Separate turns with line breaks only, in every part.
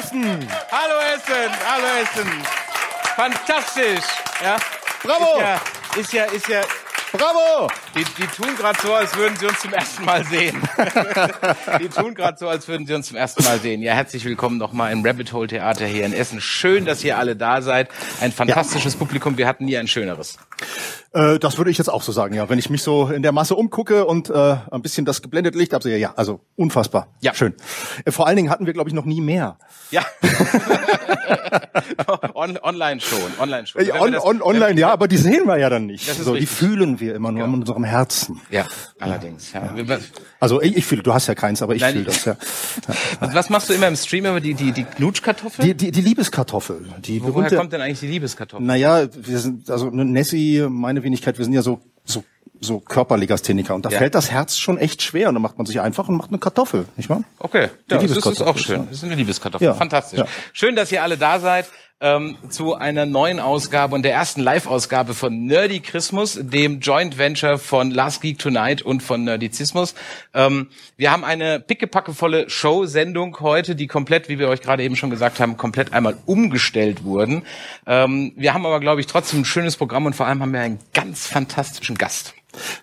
Essen!
Hallo Essen, hallo Essen. Fantastisch. Ja.
Bravo!
Ist ja, ist ja, ist ja
Bravo!
die, die tun gerade so, als würden sie uns zum ersten Mal sehen. die tun gerade so, als würden sie uns zum ersten Mal sehen. Ja, herzlich willkommen nochmal im Rabbit Hole Theater hier in Essen. Schön, dass ihr alle da seid. Ein fantastisches Publikum. Wir hatten nie ein schöneres.
Äh, das würde ich jetzt auch so sagen, ja. Wenn ich mich so in der Masse umgucke und äh, ein bisschen das geblendete Licht absehe, ja, also unfassbar.
Ja. Äh,
Schön. Äh, vor allen Dingen hatten wir, glaube ich, noch nie mehr.
Ja. On, online schon, online schon.
Äh,
Wenn wir
on,
das-
on, online, ja, aber die sehen wir ja dann nicht.
Das ist
so, die
richtig.
fühlen wir immer nur in unserem Herzen.
Ja, allerdings. Ja. Wir-
Also ich, ich fühle, du hast ja keins, aber ich
Nein,
fühle
ich-
das, ja.
Was was machst du immer im Stream? Immer die, die, die Knutschkartoffel?
Die, die, die Liebeskartoffel, die
Woher
berühmte...
kommt denn eigentlich die Liebeskartoffel?
Naja, wir sind, also Nessie, meine Wenigkeit, wir sind ja so, so, so Körperlegastheniker. Und da
Ja.
fällt das Herz schon echt schwer. Und dann macht man sich einfach und macht eine Kartoffel, nicht wahr?
Okay, ja, das ist- das ist
Liebeskartoffel
auch
ist,
schön.
ja.
Das ist eine Liebeskartoffel.
Ja,
Fantastisch.
ja.
Schön, dass ihr alle da seid ähm, zu einer neuen Ausgabe und der ersten Live-Ausgabe von Nerdy Christmas, dem Joint Venture von Last Geek Tonight und von Nerdizismus. Ähm, wir haben eine pickepackevolle Show-Sendung heute, die komplett, wie wir euch gerade eben schon gesagt haben, komplett einmal umgestellt wurden. Ähm, wir haben aber, glaube ich, trotzdem ein schönes Programm und vor allem haben wir einen ganz fantastischen Gast.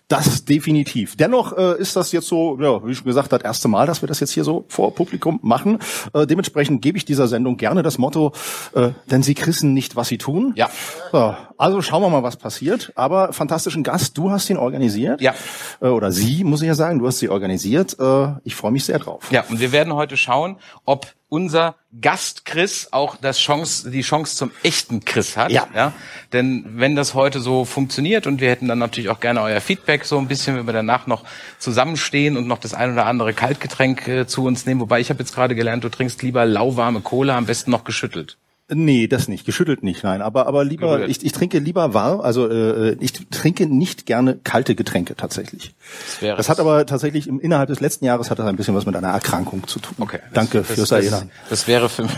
Das definitiv. Dennoch äh, ist das jetzt so, ja, wie schon gesagt, das erste Mal, dass wir das jetzt hier so vor Publikum machen. Äh, dementsprechend gebe ich dieser Sendung gerne das Motto, äh, denn sie krissen nicht, was sie tun.
Ja.
So, also schauen wir mal, was passiert. Aber fantastischen Gast, du hast ihn organisiert.
Ja.
Äh, oder sie, muss ich ja sagen, du hast sie organisiert. Äh, ich freue mich sehr drauf.
Ja, und wir werden heute schauen, ob unser Gast Chris auch das Chance, die Chance zum echten Chris hat.
Ja.
Denn wenn das heute so funktioniert und wir hätten dann natürlich auch gerne euer Feedback so ein bisschen, wenn wir danach noch zusammenstehen und noch das ein oder andere Kaltgetränk äh, zu uns nehmen. Wobei ich habe jetzt gerade gelernt, du trinkst lieber lauwarme Cola, am besten noch geschüttelt.
Nee, das nicht. Geschüttelt nicht, nein. Aber, aber lieber,
Gerührt.
ich, ich trinke lieber warm, also äh, ich trinke nicht gerne kalte Getränke tatsächlich.
Das wäre
Das
es.
hat aber tatsächlich im, innerhalb des letzten Jahres hat das ein bisschen was mit einer Erkrankung zu tun.
Okay.
Danke
das,
fürs
das,
Erinnern.
Das, das wäre für mich.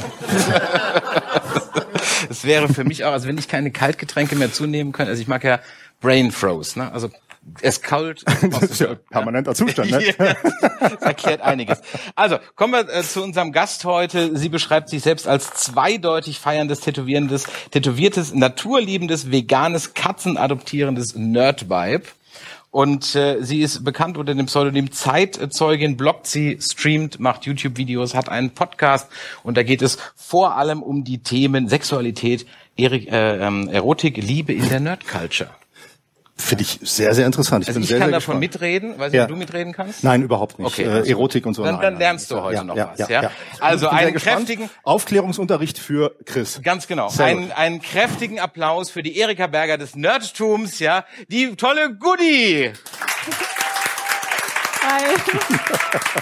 das wäre für mich auch, also wenn ich keine Kaltgetränke mehr zunehmen kann, also ich mag ja Brain Froze, ne? Also es kalt.
permanenter Zustand,
Ja, das erklärt einiges. Also, kommen wir äh, zu unserem Gast heute. Sie beschreibt sich selbst als zweideutig feierndes, tätowierendes, tätowiertes, naturliebendes, veganes, katzenadoptierendes Nerdvibe. Und äh, sie ist bekannt unter dem Pseudonym Zeitzeugin, bloggt sie, streamt, macht YouTube-Videos, hat einen Podcast und da geht es vor allem um die Themen Sexualität, Eri äh, ähm, Erotik, Liebe in der Nerd-Culture.
Finde ich sehr, sehr interessant. Ich
Also
bin
ich
sehr,
kann
sehr
davon
gespannt.
mitreden, weiß nicht,
Ja.
ob du mitreden kannst?
Nein, überhaupt nicht.
Okay,
äh,
also.
Erotik und so.
Dann-
nein,
dann
nein,
lernst
nein.
du heute noch was, ja? Also
Also
einen
einen
kräftigen-
kräftigen Aufklärungsunterricht für Chris.
Ganz genau.
Sehr
Einen,
gut.
einen kräftigen Applaus für die Erika Berger des Nerdtums, ja. Die tolle Goody.
Hi.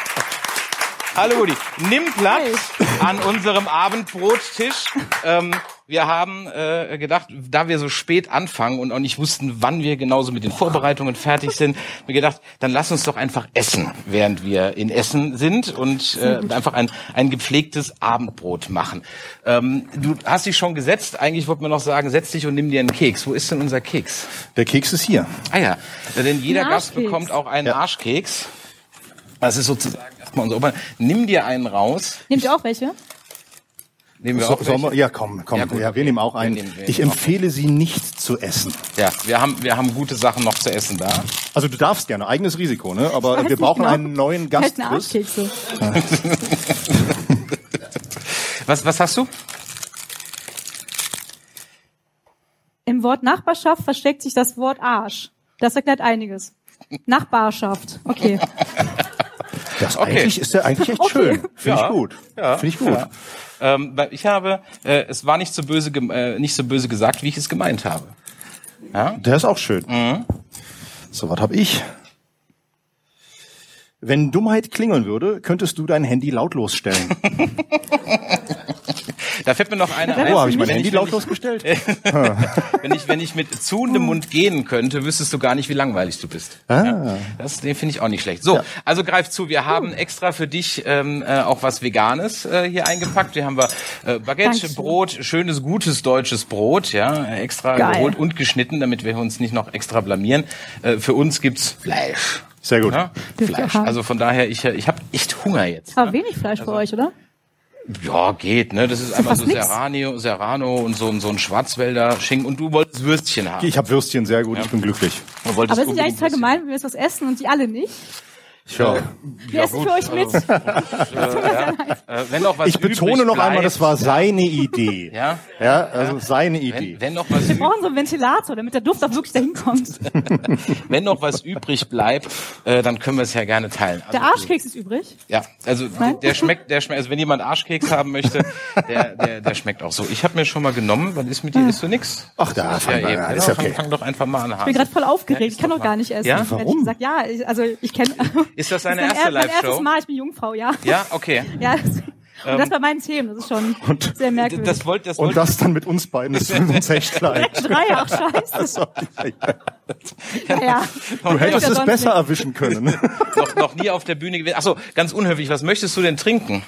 Hallo Goody. Nimm Platz an unserem Abendbrottisch. Ähm, wir haben äh, gedacht, da wir so spät anfangen und auch nicht wussten, wann wir genauso mit den Vorbereitungen fertig sind, mir gedacht, dann lass uns doch einfach essen, während wir in Essen sind und äh, einfach ein, ein gepflegtes Abendbrot machen. Ähm, du hast dich schon gesetzt. Eigentlich wollte man noch sagen, setz dich und nimm dir einen Keks. Wo ist denn unser Keks?
Der Keks ist hier.
Ah ja, denn jeder
Ein
Gast
Arschkeks.
bekommt auch einen
Ja.
Arschkeks. Das ist sozusagen erstmal unser Opa. Nimm dir einen raus.
Nehmt ihr auch
Äh,
welche?
Nehmen wir
So,
auch
sollen wir-
welche.
ja, komm, komm.
Ja,
Ja,
gut, okay.
wir nehmen auch
Wir
einen.
nehmen- wir
ich
nehmen auch
empfehle sie nicht zu essen.
ja, wir haben wir haben gute Sachen noch zu essen da.
Also du darfst gerne, eigenes Risiko, ne? Aber wir
Heißt
brauchen
nicht genau.
einen neuen Gast.
Heißt halt eine
Chris.
Arschkekse.
Was was hast du?
Im Wort Nachbarschaft versteckt sich das Wort Arsch. Das erklärt einiges. Nachbarschaft. Okay.
Das
Okay.
eigentlich ist der eigentlich echt
Okay.
schön. Finde
Ja.
ich gut.
Ja.
Finde ich gut.
Ja. Ähm, weil ich habe äh, es war nicht so böse gem- äh, nicht so böse gesagt, wie ich es gemeint habe.
Der ist auch schön.
Mhm.
So, was hab ich? Wenn Dummheit klingeln würde, könntest du dein Handy lautlos stellen.
Da fällt mir noch eine ein.
Wo habe ich mein
Wenn
Handy
ich, Äh. wenn,
lautlos gestellt?
ich, wenn ich wenn ich mit zuhendem Mund gehen könnte, wüsstest du gar nicht, wie langweilig du bist. Ja, das den finde ich auch nicht schlecht. So, also greif zu. Wir haben extra für dich ähm, äh, auch was Veganes äh, hier eingepackt. Hier haben wir äh, Baguette,
Dankeschön.
Brot, schönes, gutes deutsches Brot, ja, äh, extra
Geil.
geholt und geschnitten, damit wir uns nicht noch extra blamieren. Äh, für uns gibt's Fleisch.
Sehr gut.
Ja?
Dürft ihr
Fleisch.
haben.
Also von daher, ich, äh, ich habe echt Hunger jetzt.
Aber wenig Fleisch bei euch, oder?
Ja, geht, ne? Das ist einmal so
fast nix.
Serrano, Serrano und so, so ein Schwarzwälder Schinken. Und du wolltest Würstchen haben.
Ich habe Würstchen, sehr gut, ich bin glücklich.
Du wolltest
Aber es ist
unbedingt
eigentlich total
Würstchen.
gemein, wenn wir jetzt was essen und die alle nicht.
Tja.
Wir essen für euch mit.
also. Äh, wenn noch was
Ich betone
übrig
noch einmal,
bleibt-
das war seine Idee.
Ja.
Ja, also seine Idee.
Wenn, wenn noch was
Wir brauchen so einen Ventilator, damit der Duft auch wirklich dahin kommt.
wenn noch was übrig bleibt, äh, dann können wir es ja gerne teilen. Also,
Der Arschkeks ist übrig.
Ja, also der,
Nein?
der schmeckt, der schmeckt, also wenn jemand Arschkeks haben möchte, der, der, der schmeckt auch so. Ich habe mir schon mal genommen, was ist mit dir? Ist du nix?
Ach, da, fang mal an,
Genau,
ist okay.
fang, fang doch einfach mal an.
Ich bin
Hase.
gerade voll aufgeregt.
ist
Ich kann
doch
doch gar
wahr.
nicht essen.
Ja?
ehrlich
Warum?
gesagt. Ja, ich, also ich kenne.
Ist das deine
mein
erste
er- mein erstes
Live-Show?
Mal. Ich bin Jungfrau, ja.
Ja, okay.
Ja. das- Und das bei meinen Themen. Das ist schon sehr merkwürdig.
Das wollte, das
Und
wollte,
das dann mit uns beiden, das tut uns echt leid.
Dreier, ach scheiße. Naja.
Du hättest
Ja,
es
sonst
besser erwischen können.
noch, noch nie auf der Bühne gewesen. Achso, ganz unhöflich, was möchtest du denn trinken?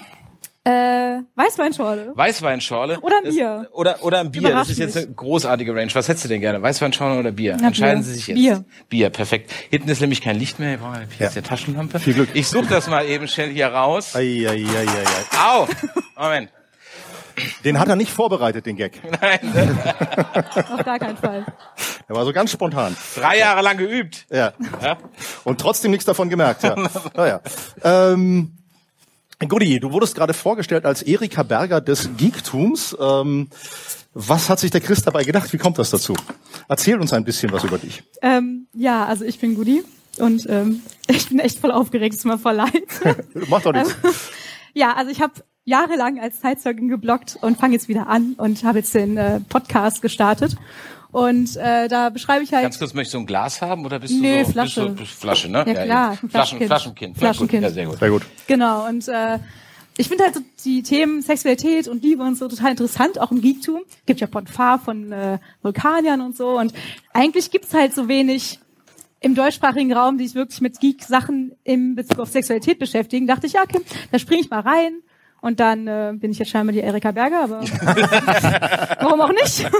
Äh, Weißweinschorle.
Weißweinschorle?
Oder ein
Das-
Bier.
Oder, oder ein Bier. Das
Überrasch
ist jetzt
mich.
eine großartige Range. Was hättest du denn gerne? Weißweinschorle oder Bier?
Na,
Entscheiden
Bier.
Sie sich jetzt.
Bier.
Bier, perfekt. Hinten ist nämlich kein Licht mehr. Wir brauchen jetzt
Ja.
eine Taschenlampe.
Viel Glück.
Ich suche das mal eben schnell hier raus.
Eieieiei.
Au! Moment.
Den hat er nicht vorbereitet, den Gag.
Auf gar keinen Fall.
Er war so ganz spontan.
Drei Jahre lang geübt.
Ja.
Ja?
Und trotzdem nichts davon gemerkt, ja. Naja. Ähm, Gudi, du wurdest gerade vorgestellt als Erika Berger des Geektums. Ähm, was hat sich der Chris dabei gedacht? Wie kommt das dazu? Erzähl uns ein bisschen was über dich.
Ähm, ja, also ich bin Gudi und ähm, ich bin echt voll aufgeregt, es tut mir voll leid.
Mach doch nichts.
ja, also ich habe jahrelang als Zeitzeugin geblockt und fange jetzt wieder an und habe jetzt den äh, Podcast gestartet. Und äh, da beschreibe ich halt.
Ganz kurz, möchtest du ein Glas haben oder bist du
Nö,
so?
Flasche.
Bist du, bist Flasche, ne?
Ja, klar,
eben. Flaschen,
ein
Flaschenkind.
Flaschenkind. Flaschenkind.
Ja, gut. Ja,
Sehr gut.
Genau, und äh, ich finde halt so die Themen Sexualität und Liebe und so total interessant, auch im Geektum. Gibt ja von Far, von äh, Vulkaniern und so. Und eigentlich gibt's halt so wenig im deutschsprachigen Raum, die sich wirklich mit Geek-Sachen im Bezug auf Sexualität beschäftigen. Dachte ich, ja, Kim, da springe ich mal rein. Und dann äh, bin ich jetzt scheinbar die Erika Berger, aber warum auch nicht?
Ähm,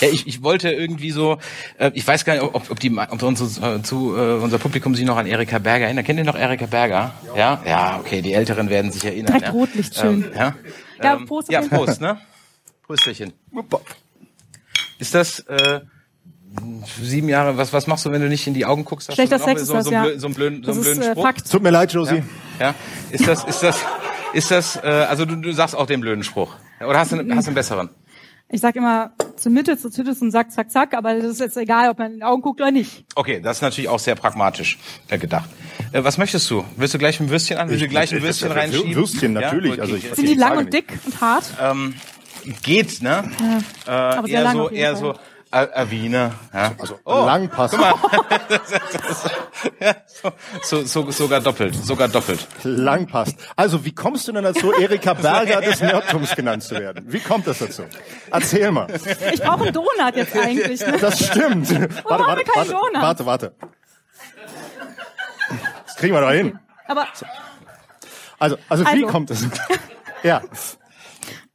Ja, ich, ich wollte irgendwie so, äh, ich weiß gar nicht, ob, ob, die, ob unser, zu, äh, unser Publikum sich noch an Erika Berger erinnert. Kennt ihr noch Erika Berger? Ja? Ja, okay, die Älteren werden sich erinnern.
Direkt
ja.
Rotlicht schön.
Ähm, ja?
Ja,
Ähm,
Prost auf
Ja,
jeden Fall.
Prost, ne? Prösterchen. Ist das... Äh, Sieben Jahre, was, was machst du, wenn du nicht in die Augen guckst? Hast du
Schlechter
dann auch
Sex
so,
ist das,
so,
ja.
blöd- so einen blöden, so
Das
einen
ist
blöden
äh,
Spruch?
Fakt.
Tut mir leid, Josie.
Ja, ist das, ist das, ist das, äh, also du, du sagst auch den blöden Spruch. Oder hast du,
Mhm.
einen- hast du einen besseren?
Ich sag immer zur Mitte, zur Tüte und Sack, Zack, Zack, aber das ist jetzt egal, ob man in den Augen guckt oder nicht.
Okay, das ist natürlich auch sehr pragmatisch äh, gedacht. Äh, was möchtest du? Willst du gleich ein Würstchen an? Willst du gleich ein Würstchen reinschieben?
Würstchen, natürlich.
okay.
Also ich-
Sind
Okay,
die
ich
lang
frage
und dick und hart?
Geht, ne? Ja. Äh,
sehr
eher
lang
so,
auf jeden
eher
Fall.
so, äh, äh, Wiener. Ja?
Also lang passt.
Ja, so, so, so, sogar doppelt, sogar doppelt.
Lang passt. Also, wie kommst du denn dazu, Erika Berger des Nerdtums genannt zu werden? Wie kommt das dazu? Erzähl mal.
Ich brauche einen Donut jetzt eigentlich. Ne?
Das stimmt.
Warum haben wir keinen
warte,
Donut?
warte, warte. Das kriegen wir doch hin.
Aber
Also, also, wie
Also.
kommt es? Ja.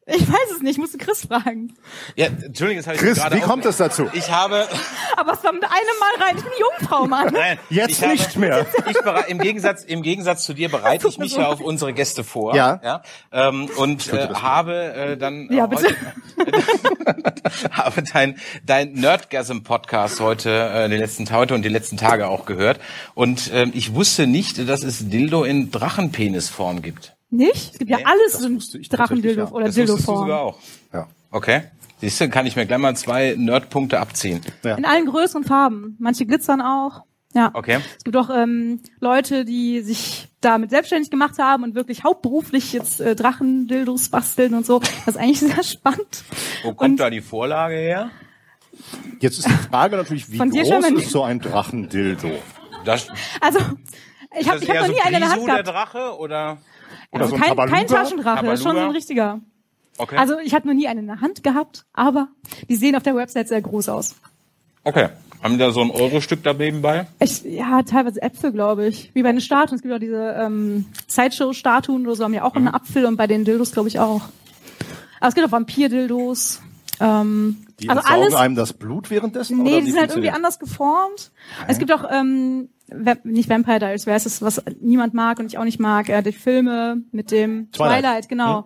ich weiß es nicht, musst du Chris fragen.
Ja, Entschuldigung, das habe ich
Chris,
gerade
wie
auch-
kommt es dazu?
Ich habe,
Aber es war mit einem Mal rein. Ich bin Jungfrau, Mann.
nein,
Jetzt
ich
nicht
habe,
mehr.
Ich berei- im, Gegensatz, Im Gegensatz zu dir bereite ich mich ja auf unsere Gäste vor.
Ja.
ja ähm, und äh, habe äh, dann äh,
Ja, bitte.
Heute, habe dein, dein Nerdgasm-Podcast heute, äh, die letzten heute und die letzten Tage auch gehört. Und ähm, ich wusste nicht, dass es Dildo in Drachenpenisform gibt.
Nicht? Es gibt ja alles so ein
ich
Drachendildo
tatsächlich, ja.
oder
Das wusstest du sogar
Dildo-Form.
auch.
ja.
Okay. Siehst du, kann ich mir gleich mal zwei Nerdpunkte abziehen.
In allen Größen und Farben. Manche glitzern auch. Ja.
Okay.
Es gibt auch ähm, Leute, die sich damit selbstständig gemacht haben und wirklich hauptberuflich jetzt äh, Drachendildos basteln und so. Das ist eigentlich sehr spannend.
Wo kommt
Und-
da die Vorlage her?
Jetzt ist die Frage natürlich, wie
Von dir
groß
schon mal
ist
nicht.
so ein Drachendildo?
Das,
Also, ich habe
das
ich hab
eher
noch nie einen in der
Grisou,
Hand
der
gehabt. Also
Drache oder?
Oder so ein
kein, kein
Tabaluga?
Taschendrache, das ist schon so ein
Tabaluga?
richtiger.
Okay.
Also ich habe noch nie einen in der Hand gehabt, aber die sehen auf der Website sehr groß aus.
Okay. Haben die da so ein Euro-Stück daneben bei?
Ich, ja, teilweise Äpfel, glaube ich. Wie bei den Statuen. Es gibt auch diese ähm, Sideshow-Statuen oder so, haben ja
Mhm.
auch einen Apfel und bei den Dildos, glaube ich, auch. Aber es gibt auch Vampir-Dildos. Ähm,
Die
also
saugen
alles.
einem das Blut währendessen?
Nee,
oder
die
wie
sind halt irgendwie
funktioniert
anders geformt. Es gibt auch ähm, Va- nicht Vampire Diaries, wer ist es, was niemand mag und ich auch nicht mag, äh, die Filme mit dem
Twilight. Hm?
Twilight, genau.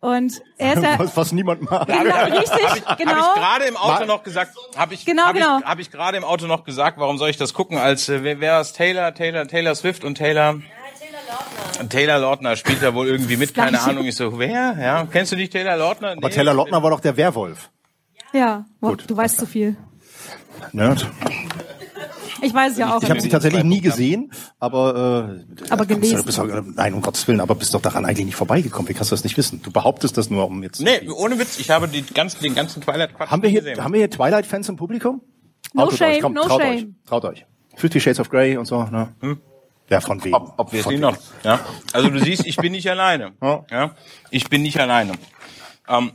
Und er ist ja
Was, was niemand mag.
genau, richtig,
Habe ich
genau.
gerade im Auto noch gesagt, habe ich,
Genau,
hab
genau.
ich, hab ich gerade im Auto noch gesagt, warum soll ich das gucken, als äh, wer, wer ist Taylor, Taylor, Taylor Swift und Taylor Taylor Lautner spielt da wohl irgendwie mit, keine
Gleiche.
Ahnung. Ich so, wer? Ja, kennst du nicht Taylor Lautner?
Aber Taylor Lautner war doch der Werwolf.
Ja, wow,
Gut.
du weißt zu viel.
Nerd.
Ich weiß es ja auch.
Ich habe sie tatsächlich nie gesehen, aber äh,
Aber
bist
gelesen.
doch- Bist doch, nein, um Gottes Willen, aber bist doch daran eigentlich nicht vorbeigekommen. Wie kannst du das nicht wissen? Du behauptest das nur, um jetzt.
Nee, ohne Witz, ich habe die ganz, den ganzen Twilight-Quatsch
Haben wir
nie
hier, haben wir hier Twilight-Fans im Publikum?
No
Outet
shame,
euch, komm,
no
traut
shame.
euch, traut euch. Fifty Shades of Grey und so, ne? Ja, von wegen.
Hm? Ob, ob wir es
Von
nicht
wegen.
noch. Ja? Also du siehst, ich bin nicht alleine.
Ja.
Oh, Ja? Ich bin nicht alleine. Ähm,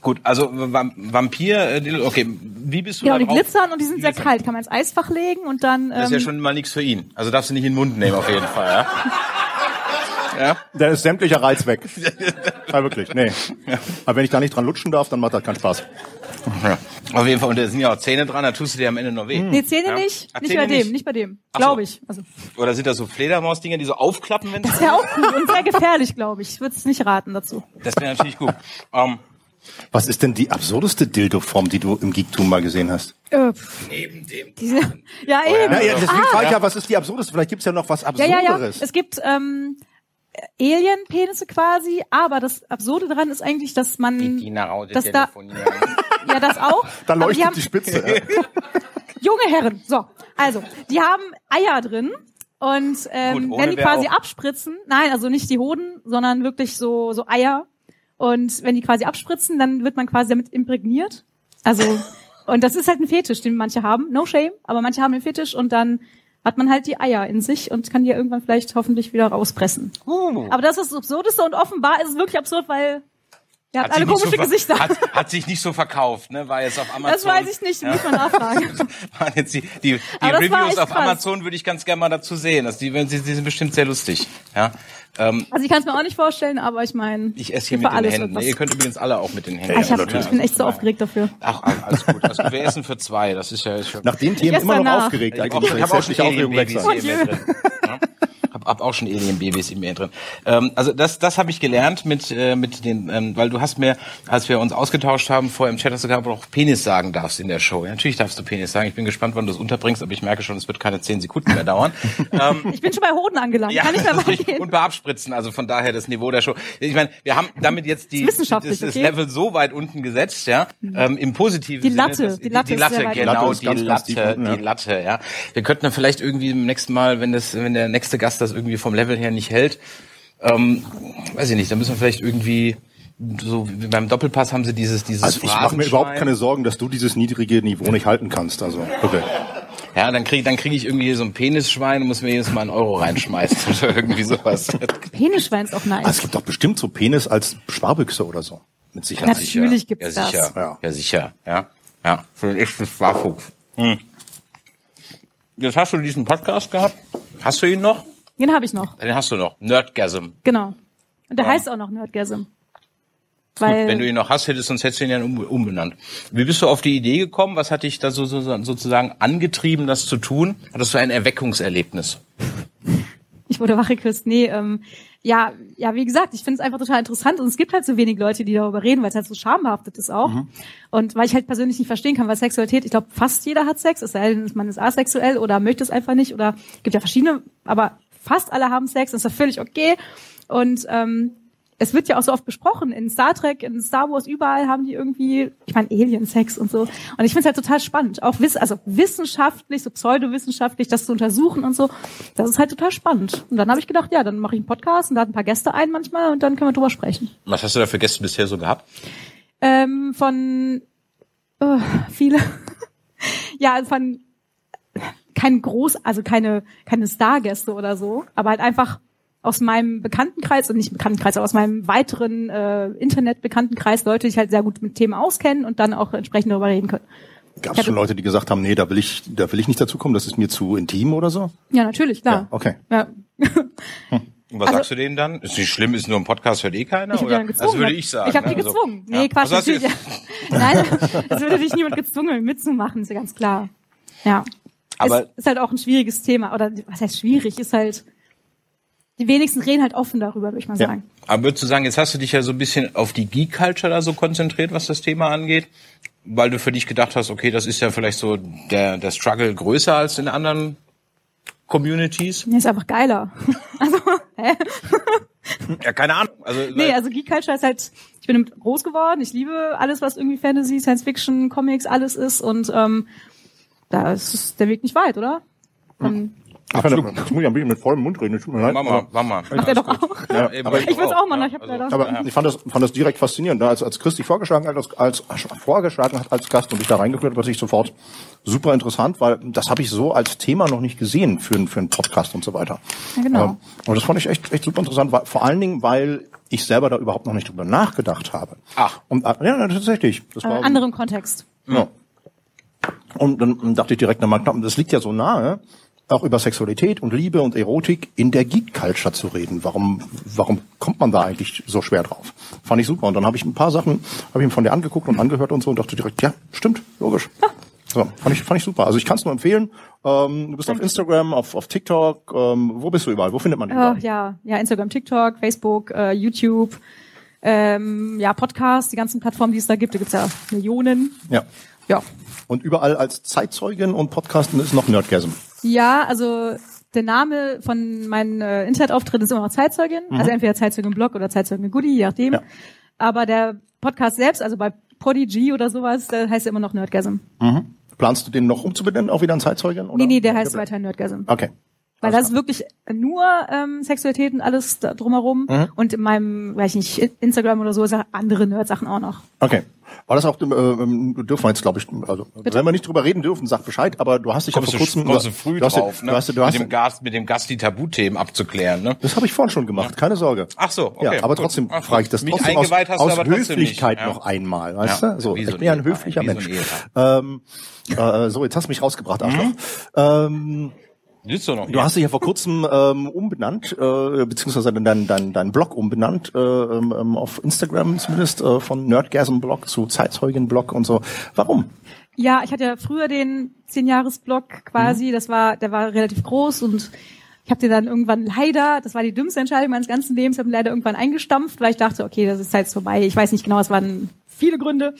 gut, also Vam- Vampir, äh, okay, wie bist du
Genau,
da
die
drauf?
glitzern und die sind sehr kalt. Kann man ins Eisfach legen und dann.
Das ist ja
Ähm,
schon mal nichts für ihn. Also darfst du nicht in den Mund nehmen auf jeden Fall. Ja?
Da ist sämtlicher Reiz weg. ja, wirklich, nee. Aber wenn ich da nicht dran lutschen darf, dann macht das keinen Spaß.
Ja. Auf jeden Fall, und da sind ja auch Zähne dran, da tust du dir am Ende noch weh.
nee, Zähne
Ja.
nicht.
Ach,
Nicht
Zähne
bei dem,
nicht.
nicht, bei dem.
Ach so.
Glaube ich. Also,
Oder sind das so Fledermaus-Dinger, die so aufklappen, wenn
ist ja auch gut und sehr gefährlich, glaube ich. Ich würde es nicht raten dazu.
Das wäre natürlich gut. Ähm,
Was ist denn die absurdeste Dildo-Form, die du im Geektum mal gesehen hast?
Äh, pff,
Neben dem. Oh,
diese, ja, eben.
Ja, ja, deswegen frage ich ja, was ist die absurdeste? Vielleicht gibt's ja noch was
Ja,
Absurderes.
ja, ja. Es gibt ähm, Alien-Penisse quasi, aber das Absurde daran ist eigentlich, dass man.
Die Naraude
dass da,
telefonieren.
ja, das auch.
Da
aber die
leuchtet
haben,
die Spitze. Ja.
Junge Herren, so. Also, die haben Eier drin und ähm,
Gut, ohne
wenn die
wär
quasi
auch-
abspritzen, nein, also nicht die Hoden, sondern wirklich so, so Eier. Und wenn die quasi abspritzen, dann wird man quasi damit imprägniert. Also, und das ist halt ein Fetisch, den manche haben. No shame, aber manche haben den Fetisch und dann hat man halt die Eier in sich und kann die ja irgendwann vielleicht hoffentlich wieder rauspressen.
Uh.
Aber das ist das Absurdeste und offenbar ist es wirklich absurd, weil ihr habt
sich
alle
nicht
komische
so ver-
Gesichter.
Hat, hat sich nicht so verkauft, ne? War jetzt auf Amazon.
das weiß ich nicht, da muss man nachfragen.
Waren jetzt die die, die
Aber das war
Reviews
echt
auf
krass.
Amazon würde ich ganz gerne mal dazu sehen. Also die, wenn sie, die sind bestimmt sehr lustig. Ja. Ähm,
Also ich kann es mir auch nicht vorstellen, aber ich meine,
ich esse hier
für
mit den
alles
Händen.
etwas.
Ihr könnt übrigens alle auch mit den Händen.
Ah, ich,
Ja,
hab, ich bin echt so aufgeregt dafür.
Ach, alles gut. Also, wir essen für zwei. Das ist ja schon.
Nach den Themen
Gestern
immer noch
nach.
aufgeregt.
Ich, ich
Jetzt
habe auch
lässt
schon
sich die Aufregung weg
Alien-Babys
sein.
im Meer drin. Ja. Hab, hab auch schon Alien-Babys im Meer drin. Ähm, also das, das habe ich gelernt mit äh, mit den, ähm, weil du hast mir, als wir uns ausgetauscht haben vorher im Chat, hast du gesagt, ob du auch Penis sagen darfst in der Show. Ja, natürlich darfst du Penis sagen. Ich bin gespannt, wann du es unterbringst, aber ich merke schon, es wird keine zehn Sekunden mehr dauern. ähm,
Ich bin schon bei Hoden angelangt. Kann ich mehr
das ist richtig.
weitergehen?
Und bei Abspritzen, also von daher das Niveau der Show. Ich meine, wir haben damit jetzt die,
Ist wissenschaftlich,
das, das
okay? Mhm.
Level so weit unten gesetzt, ja, ähm, im positiven
Die
Sinne.
Latte,
dass-
die Latte
die
ist
Latte,
sehr weit
genau,
unten.
die
Ganz, ganz
Latte,
tief unten, ja.
die Latte, ja. Wir könnten dann vielleicht irgendwie im nächsten Mal, wenn das, wenn der nächste Gast das irgendwie vom Level her nicht hält, ähm, weiß ich nicht, dann müssen wir vielleicht irgendwie so wie beim Doppelpass haben sie dieses dieses
Also ich mache mir überhaupt
Phrasenschwein.
keine Sorgen, dass du dieses niedrige Niveau nicht halten kannst. Also okay.
Ja, dann kriege dann krieg ich irgendwie so ein Penisschwein und muss mir jedes Mal einen Euro reinschmeißen oder irgendwie sowas.
Penisschwein ist auch
Ah,
nice.
es gibt doch bestimmt so Penis als Sparbüchse oder so. Mit Sicherheit.
Natürlich. gibt's
ja, sicher.
das.
Ja. ja, sicher. Ja, ja. Für ein echtes Sparfuchs. Hm. Jetzt hast du diesen Podcast gehabt. Hast du ihn noch?
Den habe ich noch.
Den hast du noch. Nerdgasm.
Genau. Und der heißt auch noch Nerdgasm. Weil
Wenn du ihn noch hast, hättest, sonst hättest du ihn ja um, umbenannt. Wie bist du auf die Idee gekommen? Was hat dich da so, so, so, sozusagen angetrieben, das zu tun? Hattest du ein Erweckungserlebnis?
ich wurde wache geküsst. Nee, ähm, ja, ja, wie gesagt, ich finde es einfach total interessant und es gibt halt so wenig Leute, die darüber reden, weil es halt so schambehaftet ist auch. Und weil ich halt persönlich nicht verstehen kann, weil Sexualität, ich glaube, fast jeder hat Sex, es sei denn, man ist asexuell oder möchte es einfach nicht oder gibt ja verschiedene, aber fast alle haben Sex, das ist ja völlig okay. Und ähm, es wird ja auch so oft besprochen, in Star Trek, in Star Wars, überall haben die irgendwie, ich meine, Alien-Sex und so. Und ich finde es halt total spannend, auch wiss also wissenschaftlich, so pseudowissenschaftlich, das zu untersuchen und so. Das ist halt total spannend. Und dann habe ich gedacht, ja, dann mache ich einen Podcast und lade ein paar Gäste ein manchmal und dann können wir drüber sprechen.
Was hast du da für Gäste bisher so gehabt?
Ähm, von äh, viele, ja, also von kein groß, also keine keine Stargäste oder so, aber halt einfach aus meinem Bekanntenkreis und nicht Bekanntenkreis, aber aus meinem weiteren äh, Internetbekanntenkreis Leute, die sich halt sehr gut mit Themen auskennen und dann auch entsprechend darüber reden können.
Gab es schon Leute, die gesagt haben, nee, da will ich, da will ich nicht dazukommen, das ist mir zu intim oder so?
Ja, natürlich, klar.
okay.
Ja.
Und was
Also-
sagst du denen dann? Ist nicht schlimm, ist nur ein Podcast, hört eh keiner?
Ich hab die
oder?
dann gezwungen. ne?
Das würde ich sagen.
Ich habe die
Also,
gezwungen. Nee,
ja.
Quatsch.
Was hast du
Natürlich. Nein, es würde dich niemand gezwungen, mitzumachen, ist ja ganz klar. Ja.
Aber-
ist, ist halt auch ein schwieriges Thema. Oder was heißt schwierig? Ist halt, die wenigsten reden halt offen darüber, würde ich mal
Ja.
sagen.
Aber würdest du sagen, jetzt hast du dich ja so ein bisschen auf die Geek-Culture da so konzentriert, was das Thema angeht, weil du für dich gedacht hast, okay, das ist ja vielleicht so der, der Struggle größer als in anderen Communities?
Nee, ist einfach geiler. also, hä?
Ja, keine Ahnung. Also,
Nee, also Geek Culture ist halt, ich bin damit groß geworden, ich liebe alles, was irgendwie Fantasy, Science Fiction, Comics, alles ist und ähm, da ist der Weg nicht weit, oder? Dann
Ich kann, das muss ich ein bisschen mit vollem Mund reden, das tut mir leid.
Mama, Mama.
macht er doch auch. Äh,
Ja, aber
Ich will's auch mal, ich hab leider-
Aber ich fand das, fand das direkt faszinierend. ne? Als, als Christi vorgeschlagen hat, als, als äh, vorgeschlagen hat als Gast und ich da reingeführt habe, das ich sofort super interessant, weil das habe ich so als Thema noch nicht gesehen für, einen- für einen Podcast und so weiter.
Ja, genau.
Ähm, und das fand ich echt, echt super interessant, weil, vor allen Dingen, weil ich selber da überhaupt noch nicht drüber nachgedacht habe.
Ach.
Und, äh, ja, ja, tatsächlich. Das
Äh, anderen Kontext.
ja. Und dann dachte ich direkt nochmal, das liegt ja so nahe, auch über Sexualität und Liebe und Erotik in der Geek-Culture zu reden. Warum, warum kommt man da eigentlich so schwer drauf? Fand ich super. Und dann habe ich ein paar Sachen, habe ich mir von dir angeguckt und angehört und so und dachte direkt, ja, stimmt, logisch. So, fand ich, fand ich super. Also ich kann es nur empfehlen. Ähm, du bist auf Instagram, auf, auf TikTok. Ähm, wo bist du überall? Wo findet man dich?
Ja.
überall?
ja, ja, Instagram, TikTok, Facebook, äh, YouTube, ähm, ja, Podcast, die ganzen Plattformen, die es da gibt, da gibt's ja Millionen.
ja.
Ja.
Und überall als Zeitzeugin und Podcasten ist noch Nerdgasm.
Ja, also der Name von meinen äh, Internetauftritten ist immer noch Zeitzeugin. Also entweder Zeitzeugin Blog oder Zeitzeugin Goodie, je nachdem.
Ja.
Aber der Podcast selbst, also bei Prodigy oder sowas, der heißt ja immer noch Nerdgasm.
Planst du den noch umzubenennen, auch wieder in Zeitzeugin? Oder?
Nee, nee, der heißt weiter Nerdgasm.
Okay.
Weil das ist wirklich nur ähm, Sexualität und alles da drumherum. Und in meinem, weiß ich nicht, Instagram oder so, ist ja andere Nerd-Sachen auch noch.
Okay. War das auch, ähm, ähm, dürfen wir jetzt, glaube ich, also, wenn wir nicht drüber reden dürfen, sag Bescheid, aber du hast dich
Kommst
ja
du,
vor kurzem.
kommst du früh
du hast,
drauf, ne?
du hast, du hast,
mit, dem Gast, mit dem Gast die Tabuthemen abzuklären, ne?
das habe ich vorhin schon gemacht, keine Sorge.
Ach so, okay,
Ja, aber
gut.
trotzdem
Ach,
frage ich das
mich
trotzdem aus,
eingeweiht hast du
aus
aber trotzdem nicht,
Höflichkeit
ja.
noch einmal, weißt
Ja,
du? So,
wie
ich
so
bin ja ein
ein Ehepaar,
höflicher
wie so ein
Mensch. ähm, äh, so, jetzt hast du mich rausgebracht, Arschloch.
Mhm.
Ähm,
Sitzt du noch?
Du hast dich ja vor kurzem ähm, umbenannt, äh, beziehungsweise deinen dein, dein Blog umbenannt, äh, ähm, ähm, auf Instagram zumindest, äh, von Nerdgasm-Blog zu Zeitzeugen-Blog und so. Warum?
Ja, ich hatte ja früher den 10-Jahres-Blog quasi, das war, der war relativ groß und ich habe den dann irgendwann leider, das war die dümmste Entscheidung meines ganzen Lebens, habe ihn leider irgendwann eingestampft, weil ich dachte, okay, das ist halt vorbei. Ich weiß nicht genau, es waren viele Gründe.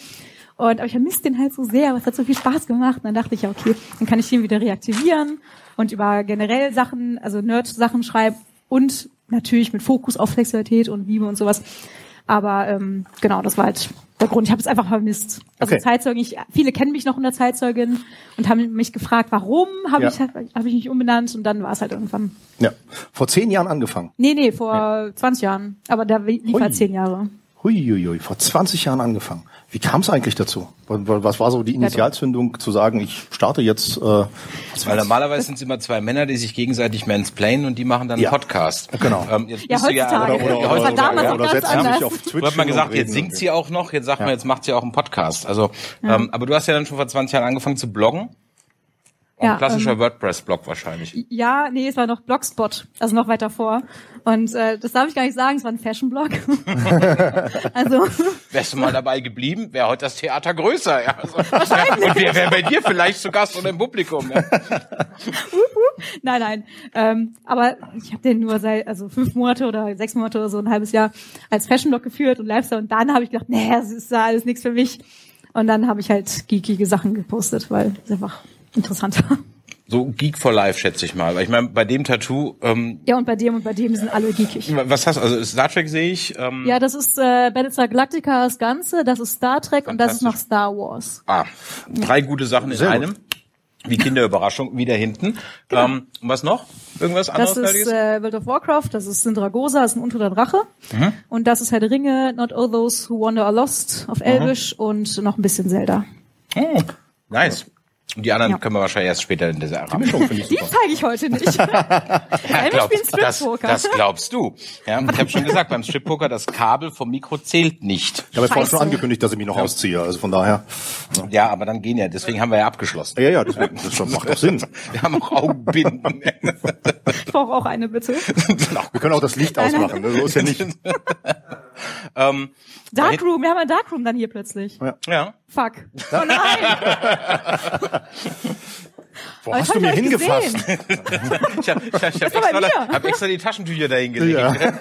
Und aber ich vermisse den halt so sehr, aber es hat so viel Spaß gemacht. Und dann dachte ich ja, okay, dann kann ich den wieder reaktivieren und über generell Sachen, also Nerd-Sachen schreiben und natürlich mit Fokus auf Sexualität und Liebe und sowas. Aber ähm, genau, das war halt der Grund. Ich habe es einfach vermisst. Also
Okay.
Zeitzeugin, ich, viele kennen mich noch unter Zeitzeugin und haben mich gefragt, warum habe
Ja.
ich, hab ich mich umbenannt und dann war es halt irgendwann.
Ja. Vor zehn Jahren angefangen.
Nee, nee, vor 20 Jahren. Aber da lief
Hui.
halt 10 Jahre.
Huiuiui, vor 20 Jahren angefangen. Wie kam es eigentlich dazu? Was was war so die Initialzündung zu sagen, ich starte jetzt? Äh,
Weil normalerweise sind es immer zwei Männer, die sich gegenseitig mansplainen und die machen dann
Ja.
einen Podcast.
Genau.
Ähm, jetzt
Ja,
bist du
heutzutage.
Ja,
Oder- oder- Das war damals noch ganz
setzt sie
anders.
sich auf Twitch.
Du hast
hin
mal
und
gesagt,
reden
jetzt singt
und-
sie auch noch, jetzt sagt man, jetzt macht sie auch einen Podcast. Also, ähm, aber du hast ja dann schon vor 20 Jahren angefangen zu bloggen. Auch
Ja,
ein klassischer
ähm,
WordPress-Blog wahrscheinlich.
Ja, nee, es war noch Blogspot, also noch weiter vor. Und äh, das darf ich gar nicht sagen, es war ein Fashion-Blog. also
Wärst du mal dabei geblieben, wäre heute das Theater größer. Ja. Also, und wer wäre bei dir vielleicht zu Gast oder im Publikum? Ja.
Nein, nein. Ähm, aber ich habe den nur seit also fünf Monate oder sechs Monate oder so ein halbes Jahr als Fashion Blog geführt und Lifestyle und dann habe ich gedacht, nee, das ist alles nichts für mich. Und dann habe ich halt geekige Sachen gepostet, weil es einfach interessant war.
So Geek for Life, schätze ich mal. Weil ich meine, bei dem Tattoo, ähm,
Ja, und bei dem und bei dem sind alle geekig.
was hast du? Also Star Trek sehe ich. Ähm,
Ja, das ist äh, Battlestar Galactica das Ganze, das ist Star Trek und das ist noch
Fantastisch.
Star Wars.
Ah, drei gute Sachen in
Sehr gut.
einem. Wie Kinderüberraschung, wieder hinten. Ähm, und was noch? Irgendwas anderes?
Genau. Das ist
Nerdiges?
äh, World of Warcraft, das ist Syndragosa, das ist ein untoter Drache.
Mhm.
Und das ist Herr der Ringe, Not All Those Who Wander Are Lost
Mhm.
auf Elvish und noch ein bisschen Zelda.
oh, nice. Und die anderen
Ja.
können wir wahrscheinlich erst später in dieser Abend.
Mischung finde ich
Die
super.
zeige ich heute nicht. Nein, wir spielen
das,
Strip-Poker.
das glaubst du. Ja, ich habe schon gesagt, beim Strip-Poker, das Kabel vom Mikro zählt nicht.
Ich habe jetzt vorhin schon
Scheiße.
angekündigt, dass ich mich noch ausziehe. Also von daher.
Ja, aber dann gehen ja, deswegen haben wir ja abgeschlossen.
Ja, ja, das, das macht doch Sinn.
Wir haben auch Augenbinden.
Ich brauche auch eine, bitte.
Wir können auch das Licht ausmachen. ne? So ist ja nicht.
Darkroom, wir haben ein Darkroom dann Oh hier plötzlich.
ja.
Fuck. Oh nein.
Wo
Aber
hast du mir
das hab ich doch nicht
hingefasst?
gesehen.
Ich habe ich hab, ich hab
war bei
extra,
mir.
hab extra die Taschentücher dahingelegt.
Ja.
Das ist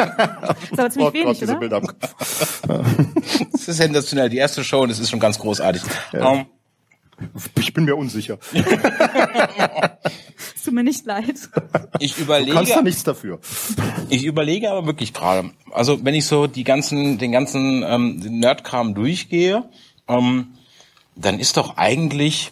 aber
Oh
ziemlich wenig,
diese
oder?
Bilder. im Kopf.
Das ist sensationell. Die erste Show und es ist schon ganz großartig. Ähm,
Ich bin mir unsicher. Du
Es tut mir nicht leid.
ich
kannst
überlege,
da nichts dafür.
ich überlege aber wirklich gerade. Also wenn ich so die ganzen, den ganzen ähm, den Nerdkram durchgehe, ähm, dann ist doch eigentlich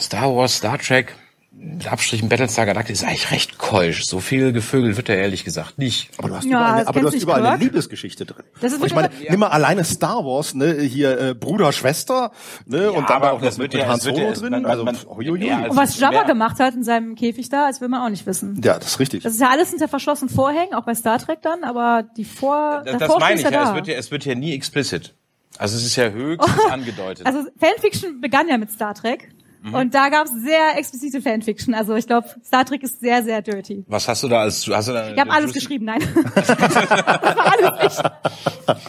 Star Wars, Star Trek mit Abstrichen Battlestar Galactica ist eigentlich recht keusch. So viel gevögelt wird er ehrlich gesagt nicht.
Aber du hast
Ja,
überall,
das
aber du
kennst
hast
nicht
überall eine
Kirk?
Liebesgeschichte drin.
Das ist
Und ich meine,
wirklich-
nimm mal alleine Star Wars, ne, hier äh, Bruder, Schwester, ne, und dann
aber
auch
das
noch mit, mit
wird ja-
Han
das wird ja-
Solo
es-
drin.
man- man-
also,
man-
pff, uiuiui.
ja,
Und
also-
was Jabba
Ja.
gemacht hat in seinem Käfig da, das will man auch nicht wissen.
ja, das ist richtig.
Das ist ja alles hinter verschlossenen Vorhängen, auch bei Star Trek dann, aber die Vor
Das, das
davor
meine ich
steht's
ja.
da.
Es, wird ja. es wird ja nie explicit. Also es ist ja höchstens angedeutet.
Also Fanfiction begann ja mit Star Trek.
Mhm.
Und da gab's sehr explizite Fanfiction. Also ich glaube, Star Trek ist sehr, sehr dirty.
Was hast du da als hast du da
Ich habe alles geschrieben, nein. das war alles nicht.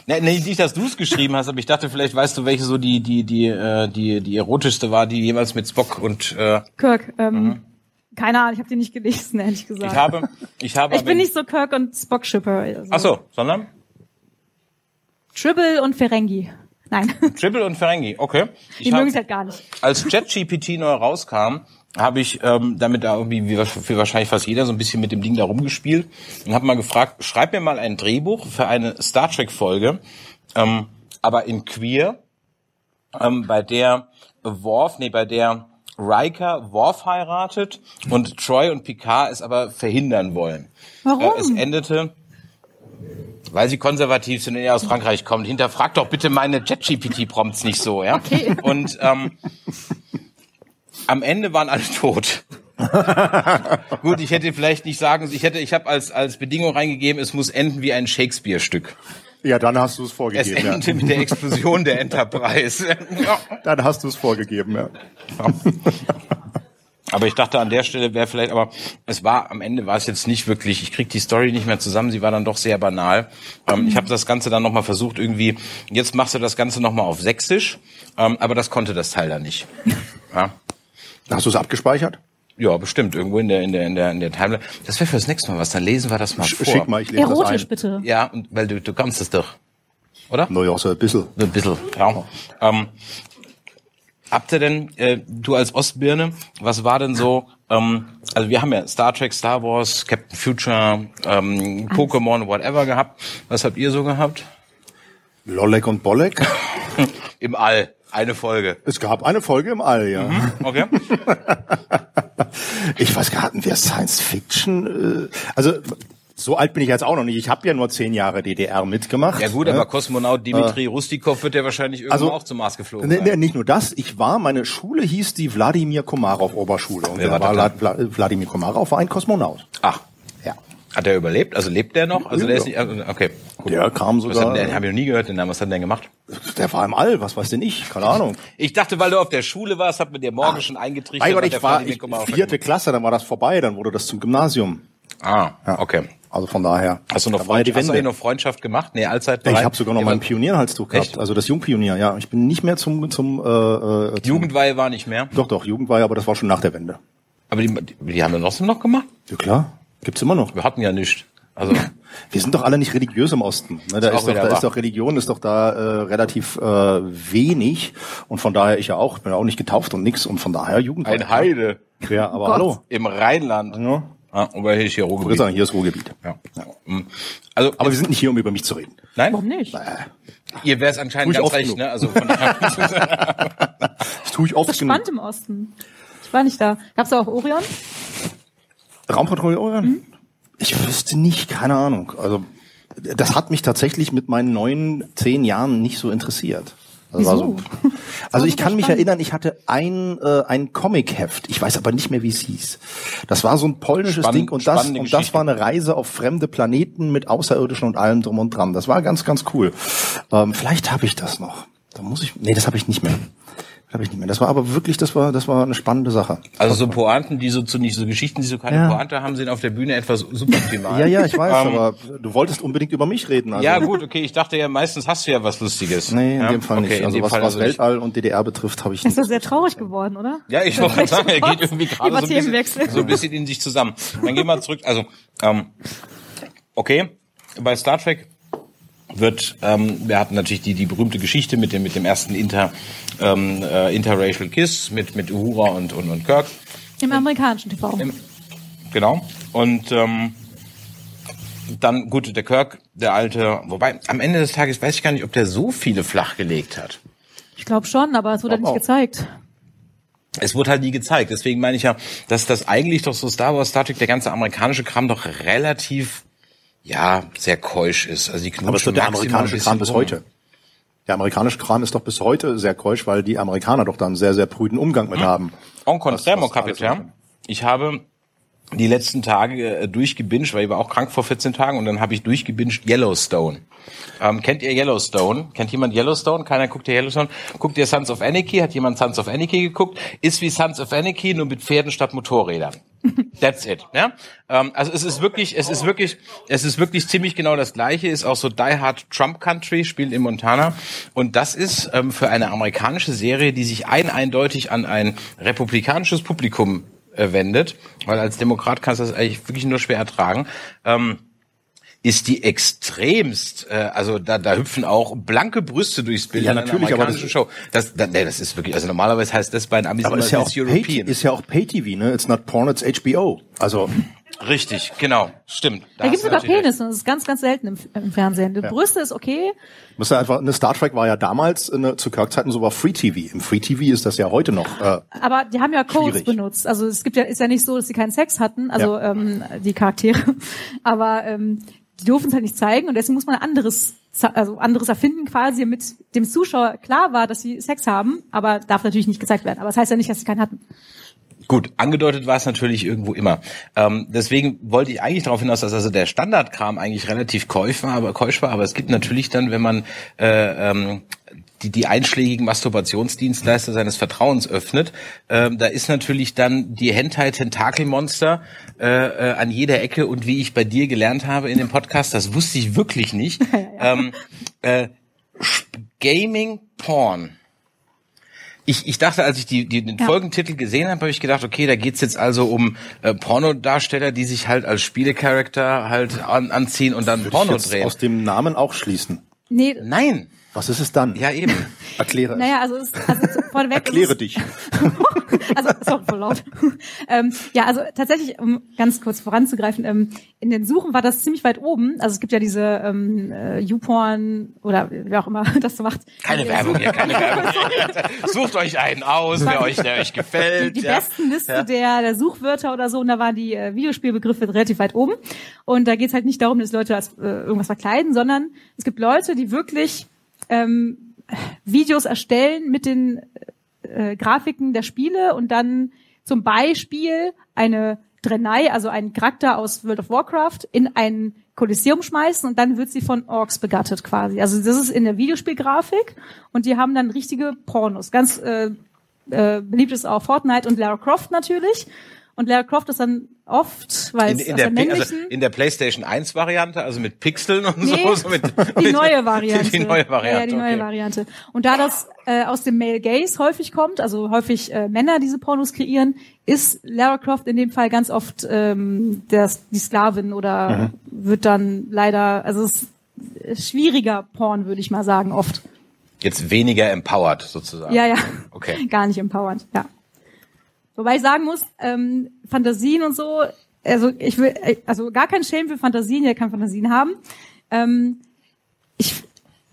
Nee, nee, nicht, dass du es geschrieben hast, aber ich dachte, vielleicht weißt du, welche so die die die äh, die die erotischste war, die jeweils mit Spock und äh,
Kirk, ähm, keine Ahnung, ich habe die nicht gelesen, ehrlich
ich
gesagt.
habe ich habe
ich
aber-
bin nicht so Kirk und Spock-Shipper. Also.
Ach so, sondern
Tribble und Ferengi. Nein,
Tribble und Ferengi. Okay.
die
Ich
mögen es
hab,
halt gar nicht.
als ChatGPT neu rauskam, habe ich ähm, damit da irgendwie wie, wa- wie wahrscheinlich fast jeder so ein bisschen mit dem Ding da rumgespielt und habe mal gefragt, schreib mir mal ein Drehbuch für eine Star Trek Folge, ähm, aber in queer ähm, bei der Worf, nee, bei der Riker Worf heiratet und Troy und Picard es aber verhindern wollen.
Warum?
Äh, es endete, weil sie konservativ sind und er aus Frankreich kommt. Hinterfragt doch bitte meine JetGPT-Prompts nicht so, ja?
Okay.
Und ähm, am Ende waren alle tot. Gut, ich hätte vielleicht nicht sagen, ich hätte, ich habe als als Bedingung reingegeben, es muss enden wie ein Shakespeare-Stück.
ja, dann hast du es
Es
vorgegeben.
endete
Ja.
mit der Explosion der Enterprise. ja.
Dann hast du es vorgegeben, ja.
Aber ich dachte an der Stelle wäre vielleicht, aber es war am Ende war es jetzt nicht wirklich. Ich krieg die Story nicht mehr zusammen. Sie war dann doch sehr banal. Ähm, ich habe das Ganze dann noch mal versucht irgendwie. Jetzt machst du das Ganze noch mal auf Sächsisch, ähm, aber das konnte das Teil dann nicht. Ja,
Hast du es abgespeichert?
ja bestimmt irgendwo in der in der in der in der Timeline. Das wäre fürs nächste Mal was. Dann lesen wir das mal
Sch-
vor.
Schick mal, ich lese das
Erotisch
ein.
bitte.
Ja, und weil du du kannst es doch, oder?
Naja, so ein bisschen.
So ein bisschen. Ja. Ähm, habt ihr denn, äh, du als Ostbirne, was war denn so, ähm, also wir haben ja Star Trek, Star Wars, Captain Future, ähm, Pokémon, whatever gehabt. Was habt ihr so gehabt?
Lollek und Bollek.
Im All, eine Folge.
Es gab eine Folge im All, ja.
Okay.
Ich weiß gar nicht, hatten wir Science Fiction? äh, Also so alt bin ich jetzt auch noch nicht. Ich habe ja nur zehn Jahre DDR mitgemacht.
Ja gut,
ne?
aber Kosmonaut Dimitri Rustikov wird ja wahrscheinlich irgendwann
Also-
auch zum Mars geflogen
Nee,
sein.
nee, nicht nur das. Ich war, meine Schule hieß die Wladimir Komarov Oberschule. Und
Wer
der
war
war
das
Wla- Wla- Wladimir Komarov war ein Kosmonaut.
Ach,
Ja.
hat er überlebt? Also lebt der noch? Also der ist nicht, also, okay. Gut.
Der kam
Was hat
sogar.
denn, den habe ich noch nie gehört, den Namen. Was hat denn der gemacht?
Der war im All. Was weiß denn ich? Keine Ahnung.
Ich dachte, weil du auf der Schule warst, hat mir der morgen schon eingetrichtert.
Mein Gott,
was der
ich war
Vladimir
ich,
Komarov hat
vierte Klasse. Dann war das vorbei. Dann wurde das zum Gymnasium.
Ah, okay.
Also von daher.
Hast du noch,
Da war ja
Freund,
die
hast du
Wende.
eigentlich noch Freundschaft gemacht? Nee, allzeit
Ich habe sogar noch
Nee,
meinen
was-
Pionierhalstuch gehabt,
Echt?
also das Jungpionier, ja. Ich bin nicht mehr zum zum äh, äh, zum-
Jugendweihe war nicht mehr.
Doch, doch, Jugendweihe, aber das war schon nach der Wende.
Aber die, die, die haben wir trotzdem noch gemacht?
Ja klar, gibt's immer noch.
Wir hatten ja nichts. Also,
Wir sind doch alle nicht religiös im Osten. Ne? Da,
auch
ist doch,
wieder
da
wahr.
ist doch Religion ist doch da äh, relativ äh, wenig und von daher ich ja auch, bin ja auch nicht getauft und nix und von daher Jugendweihe.
Heide
Ja, aber
Oh Gott.
hallo.
im Rheinland.
Ja.
Ah, aber hier ist hier
Ich würde
Ruhrgebiet.
sagen, hier ist Ruhrgebiet.
Ja. Mm. Also,
Aber wir sind nicht hier, um über mich zu reden.
nein,
Warum nicht?
ihr wärs anscheinend
Ruhig
ganz
oft
recht,
genug.
ne? Also von daher-
Das tue ich oft
Das ist spannend im Osten. Ich war nicht da. Gab's da auch Orion?
Raumpatrouille Orion?
Mhm.
Ich wüsste nicht, keine Ahnung. Also das hat mich tatsächlich mit meinen neun, zehn Jahren nicht so interessiert. Also,
Wieso?
also, also ich
super
kann mich
spannend.
erinnern, ich hatte ein, äh, ein Comicheft. Ich weiß aber nicht mehr, wie es hieß. Das war so ein polnisches
Spann-
Ding und das,
spannende
und das
Geschichte.
war eine Reise auf fremde Planeten mit Außerirdischen und allem drum und dran. Das war ganz, ganz cool. Ähm, vielleicht habe ich das noch. Da muss ich. Nee, das habe ich nicht mehr. Habe ich nicht mehr. Das war aber wirklich, das war, das war eine spannende Sache.
Also so Pointen, die so zu nicht so Geschichten, die so keine
Ja.
Pointe haben, sind auf der Bühne etwas suboptimal.
Ja, ja, ich weiß,
Ähm,
aber du wolltest unbedingt über mich reden. Also.
Ja, gut, okay, ich dachte ja, meistens hast du ja was Lustiges.
Nee, in
ja?
dem Fall
okay,
nicht.
in
Also
dem
was,
Fall
was
also nicht.
Weltall und DDR betrifft, habe ich
Das ist
nicht.
ja sehr traurig geworden, oder?
Ja, ich wollte gerade sagen, er geht irgendwie gerade
Über
so ein, bisschen,
Themenwechsel.
so ein bisschen in sich zusammen. Dann gehen wir zurück. Also, ähm, okay, bei Star Trek wird, ähm, wir hatten natürlich die, die berühmte Geschichte mit dem, mit dem ersten Inter, ähm, äh, Interracial Kiss mit, mit Uhura und, und, und Kirk.
Im amerikanischen TV.
Im- Genau. Und ähm, dann, gut, der Kirk, der alte, wobei am Ende des Tages weiß ich gar nicht, ob der so viele flachgelegt hat.
Ich glaube schon, aber es wurde
Glaub
nicht
auch.
gezeigt.
Es wurde halt nie gezeigt. Deswegen meine ich ja, dass das eigentlich doch so Star Wars, Star Trek, der ganze amerikanische Kram doch relativ, ja, sehr keusch ist. Also die
Aber es
knutschen
wird der
maximal ein
amerikanische
bisschen
Kram bis
rum.
heute. Der amerikanische Kram ist doch bis heute sehr keusch, weil die Amerikaner doch da einen sehr, sehr prüden Umgang
Hm.
mit haben.
En contraire,
Was- was alles
Kapitän.
machen.
Ich habe die letzten Tage äh, durchgebinged, weil ich war auch krank vor 14 Tagen und dann habe ich durchgebinged Yellowstone. Ähm, kennt ihr Yellowstone? Kennt jemand Yellowstone? Keiner guckt hier Yellowstone. Guckt ihr Sons of Anarchy? Hat jemand Sons of Anarchy geguckt? Ist wie Sons of Anarchy, nur mit Pferden statt Motorrädern. That's it. Ja? Ähm, also es ist wirklich, es ist wirklich, es ist wirklich ziemlich genau das Gleiche. Ist auch so Die Hard Trump Country spielt in Montana und das ist ähm, für eine amerikanische Serie, die sich ein eindeutig an ein republikanisches Publikum äh, wendet, weil als Demokrat kannst du das eigentlich wirklich nur schwer ertragen. Ähm, ist die extremst, äh, also da, da hüpfen auch blanke Brüste durchs Bild
Ja,
in einer
natürlich, aber das-
amerikanischen Show. Das, da, nee, das ist wirklich, also normalerweise heißt das bei den Amis
Aber
immer,
ist ja, auch
it's
Pay,
European.
ist ja auch Pay-TV, ne? It's not porn, it's HBO. Also,
Richtig, genau, stimmt.
Da gibt
hast
es
du
sogar
natürlich recht.
Penisse, das ist ganz, ganz selten im, im Fernsehen. Die Brüste ist okay.
muss ja einfach, eine Star Trek war ja damals, eine, zu Kirk-Zeiten sogar Free-TV. Im Free-TV ist das ja heute noch, äh,
Aber die haben ja Codes
Schwierig.
benutzt. Also es gibt ja, ist ja nicht so, dass sie keinen Sex hatten, also ähm, die Charaktere. Aber ähm, die durften es halt nicht zeigen und deswegen muss man ein anderes, za- also anderes erfinden quasi, damit dem Zuschauer klar war, dass sie Sex haben, aber darf natürlich nicht gezeigt werden. Aber das heißt ja nicht, dass sie keinen hatten.
Gut, angedeutet war es natürlich irgendwo immer. Ähm, deswegen wollte ich eigentlich darauf hinaus, dass also der Standardkram eigentlich relativ keusch war, aber keusch war, aber es gibt natürlich dann, wenn man äh, ähm, die, die einschlägigen Masturbationsdienstleister seines Vertrauens öffnet, ähm, da ist natürlich dann die Hentai-Tentakelmonster äh, äh, an jeder Ecke und wie ich bei dir gelernt habe in dem Podcast, das wusste ich wirklich nicht. ähm, äh, Sp- Gaming Porn. Ich, ich dachte, als ich die, die, den
Ja.
Folgentitel gesehen habe, habe ich gedacht, okay, da geht's jetzt also um äh, Pornodarsteller, die sich halt als Spielecharakter halt an, anziehen und dann Porno
jetzt
drehen.
aus dem Namen auch schließen.
Nee,
Nein,
Was ist es dann?
ja eben.
Erkläre
naja, also, es, also zu- vorneweg.
es. Erkläre
ist,
dich.
also sorry, voll laut. ähm, ja, also tatsächlich, um ganz kurz voranzugreifen, ähm, in den Suchen war das ziemlich weit oben. Also es gibt ja diese ähm, äh, YouPorn oder wer auch immer das so macht. Äh,
Keine
Die-
Werbung hier, keine Werbung hier. Sucht euch einen aus, der euch, der euch
Die,
gefällt.
die
ja.
besten Liste der, der Suchwörter oder so, und da waren die äh, Videospielbegriffe relativ weit oben. Und da geht's halt nicht darum, dass Leute als, äh, irgendwas verkleiden, sondern es gibt Leute, die wirklich ähm, Videos erstellen mit den äh, Grafiken der Spiele und dann zum Beispiel eine Drenai, also einen Charakter aus World of Warcraft, in ein Kolosseum schmeißen und dann wird sie von Orks begattet quasi. Also das ist in der Videospielgrafik und die haben dann richtige Pornos. Ganz äh, äh, beliebt ist auch Fortnite und Lara Croft natürlich. Und Lara Croft ist dann oft, weil
In,
es
in,
aus
der,
der,
Pi- also
männlichen...
in der PlayStation 1 Variante, also mit Pixeln und
Nee,
so. so mit,
die neue Variante.
Die, die neue Variante.
Ja, ja die neue
okay.
Variante. Und da das äh, aus dem Male Gaze häufig kommt, also häufig äh, Männer diese Pornos kreieren, ist Lara Croft in dem Fall ganz oft ähm, der, die Sklavin oder
Mhm.
wird dann leider, also es ist schwieriger Porn, würde ich mal sagen, oft.
Jetzt weniger empowered sozusagen.
Ja, ja.
Okay.
Gar nicht empowernd, ja. Wobei ich sagen muss, ähm, Fantasien und so, also ich will, äh, also gar kein Schämen für Fantasien, jeder kann Fantasien haben. Ähm, ich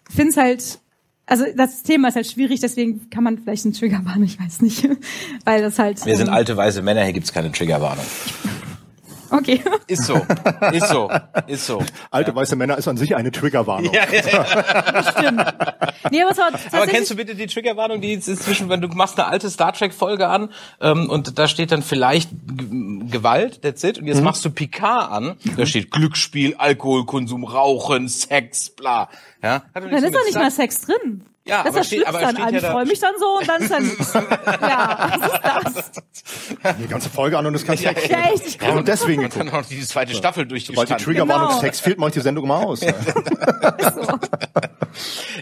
finde es halt, also das Thema ist halt schwierig, deswegen kann man vielleicht einen Trigger machen, ich weiß nicht. Weil das halt.
Wir sind
ähm,
alte weiße Männer, hier gibt's keine Triggerwarnung.
Okay.
Ist so, ist so, ist so.
Alte weiße Männer ist an sich eine Triggerwarnung.
Nee, aber, es war
Aber
tatsächlich-
kennst du bitte die Triggerwarnung, die jetzt inzwischen, wenn du machst eine alte Star Trek Folge an ähm, und da steht dann vielleicht G- Gewalt, that's it, und
Mhm.
jetzt machst du Picard an, da steht Glücksspiel, Alkoholkonsum, Rauchen, Sex, bla. Ja, hat doch
Dann
nichts
ist doch
mit
nicht
Star-
mal Sex drin.
Ja,
Das ist das
steht-
Schlimmste an
steht
allem.
ja
Ich
da-
freue mich dann so und dann ist dann nichts. Ja, was ist das?
Die ganze Folge an und das kannst du ja,
Ja, echt, ich
ja, Und deswegen,
Und dann auch die zweite Staffel
sobald die
durchgestanden.
Genau.
Triggerwarnungstext fehlt, mache ich die Sendung mal aus. Ja.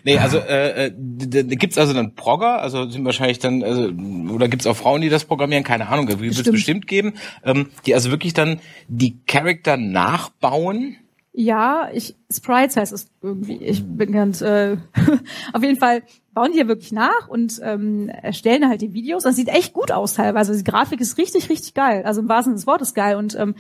Nee, also äh, äh, d- d- gibt's also dann Progger, also sind wahrscheinlich dann, also oder gibt's auch Frauen, die das programmieren? Keine Ahnung, wird es
Bestimmt.
bestimmt geben, ähm, die also wirklich dann die Charakter nachbauen.
Ja, ich, Sprites heißt es irgendwie. Ich bin ganz, äh, auf jeden Fall bauen die ja wirklich nach und ähm, erstellen halt die Videos. Das sieht echt gut aus teilweise. Die Grafik ist richtig, richtig geil. Also im wahrsten Sinne des Wortes geil. Und ähm,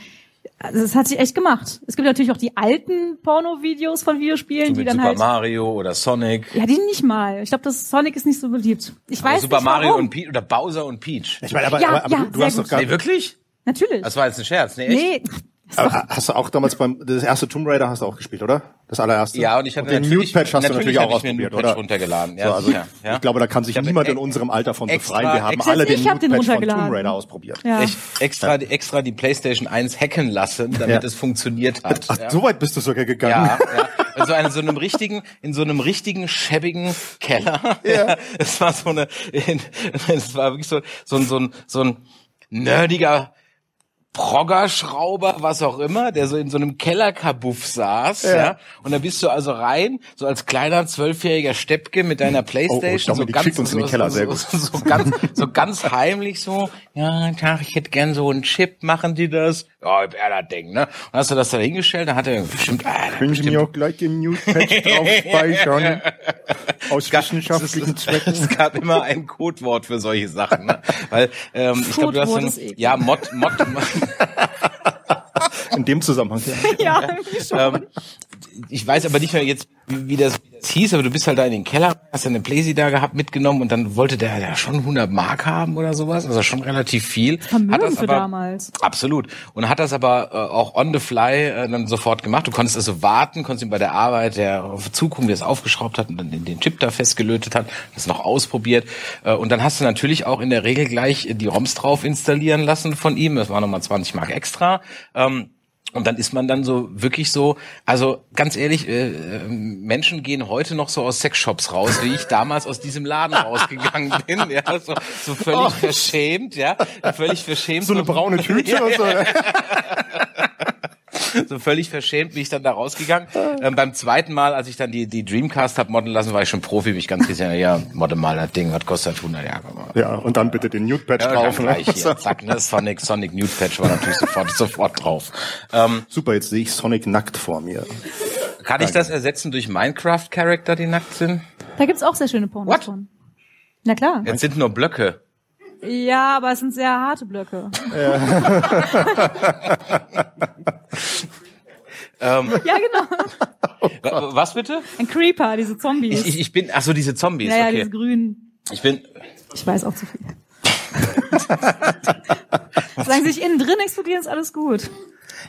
also das hat sich echt gemacht. Es gibt natürlich auch die alten Porno-Videos von Videospielen,
So
die
mit
dann
Super
halt...
Mario oder Sonic.
Ja, die nicht mal. Ich glaube, das Sonic ist nicht so beliebt. Ich weiß
Super
nicht
Mario
warum.
und Peach oder Bowser und Peach.
Ich meine, aber,
Ja,
aber, aber
ja,
du, du
sehr
hast
gut.
doch
Nee,
gerade.
wirklich?
Natürlich.
Das war jetzt ein Scherz, nee, Also echt?
nee,
aber Hast du auch damals beim das erste Tomb Raider hast du auch gespielt, oder? Das allererste.
Ja, und ich hatte
den Mute
natürlich-
Patch hast du
natürlich
natürlich auch
habe ich mir einen
ausprobiert,
Nude-Patch
oder?
runtergeladen, ja,
so, also
sicher, ja.
ich glaube, da kann sich
habe
niemand in
e-
unserem Alter von
extra-
befreien. Wir haben
extra-
alle den
Ich habe
Mute
den
Patch von Tomb
runtergeladen.
Raider ausprobiert.
ja.
Ich extra, die- extra die PlayStation 1 hacken lassen, damit
Ja.
es funktioniert hat.
Ach, so weit bist du sogar gegangen.
Ja, ja. Also eine, so einem richtigen, in so einem richtigen schäbigen Keller.
Ja.
Es war so eine, in, es war wirklich so, so ein, so ein, so ein nerdiger Proggerschrauber, was auch immer, der so in so einem Kellerkabuff saß, ja. Und da bist du also rein, so als kleiner zwölfjähriger Steppke mit deiner Playstation, so
Oh, Dominik
ganz,
schickt uns in den
so-
Keller,
so,
sehr gut.
so, so ganz, so ganz heimlich so, ja, Tag, ich hätte gern so einen Chip, machen die das? Ja, ich wär das Ding, ne? Und hast du das da hingestellt, dann hat er bestimmt, ah, da
Können Sie mir auch gleich den Mute Patch draufspeichern? Aus wissenschaftlichen Zwecken.
Es gab immer ein Codewort für solche Sachen, ne? Weil ähm, ich glaube, du hast
Codewort
so
ist
ein,
eklig.
ja Mod, Mod,
In dem Zusammenhang.
ja, irgendwie schon.
ähm, ich weiß aber nicht mehr jetzt, wie wie das, wie das hieß, aber du bist halt da in den Keller, hast deine Playsee da gehabt, mitgenommen und dann wollte der ja schon 100 Mark haben oder sowas, also schon relativ viel. Ähm, Hat
Vermögen
das
für
aber-
damals.
Absolut. Und hat das aber äh, auch on the fly äh, dann sofort gemacht. Du konntest also warten, konntest ihm bei der Arbeit der zugucken, wie er es aufgeschraubt hat und dann den, den Chip da festgelötet hat, das noch ausprobiert. Äh, und dann hast du natürlich auch in der Regel gleich äh, die ROMs drauf installieren lassen von ihm. Das war nochmal 20 Mark extra. Ähm, und dann ist man dann so wirklich so, also ganz ehrlich, äh, äh, Menschen gehen heute noch so aus Sexshops raus, wie ich damals aus diesem Laden rausgegangen bin, ja, so, so völlig verschämt, ja, völlig verschämt.
So eine
Und-
braune Tüte. und so.
so völlig verschämt bin ich dann da rausgegangen. Ähm, beim zweiten Mal, als ich dann die, die Dreamcast hab modden lassen, war ich schon Profi, mich ganz gesehen, ja, modde mal das Ding, was kostet das 100 Jahre?
Ja, und dann bitte den Mute Patch
Ja, dann
drauf.
gleich hier,
Ne?
zack, ne, Sonic, Sonic Nude Patch war natürlich sofort, sofort drauf. Ähm,
Super, jetzt sehe ich Sonic nackt vor mir. Um
Äh, kann ich das ersetzen durch Minecraft-Charakter, die nackt sind?
Da gibt's auch sehr schöne Pornos
What?
von. Na klar.
Jetzt sind nur Blöcke.
Ja, aber es sind sehr harte Blöcke.
Ähm,
ja, genau.
Wa- Was bitte?
Ein Creeper, diese Zombies.
Ich, ich, ich bin, ach so, diese Zombies,
ja, ja,
okay.
diese grünen.
Ich bin,
Ich weiß auch zu viel. Sagen sie sich innen drin explodieren, ist alles gut.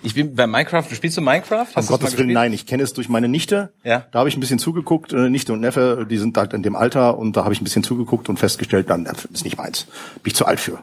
ich bin bei Minecraft, spielst du Minecraft? Hast
Um Gottes Willen, nein, ich kenne es durch meine Nichte.
Ja.
Da habe ich ein bisschen zugeguckt, äh, Nichte und Neffe, die sind halt in dem Alter und da habe ich ein bisschen zugeguckt und festgestellt, dann das ist nicht meins. Bin ich zu alt für.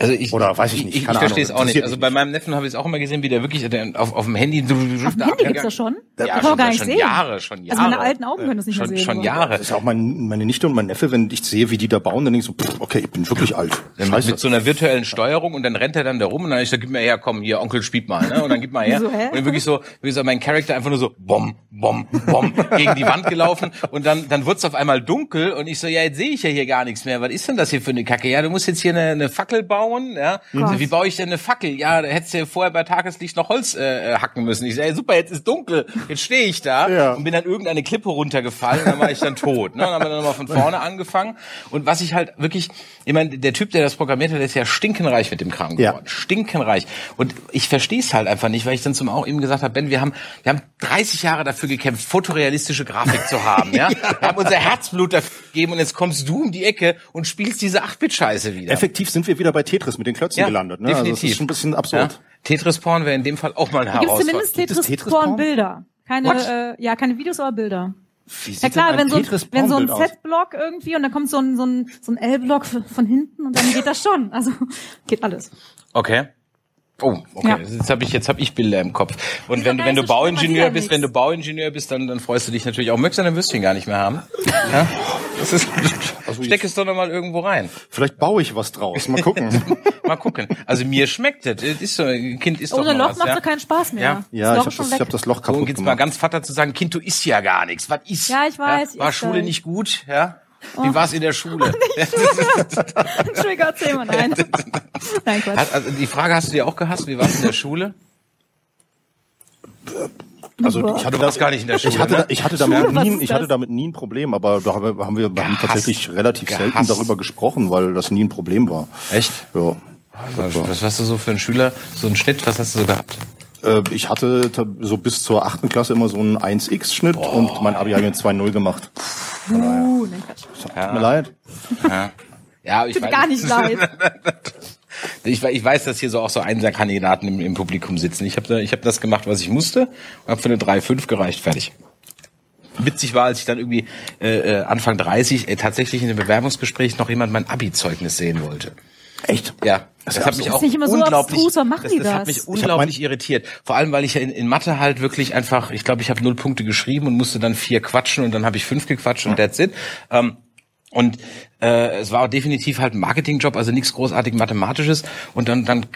Also ich,
Oder weiß ich nicht,
Ich, ich
keine
verstehe es
Ahnung,
auch nicht.
interessiert
Also
mich
bei meinem Neffen habe ich es auch immer gesehen, wie der wirklich der auf, auf dem Handy.
Auf dem Handy gibt's das schon.
Ja,
Kann man
schon,
gar nicht
schon
sehen.
Jahre, schon Jahre.
Also meine alten Augen können das nicht
schon,
mehr sehen.
Schon
aber-
Jahre.
Das ist auch mein, meine Nichte und mein Neffe, wenn ich sehe, wie die da bauen, dann denke ich so, pff, okay, ich bin wirklich alt.
Mit, mit so einer virtuellen Steuerung und dann rennt er dann da rum und dann ich so, gib mir her, komm, hier, Onkel spielt mal, ne? Und dann gib mal her.
So, hä?
und dann wirklich so, wirklich so mein Charakter einfach nur so, bom, bom, bom, gegen die Wand gelaufen und dann, dann wird's auf einmal dunkel und ich so, ja, jetzt sehe ich ja hier gar nichts mehr. Was ist denn das hier für eine Kacke? Ja, du musst jetzt hier eine, eine Fackel bauen, ja?
Oh Gott.
Wie baue ich denn eine Fackel? Ja, da hättest du ja vorher bei Tageslicht noch Holz äh, äh, hacken müssen. Ich so, ey, super, jetzt ist dunkel, jetzt stehe ich da
Ja.
und bin dann irgendeine Klippe runtergefallen und dann war ich dann tot. Ne? Dann haben wir dann nochmal von vorne angefangen. Und was ich halt wirklich, ich meine, der Typ, der das programmiert hat, der ist ja stinkenreich mit dem Kram
Ja.
geworden. Stinkenreich. Und ich verstehe es halt einfach nicht, weil ich dann zum auch eben gesagt habe, Ben, wir haben, wir haben 30 Jahre dafür gekämpft, fotorealistische Grafik zu haben. Ja? Wir haben unser Herzblut dafür gegeben und jetzt kommst du um die Ecke und spielst diese 8-Bit-Scheiße wieder.
Effektiv sind wir wieder bei Tetris mit den Klötzen gelandet. Ne? Also das ist schon ein bisschen absurd.
Ja. Tetris-Porn wäre in dem Fall auch mal eine
Da gibt's
Herausforderung.
zumindest
Gibt es Tetris-Porn?
Tetris-Porn-Bilder.
What?
Keine, äh, ja, keine Videos, aber Bilder.
Wie
Ja
sieht
klar,
denn
wenn so, ein-
Tetris-Pornbild
wenn so ein
aus?
Z-Block irgendwie und dann kommt so ein, so ein, so ein L-Block f- von hinten und dann geht das schon. Also geht alles.
Okay. Oh, okay.
Ja.
Jetzt habe ich jetzt habe ich Bilder im Kopf. Und
Wieso
wenn du wenn
weißt
du
du schon,
Bauingenieur
passiert
bist,
nichts?
wenn du Bauingenieur bist, dann dann freust du dich natürlich auch. Möchtest du deine Würstchen gar nicht mehr haben? Ja? Das ist, steck es doch noch mal irgendwo rein.
Vielleicht baue ich was draus. Mal gucken.
Mal gucken. Also mir schmeckt das. Das ist so ein Kind ist doch
Ohne
mal
Loch
was,
macht
ja?
so keinen Spaß mehr.
Ja.
ja, ich
Loch
habe
ist schon
das,
weg.
ich hab das Loch
So
kaputt
geht's mal
gemacht.
ganz Vater zu sagen, Kind, du isst ja gar nichts. Was ist?
Ja, ich weiß,
war
ich
Schule
weiß. Oh.
nicht gut? Ja. Wie war's in der Schule?
Trigger Thema, nein. nein, Quatsch.
Hat, also die Frage hast du dir auch gehasst. Wie war's in der Schule?
Also ich hatte
Du warst
das
gar nicht in der Schule.
Ich hatte, da,
ne?
ich, hatte damit
Was
nie,
ist
ich hatte
das?
damit nie ein Problem, aber da haben wir- haben wir haben
Gehasst.
tatsächlich relativ selten
Gehasst.
darüber gesprochen, weil das nie ein Problem war.
Echt?
Ja.
Was hast du so für einen Schüler? So einen Schnitt? Was hast du so gehabt?
Äh, Ich hatte ta- so bis zur achten Klasse immer so einen 1x-Schnitt und mein Abi habe ich mit 2-0 gemacht.
Uh, nein, Quatsch.
Tut mir leid.
Ja, ich
Tut mir gar nicht leid.
Ich, we- ich weiß, dass hier so auch so Einser-Kandidaten im, im Publikum sitzen. Ich habe da, ich hab das gemacht, was ich musste und habe für eine 3,5 gereicht. Fertig. Witzig war, als ich dann irgendwie äh, äh, Anfang 30 äh, tatsächlich in einem Bewerbungsgespräch noch jemand mein Abi-Zeugnis sehen wollte.
Echt?
Ja, das,
ist
hat
ja
mich
absurd.
auch
Ist nicht immer so
unglaublich,
abstrus, warum machen
das,
die
das hat
das?
mich
Ich
unglaublich irritiert. Vor allem, weil ich ja in, in Mathe halt wirklich einfach, ich glaube, ich habe null Punkte geschrieben und musste dann vier quatschen und dann habe ich fünf gequatscht und that's it. Ähm, und äh, es war auch definitiv halt ein Marketingjob, also nichts großartig Mathematisches. Und dann, dann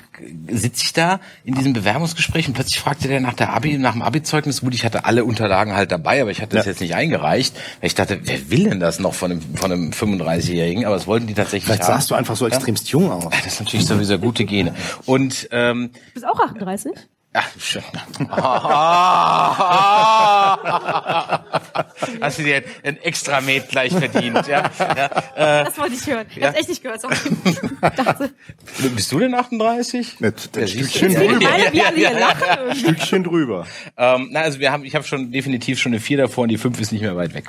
sitze ich da in diesem Bewerbungsgespräch und plötzlich fragte der nach der Abi, nach dem Abi-Zeugnis. Gut, ich hatte alle Unterlagen halt dabei, aber ich hatte das
Ja.
jetzt nicht eingereicht. Weil ich dachte, wer will denn das noch von einem, von einem 35-Jährigen? Aber es wollten die tatsächlich
Vielleicht
haben.
sahst du einfach so extremst jung aus.
Das ist natürlich sowieso gute Gene. Und ähm,
Du bist auch 38?
ach, schön. Ah. Hast du dir ein extra Met gleich verdient, ja? ja. Äh,
Das wollte ich hören. Ich hab's echt nicht gehört. Sorry. Ich dachte,
bist du denn 38?
Mit ein
siehst du.
Stückchen,
ich
drüber.
meine, wie alle hier lachen irgendwie.
Stückchen drüber.
Ähm, na, also wir haben, ich habe schon definitiv schon eine vier davor und die fünf ist nicht mehr weit weg.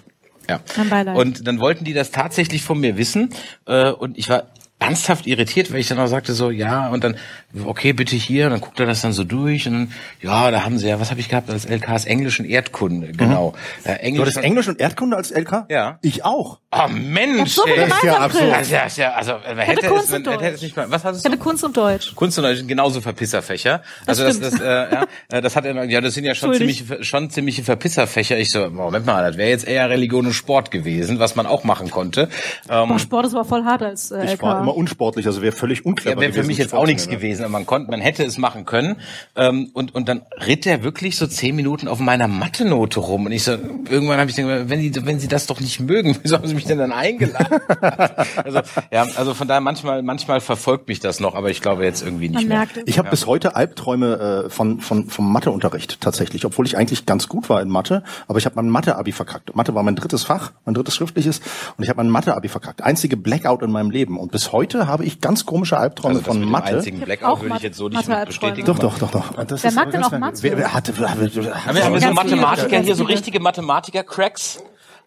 Ja.
Mein Beileid.
Und dann wollten die das tatsächlich von mir wissen äh, und ich war ernsthaft irritiert, weil ich dann auch sagte so ja und dann okay bitte hier und dann guckt er das dann so durch und dann ja da haben sie ja was habe ich gehabt als LKs Englisch und Erdkunde genau ja,
Du
Englisch
hattest Englisch und Erdkunde als LK?
Ja.
Ich auch.
oh Mensch
So viel
ey.
Das ist ja
gemeinsam,
absurd.
das ist ja, das ist ja also man hätte
Kunst
es, man,
und
hätte
Deutsch.
es nicht mal was hast du
Keine Kunst und Deutsch.
Kunst und Deutsch sind genauso Verpisserfächer.
Das
also das, das,
stimmt.
äh, ja, äh, das hat er, ja, das sind ja schon
Entschuldigt.
ziemliche, schon ziemliche Verpisserfächer. Ich so, Moment mal, das wäre jetzt eher Religion und Sport gewesen, was man auch machen konnte. Ähm,
Boah, Sport ist aber voll hart als äh,
Ich war
LK.
immer unsportlich, also wäre völlig
Oh,
unclever
ja, wäre für
gewesen,
mich jetzt
Sport
auch
zu
ne?
nichts
nennen.
gewesen, aber man konnte, man hätte es machen können. Ähm, und und dann ritt er wirklich so zehn Minuten auf meiner Mathe-Note rum und ich so, irgendwann habe ich gedacht, wenn Sie wenn Sie das doch nicht mögen, wieso haben Sie mich denn dann eingeladen? also ja, also von daher manchmal manchmal verfolgt mich das noch, aber ich glaube jetzt irgendwie nicht
Man
mehr.
merkt es.
Ich habe bis heute Albträume äh, von, von vom Matheunterricht tatsächlich, obwohl ich eigentlich ganz gut war in Mathe, aber ich habe mein Mathe-Abi verkackt. Mathe war mein drittes Fach, mein drittes schriftliches, und ich habe mein Mathe-Abi verkackt. Einzige Blackout in meinem Leben. Und bis heute habe ich ganz komische Albträume
Also das
von
mit dem
Mathe.
einzigen
auch
Blackout würde ich
Mathe-
jetzt so nicht mit
Mathe-Albträume.
bestätigen.
Doch, doch, doch, doch. Das
Wer
ist
mag
aber
denn
ganz
auch
merkwürdig.
Mathe?
Wer, wer hatte, wer, wer, wer,
Haben wir, haben wir so
Ganz viele,
Mathematiker
ganz
hier, so
viele.
richtige Mathematiker-Cracks?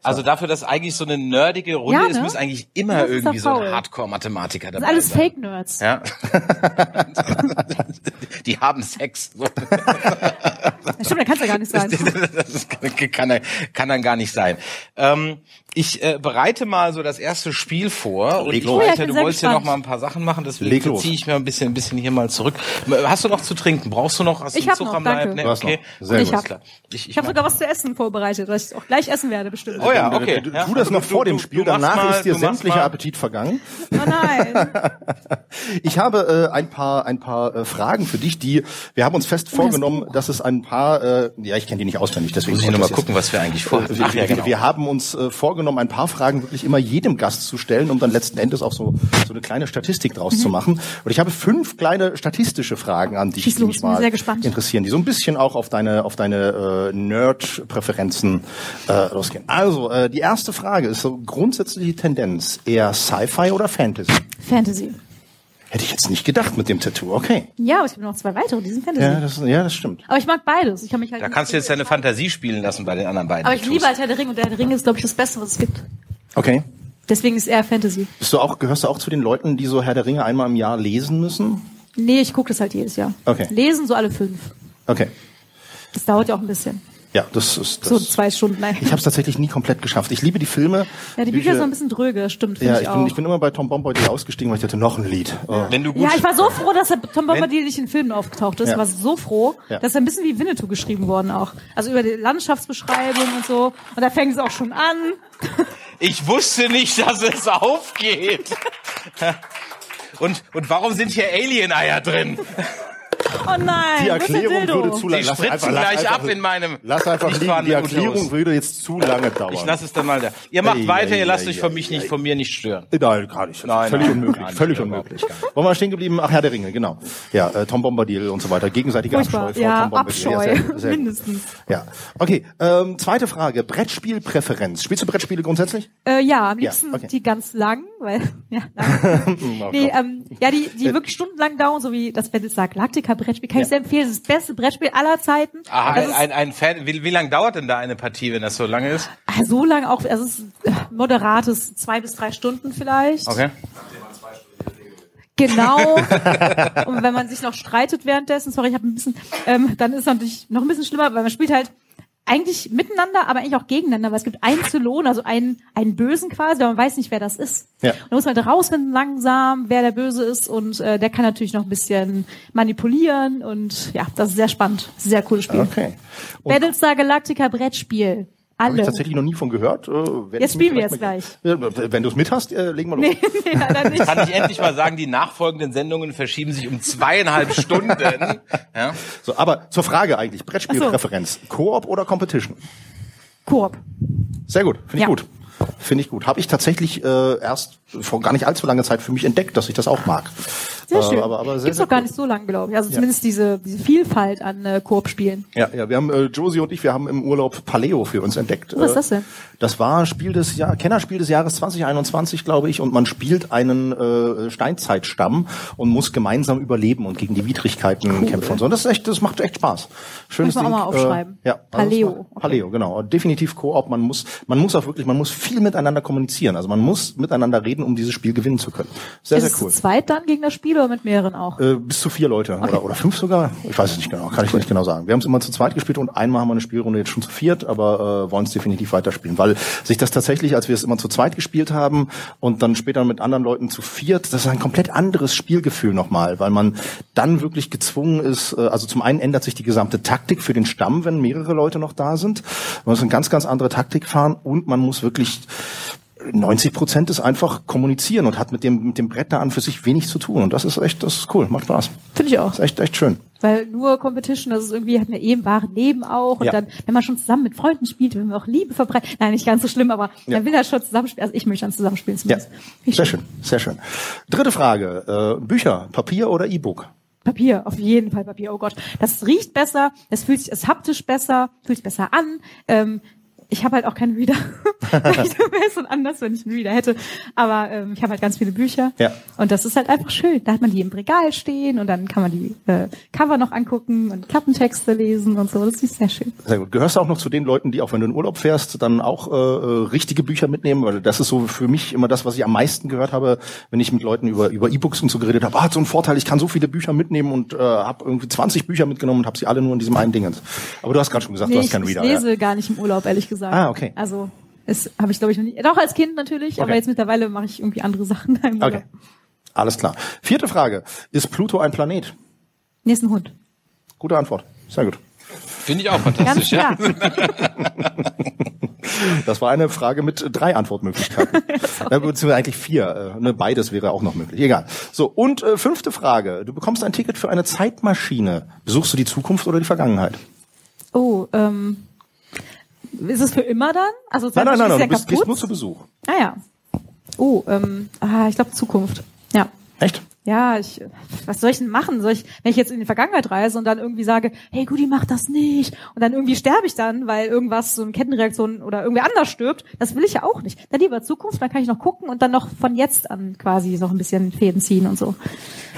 Also dafür, dass eigentlich so eine nerdige Runde
Ja,
ist,
ne?
muss eigentlich immer
Das ist
irgendwie
doch
so ein
faul.
Hardcore-Mathematiker dabei
Das sind alles
sein.
Fake-Nerds.
Ja. Die haben Sex. So.
Stimmt, da kann's ja gar nicht sein.
Das ist- kann, dann- kann dann gar nicht sein. Ähm, ich äh, bereite mal so das erste Spiel vor. Und
Leg
ich
los.
weiß
Oh ja, ich
ja,
bin
du
sehr
wolltest ja noch
gespannt.
mal ein paar Sachen machen,
Leg
deswegen
los.
ziehe ich mir ein bisschen, ein bisschen hier mal zurück. Hast du noch zu trinken? Brauchst du noch? Hast
Ich
du einen
hab
Zug
noch,
am Leib?
danke.
Nee,
Du hast
okay.
noch. Sehr
Alles
gut. Ich hab-
klar. Ich, ich,
Ich habe sogar was zu essen vorbereitet, weil ich auch gleich essen werde, bestimmt.
Oh ja, okay.
äh, Du,
ja.
tu das noch vor dem
du-
Spiel,
du machst
danach
mal-
ist dir
du machst
sämtlicher
mal-
Appetit vergangen.
Oh nein.
Ich habe äh, ein paar ein paar äh, Fragen für dich, die wir haben uns fest vorgenommen, dass es ein paar äh, ja ich kenne die nicht auswendig, deswegen
Muss ich
kommt
noch mal
das jetzt. Äh,
gucken, was wir eigentlich vorhaben.
Wir, wir, wir haben uns äh, vorgenommen, ein paar Fragen wirklich immer jedem Gast zu stellen, um dann letzten Endes auch so so eine kleine Statistik
Mhm.
draus zu machen. Und ich habe fünf kleine statistische Fragen an dich,
Schieß
die
los,
mich
bin
mal
sehr gespannt.
interessieren, die so ein bisschen auch auf deine auf deine äh, Nerd-Präferenzen äh, losgehen. Also äh, die erste Frage ist so grundsätzliche Tendenz eher Sci-Fi oder Fantasy?
Fantasy.
Hätte ich jetzt nicht gedacht mit dem Tattoo. Okay.
Ja, aber ich habe noch zwei weitere, die sind Fantasy.
Ja, das, ja, das stimmt.
Aber ich mag beides. Ich kann mich halt
Da
nicht
kannst du
so
jetzt deine
entscheiden.
Fantasie spielen lassen bei den anderen beiden.
Aber ich
Tattoos.
liebe halt Herr der Ring und der Herr der Ring ist, glaube ich, das Beste, was es gibt.
Okay.
Deswegen ist eher Fantasy.
Bist du auch, gehörst du auch zu den Leuten, die so Herr der Ringe einmal im Jahr lesen müssen?
Nee, ich gucke das halt jedes Jahr.
Okay.
Lesen so alle fünf.
Okay.
Das dauert ja auch ein bisschen.
Ja, das ist das.
So zwei Stunden. Nein.
ich habe es tatsächlich nie komplett geschafft. Ich liebe die Filme.
Ja, die Bücher sind ein bisschen dröge, stimmt, finde
Ja,
ich
ich
auch.
bin, ich bin immer bei Tom Bombadil ausgestiegen, weil ich dachte, noch ein Lied. Oh.
Wenn du gut
ja, ich war so froh, dass der Tom Bombadil nicht in Filmen aufgetaucht ist.
Ja.
Ich war so froh,
Ja.
dass er ein bisschen wie Winnetou geschrieben worden auch. Also über die Landschaftsbeschreibung und so. Und da fängt es auch schon an.
Ich wusste nicht, dass es aufgeht. Und, und warum sind hier Alien-Eier drin?
Oh nein,
Die
wo ist der
Erklärung
Dildo?
würde zu lange.
Die spritzen gleich ab in meinem
Lass einfach liegen.
nicht
Die
vorhandenen
Erklärung
Uterus.
würde jetzt zu lange dauern.
Ich lasse es dann mal da. Ihr macht
Ei,
weiter,
ei,
ihr lasst
ei,
euch von,
ei,
mich
ei.
nicht, von mir nicht stören.
Nein, gar nicht.
Nein,
völlig
nein,
unmöglich.
gar nicht,
völlig
überhaupt
unmöglich. Wollen wir stehen geblieben? Ach, Herr der Ringe, genau. Ja, äh, Tom Bombadil und so weiter. Gegenseitige
Furchtbar.
Abscheu vor
Ja,
Tom Bombadil.
Abscheu.
Ja, sehr, sehr gut.
Mindestens.
Ja, okay. Ähm, zweite Frage. Brettspielpräferenz. Spielst du Brettspiele grundsätzlich?
Äh, ja, am liebsten
okay.
die ganz lang, weil ja, lang. nee, ähm, ja die,
Äh,
die wirklich stundenlang dauern, so wie das Battlestar Galactica Brettspiel, kann ich sehr empfehlen. Das ist das beste Brettspiel aller Zeiten.
Ah,
Aha,
das
ein,
ist
ein, ein Fan, wie, wie lange dauert denn da eine Partie, wenn das so lange ist?
ah, so lang auch, also es ist äh, moderates zwei bis drei Stunden vielleicht.
Okay.
Genau. Und wenn man sich noch streitet währenddessen, sorry, ich habe ein bisschen, ähm, dann ist es natürlich noch ein bisschen schlimmer, weil man spielt halt eigentlich miteinander, aber eigentlich auch gegeneinander, weil es gibt einen Zylon, also einen, einen Bösen quasi, aber man weiß nicht, wer das ist.
Ja.
Und dann muss man halt rausfinden langsam, wer der Böse ist und äh, der kann natürlich noch ein bisschen manipulieren und ja, das ist sehr spannend. Sehr cooles Spiel.
Okay. Und
Battlestar Galactica Brettspiel.
habe ich
Alle.
tatsächlich noch nie von gehört. Äh, wenn
Jetzt
ich mir
spielen wir
vielleicht
jetzt
mal- Ja, Wenn du es mit hast, äh, legen wir los.
Nee, nee, leider nicht.
Kann ich endlich mal sagen, die nachfolgenden Sendungen verschieben sich um zweieinhalb Stunden. Ja?
So, aber zur Frage eigentlich.
Ach so.
Brettspielpräferenz. Koop oder Competition?
Koop.
Sehr gut, finde ich
Ja.
gut. Finde ich gut. Habe ich tatsächlich äh, erst vor gar nicht allzu langer Zeit für mich entdeckt, dass ich das auch mag.
Sehr schön.
Äh, aber, aber sehr,
Gibt's
sehr
doch gar
gut.
nicht so lang, glaube ich. Also zumindest diese, diese Vielfalt an äh, Koop-Spielen.
Ja, ja, wir haben äh, Josie und ich, wir haben im Urlaub Paleo für uns entdeckt.
was ist
Äh,
das denn?
Das war Spiel des Jahr, Kennerspiel des Jahres 2021, glaube ich, und man spielt einen äh, Steinzeitstamm und muss gemeinsam überleben und gegen die Widrigkeiten kämpfen und so. Und das ist echt, das macht echt Spaß. Schönes
Muss
Ding.
man auch mal aufschreiben.
Äh, ja,
Paleo.
Also, das macht- Paleo, genau. Definitiv Koop. Man muss, man muss auch wirklich, man muss viel miteinander kommunizieren. Also man muss miteinander reden, um dieses Spiel gewinnen zu können. Sehr,
ist
sehr
es
cool.
zu zweit dann gegen das Spiel oder mit mehreren auch?
Äh, bis zu vier Leute oder, oder fünf sogar. Ich weiß es nicht genau, kann ich nicht genau sagen. Wir haben es immer zu zweit gespielt und einmal haben wir eine Spielrunde jetzt schon zu viert, aber äh, wollen es definitiv weiterspielen, weil sich das tatsächlich, als wir es immer zu zweit gespielt haben und dann später mit anderen Leuten zu viert, das ist ein komplett anderes Spielgefühl nochmal, weil man dann wirklich gezwungen ist, äh, also zum einen ändert sich die gesamte Taktik für den Stamm, wenn mehrere Leute noch da sind. Man muss eine ganz, ganz andere Taktik fahren und man muss wirklich 90 Prozent ist einfach kommunizieren und hat mit dem, mit dem Brett da an für sich wenig zu tun. Und das ist echt, das ist cool, macht Spaß.
Finde ich auch.
Ist echt, echt schön.
Weil nur Competition, das ist irgendwie hat eine eben wahre Leben auch. Und
Ja.
dann, wenn man schon zusammen mit Freunden spielt, wenn man auch Liebe verbreitet. Nein, nicht ganz so schlimm, aber
Ja.
dann will er schon zusammenspielen. Also ich möchte dann zusammenspielen
Ja,
zumindest. Wie
sehr schön, sehr schön. Dritte Frage, äh, Bücher, Papier oder E-Book?
Papier, auf jeden Fall Papier. Oh Gott, das riecht besser, es fühlt sich es haptisch besser, fühlt sich besser an. Ähm, ich habe halt auch keinen Reader. Vielleicht wäre es dann anders, wenn ich einen Reader hätte. Aber ähm, ich habe halt ganz viele Bücher.
Ja.
Und das ist halt einfach schön. Da hat man die im Regal stehen und dann kann man die äh, Cover noch angucken und Klappentexte lesen und so. Das ist sehr schön.
Sehr gut. Gehörst du auch noch zu den Leuten, die auch wenn du in Urlaub fährst, dann auch äh, äh, richtige Bücher mitnehmen? Weil das ist so für mich immer das, was ich am meisten gehört habe, wenn ich mit Leuten über über E-Books und so geredet habe. Ah, hat so einen Vorteil, ich kann so viele Bücher mitnehmen und äh, habe irgendwie 20 Bücher mitgenommen und habe sie alle nur in diesem einen Dingens. Aber du hast gerade schon gesagt, du hast
ich,
keinen
ich
Reader.
lese gar nicht im Urlaub, ehrlich gesagt.
Ah, okay.
Also es habe ich, glaube ich, noch nie. Doch als Kind natürlich, aber
Okay.
jetzt mittlerweile mache ich irgendwie andere Sachen im Urlaub.
ja. Okay, alles klar. Vierte Frage, ist Pluto ein Planet?
Nächsten Hund.
Gute Antwort. Sehr gut.
Finde ich auch
Ganz
fantastisch.
klar.
Ja?
Das war eine Frage mit drei Antwortmöglichkeiten. Na, beziehungsweise eigentlich vier. äh, Ne, beides wäre auch noch möglich. Egal. So, und äh, fünfte Frage. Du bekommst ein Ticket für eine Zeitmaschine. Besuchst du die Zukunft oder die Vergangenheit?
Oh, ähm, ist es für immer dann? Also
Nein, nein, nein,
ist
nein.
ja
Du bist,
kaputt.
gehst nur zu Besuch.
ah ja. Oh, ähm, ah, ich glaube Zukunft. Ja.
Echt?
Ja, ich, was soll ich denn machen? Soll ich, wenn ich jetzt in die Vergangenheit reise und dann irgendwie sage, hey Gudi, mach das nicht. Und dann irgendwie sterbe ich dann, weil irgendwas, so eine Kettenreaktion oder irgendwer anders stirbt. Das will ich ja auch nicht. Dann
Hm.
lieber Zukunft, dann kann ich noch gucken und dann noch von jetzt an quasi noch ein bisschen Fäden ziehen und so.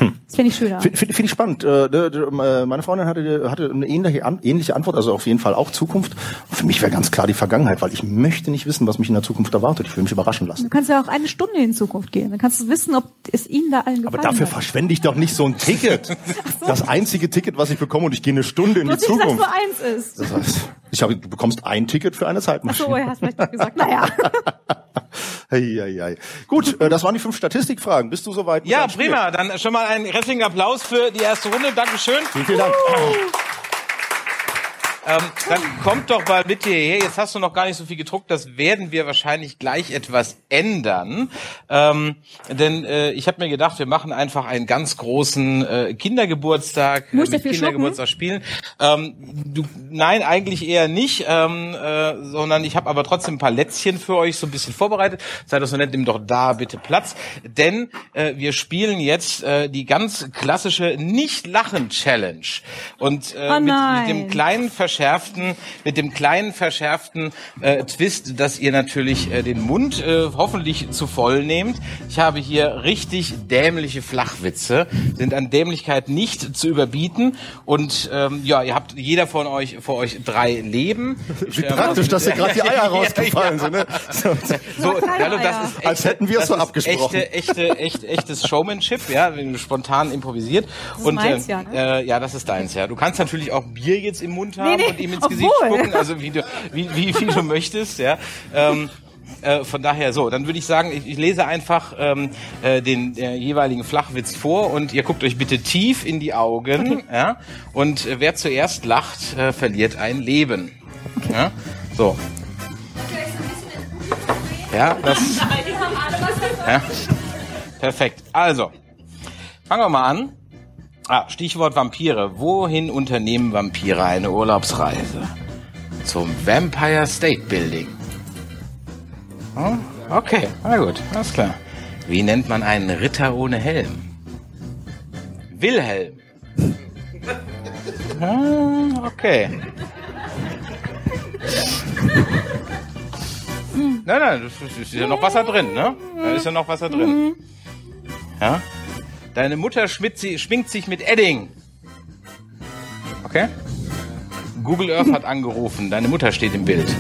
Das finde ich schöner.
Finde find, find ich spannend. Äh, d- d- äh, Meine Freundin hatte, hatte eine ähnliche, an, ähnliche Antwort, also auf jeden Fall auch Zukunft. Und für mich wäre ganz klar die Vergangenheit, weil ich möchte nicht wissen, was mich in der Zukunft erwartet. Ich will mich überraschen lassen.
Du kannst ja auch eine Stunde in Zukunft gehen. Dann kannst du wissen, ob es ihnen da allen
Aber
gefallen
dafür
hat.
verschwende ich doch nicht so ein Ticket. Das einzige Ticket, was ich bekomme und ich gehe eine Stunde in die
Bloß nicht, dass
Zukunft.
nur eins ist.
Das heißt, ich habe, du bekommst ein Ticket für eine Zeitmaschine.
So, er hat vielleicht nicht gesagt. Naja.
Ei, ei, ei. Gut, äh, das waren die fünf Statistikfragen. Bist du soweit? mit
Ja,
deinem Spiel?
prima. Dann schon mal einen herzlichen Applaus für die erste Runde. Dankeschön.
Vielen, vielen Dank.
Ähm, dann kommt doch mal mit dir her. Jetzt hast du noch gar nicht so viel gedruckt. Das werden wir wahrscheinlich gleich etwas ändern. Ähm, denn äh, ich habe mir gedacht, wir machen einfach einen ganz großen äh, Kindergeburtstag äh,
Muss ich
mit
dafür
Kindergeburtstag spielen. Ähm, du, nein, eigentlich eher nicht, ähm, äh, sondern ich habe aber trotzdem ein paar Lätzchen für euch so ein bisschen vorbereitet. Seid doch so nett, nimm doch da bitte Platz. Denn äh, wir spielen jetzt äh, die ganz klassische Nicht-Lachen-Challenge. Und äh,
Oh
mit, mit
nein.
dem kleinen verschärften, mit dem kleinen verschärften äh, Twist, dass ihr natürlich äh, den Mund äh, hoffentlich zu voll nehmt. Ich habe hier richtig dämliche Flachwitze, sind an Dämlichkeit nicht zu überbieten. Und ähm, ja, ihr habt jeder von euch vor euch drei Leben.
Wie praktisch, dass dir gerade die Eier rausgefallen sind. Ne? So,
So,
keine
hallo,
Eier.
das ist
Als hätten wir es
das
so
ist
abgesprochen.
Echte, echte, echt, echtes Showmanship, ja, wenn du spontan improvisiert.
ist
und
meins,
äh,
ja, ne?
äh, ja, das ist deins, ja. Du kannst natürlich auch Bier jetzt im Mund haben
nee,
und ihm ins
obwohl.
Gesicht spucken, also wie du, wie, wie, wie du möchtest, ja. Ähm, äh, von daher so, dann würde ich sagen, ich, ich lese einfach ähm, äh, den äh, jeweiligen Flachwitz vor und ihr guckt euch bitte tief in die Augen,
Mhm.
ja. Und äh, wer zuerst lacht, äh, verliert ein Leben. Ja? So. Ja, das. Ja, perfekt. Also, fangen wir mal an. Ah, Stichwort Vampire. Wohin unternehmen Vampire eine Urlaubsreise? Zum Vampire State Building. Hm? Okay, na gut, alles klar. Wie nennt man einen Ritter ohne Helm? Wilhelm. Hm, okay. Nein, nein, Hm, das ist- ist ja noch Wasser drin, ne? Da ist ja noch Wasser drin. Ja? Deine Mutter schwitzt sie- schwingt sich mit Edding. Okay? Google Earth hat angerufen. Deine Mutter steht im Bild.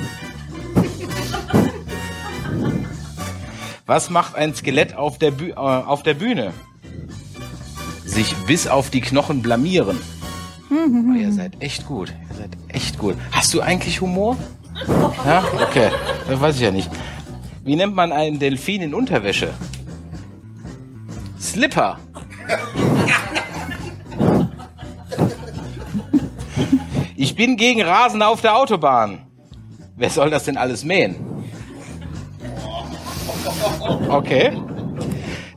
Was macht ein Skelett auf der, Bü äh, auf der Bühne? Sich bis auf die Knochen blamieren. Oh, ihr seid echt gut. Ihr seid echt gut. Hast du eigentlich Humor? Ja, okay. Das weiß ich ja nicht. Wie nennt man einen Delfin in Unterwäsche? Slipper. Ich bin gegen Rasen auf der Autobahn. Wer soll das denn alles mähen? Okay.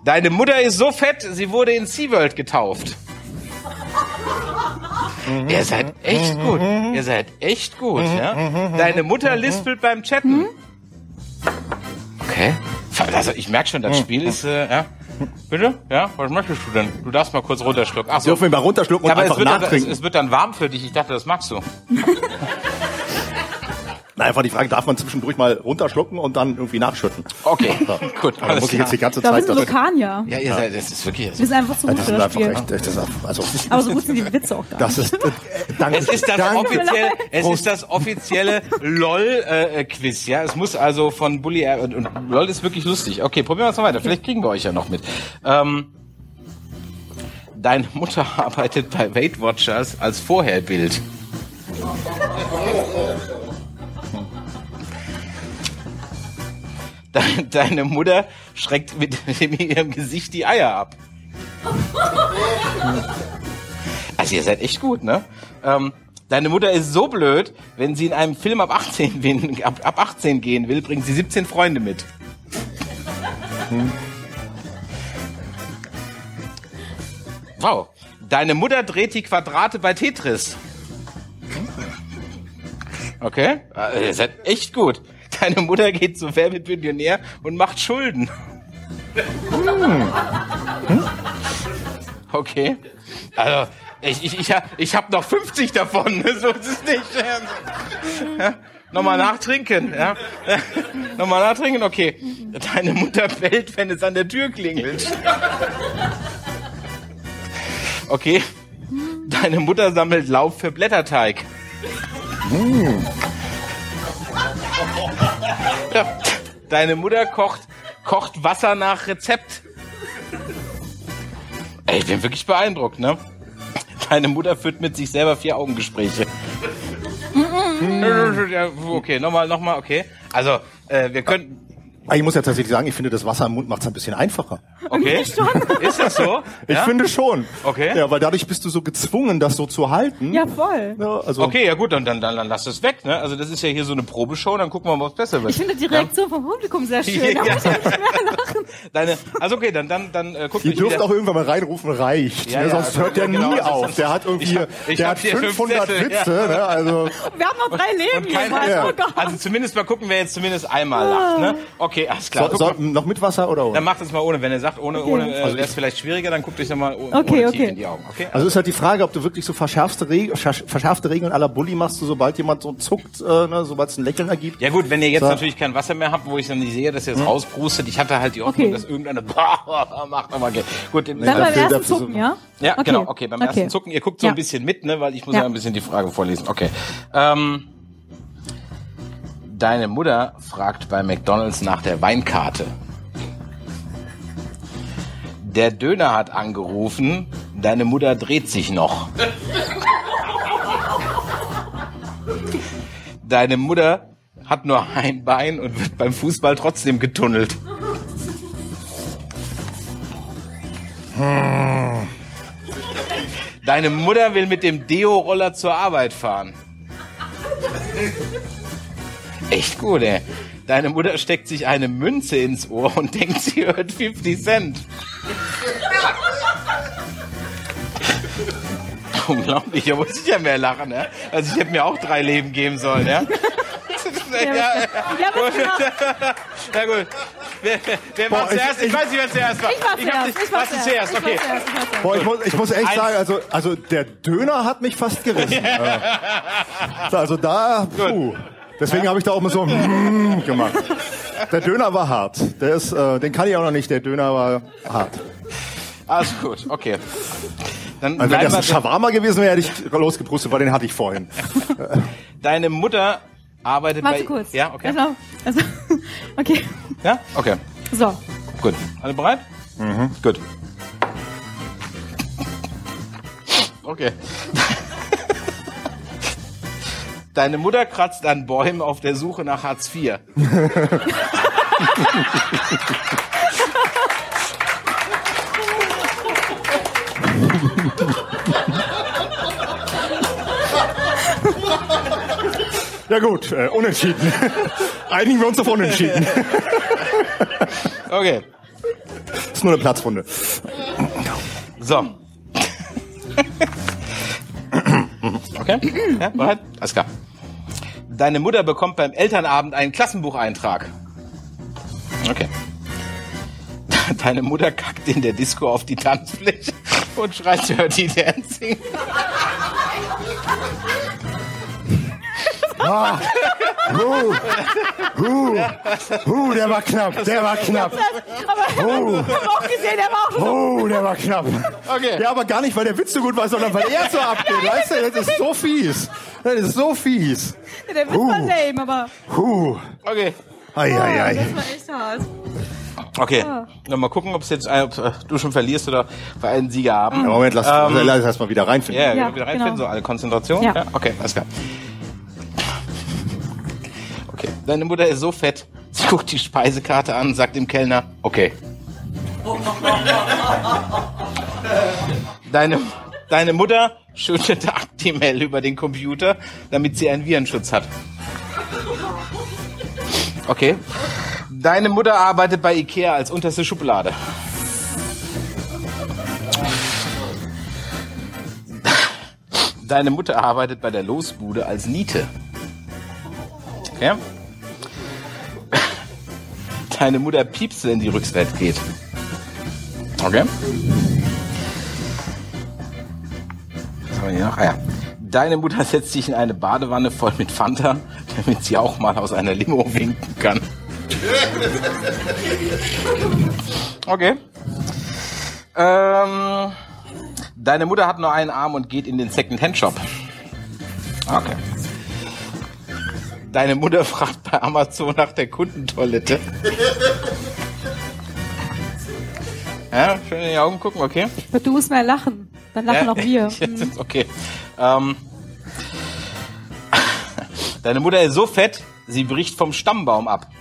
Deine Mutter ist so fett, sie wurde in SeaWorld getauft. Ihr seid echt gut. Ihr seid echt gut, ja? Deine Mutter lispelt beim Chatten. Okay. Also ich merke schon, das Spiel ist, äh, ja. Bitte? Ja? Was möchtest du denn? Du darfst mal kurz runterschlucken. Ach so.
Dürfen wir mal runterschlucken und
Ja, aber es
einfach
wird, dann, es,
nachtrinken.
es wird dann warm für dich. Ich dachte, das magst du.
Nein, einfach die Frage, darf man zwischendurch mal runterschlucken und dann irgendwie nachschütten?
Okay,
Ja.
gut.
Aber da muss ich jetzt die ganze
Da
Zeit
sind Lokania.
Ja, ihr seid, das ist wirklich.
Wir sind einfach so gut
das
für
ist
das
einfach
Spiel.
echt, das ist einfach- also
Aber so gut sind die Witze auch gar
das ist äh, danke.
Es ist das
danke.
offizielle, es
Prost.
ist das offizielle LOL-Quiz, ja. Es muss also von Bully äh, und, und LOL ist wirklich lustig. Okay, probieren wir es mal weiter. Vielleicht kriegen wir euch ja noch mit. Ähm, deine Mutter arbeitet bei Weight Watchers als Vorherbild. De- Deine Mutter schreckt mit ihrem Gesicht die Eier ab. Also ihr seid echt gut, ne? Ähm, deine Mutter ist so blöd, wenn sie in einem Film ab 18, wen- ab, ab 18 gehen will, bringt sie 17 Freunde mit. Hm. Wow. Deine Mutter dreht die Quadrate bei Tetris. Okay, äh, ihr seid echt gut. Deine Mutter geht zu Wer wird Millionär und macht Schulden. Okay. Also, ich, ich, ich, hab- ich habe noch 50 davon. ne? So ist es nicht. Ähm, Ja, Nochmal nachtrinken. Ja. Nochmal nachtrinken, okay. Deine Mutter bellt, wenn es an der Tür klingelt. Okay. Deine Mutter sammelt Laub für Blätterteig. Ja. Deine Mutter kocht, kocht Wasser nach Rezept. Ey, ich bin wirklich beeindruckt, ne? Deine Mutter führt mit sich selber vier Augengespräche. Ja, okay, nochmal, nochmal, okay. Also, äh, wir können.
Aber ich muss ja tatsächlich sagen, ich finde, das Wasser im Mund macht es ein bisschen einfacher.
Okay.
Irgendwie schon.
Ist das so?
Ich finde schon.
Okay.
Ja, weil dadurch bist du so gezwungen, das so zu halten.
Ja, voll.
Ja, also,
Okay, ja gut, dann, dann, dann, dann lass es weg, ne? Also das ist ja hier so eine Probeshow, dann gucken wir mal, was besser wird.
Ich finde die Reaktion vom Publikum sehr schön. Da
Ja.
muss ich nicht mehr lachen.
Deine, also okay, dann, dann, dann äh, gucken
Ihr
wir
dürft auch irgendwann mal reinrufen, reicht.
Ja,
ne,
ja,
sonst
also,
hört der
genau,
nie
das ist-
auf. Der hat irgendwie,
Ich hab- ich
der
hab
hat
hier fünf
500
Zettel, ja.
Witze. Ne? Also,
Wir haben noch drei Leben
und kein,
jeweils.
Ja.
Oh Gott.
Also zumindest mal gucken, wer jetzt zumindest einmal lacht, ne? Okay, alles klar.
so,
Guck
so,
mal,
noch mit Wasser oder ohne?
dann macht es mal ohne. Wenn er sagt, ohne, ohne, äh,
Also
wäre es
ich-
vielleicht schwieriger, dann guckt euch nochmal oh,
Okay,
ohne tief
okay.
in die Augen. Okay?
Also ist halt die Frage, ob du wirklich so verschärfte, Reg versch- verschärfte Regeln aller Bulli machst, du, sobald jemand so zuckt, äh, ne, sobald es ein Lächeln ergibt.
Ja gut, wenn ihr jetzt
So.
natürlich kein Wasser mehr habt, wo ich dann nicht sehe, dass ihr es rausbrustet. Ich hatte halt die Hoffnung,
Okay.
dass irgendeiner macht, aber okay. Gut, im-
Dann beim
dafür-
ersten
dafür so-
Zucken, ja?
Ja, genau, okay, beim ersten Zucken. Ihr guckt so
Ja.
ein bisschen mit, ne, weil ich muss ja.
Ja.
ein bisschen die Frage vorlesen. Okay. Ähm, deine Mutter fragt bei McDonalds nach der Weinkarte. Der Döner hat angerufen, deine Mutter dreht sich noch. Deine Mutter hat nur ein Bein und wird beim Fußball trotzdem getunnelt. Deine Mutter will mit dem Deo-Roller zur Arbeit fahren. Echt gut, ey. Deine Mutter steckt sich eine Münze ins Ohr und denkt, sie hört 50 Cent. Unglaublich, da muss ich ja mehr lachen, ne? Also ich hätte mir auch drei Leben geben sollen, ja?
Ja, aber genau.
Na gut. Wer, wer war
Boah, ich-
zuerst? Ich, weiß nicht, wer zuerst war.
Ich war
hab
zuerst.
nicht-
Ich war
warst du zuerst.
Ich war
Okay.
zuerst, ich war zuerst.
Boah, ich muss, ich muss echt
Eins.
sagen, also, also der Döner hat mich fast gerissen. Äh, also da, puh. Deswegen habe ich da auch mal so mm gemacht. Der Döner war hart. Der ist, äh, den kann ich auch noch nicht. Der Döner war hart.
Also gut, okay. Dann
Also wenn
bleiben
das ein
wir
Shawarma gewesen wäre, hätte ich losgeprustet, weil den hatte ich vorhin.
Deine Mutter arbeitet
Warte
bei.
kurz.
Ja, okay.
Erstmal- Also, okay.
Ja, okay.
So.
Gut. Alle bereit? Mhm. Gut. Okay. Deine Mutter kratzt an Bäumen auf der Suche nach Hartz IV.
Ja gut, äh, unentschieden. Einigen wir uns auf unentschieden.
Okay.
ist nur eine Platzwunde.
So. Okay. Ja, bereit? Alles klar. Deine Mutter bekommt beim Elternabend einen Klassenbucheintrag. Okay. Deine Mutter kackt in der Disco auf die Tanzfläche und schreit Dirty Dancing.
Ah, huh, huh, huh, der war knapp, der war knapp.
Aber ich habe auch gesehen, der war auch schon
Oh, der war knapp.
Okay.
Ja, aber gar nicht, weil der Witz so gut war, sondern weil er so abgeht. Weißt du, das ist so fies. Das ist so fies.
der Witz war
Oh.
Uh.
lame, aber Oh,
Huh.
Okay.
Ei, ei, ei.
das war echt hart.
Okay. Noch mal gucken, ob es jetzt, äh, ob äh, du schon verlierst oder wir einen Sieger haben.
Ja, Moment, lass, lass erstmal wieder reinfinden.
Ähm, Ja,
Ja,
ja wieder reinfinden,
genau.
so alle Konzentration. Ja.
Ja.
okay, alles klar. Okay, deine Mutter ist so fett, sie guckt die Speisekarte an, sagt dem Kellner, okay. Deine, deine Mutter schüttet Actimel über den Computer, damit sie einen Virenschutz hat. Okay. Deine Mutter arbeitet bei Ikea als unterste Schublade. Deine Mutter arbeitet bei der Losbude als Niete. Okay? Deine Mutter piepst, wenn die rückwärts geht. Okay? Was haben wir hier noch? Ah, ja. Deine Mutter setzt sich in eine Badewanne voll mit Fanta, damit sie auch mal aus einer Limo winken kann. Okay. Ähm, Deine Mutter hat nur einen Arm und geht in den Second-Hand-Shop. Okay. Deine Mutter fragt bei Amazon nach der Kundentoilette. Ja, schön in die Augen gucken, okay.
Du musst mehr lachen. Dann lachen
ja.
auch wir.
Ja, das ist okay. Ähm, deine Mutter ist so fett, sie bricht vom Stammbaum ab.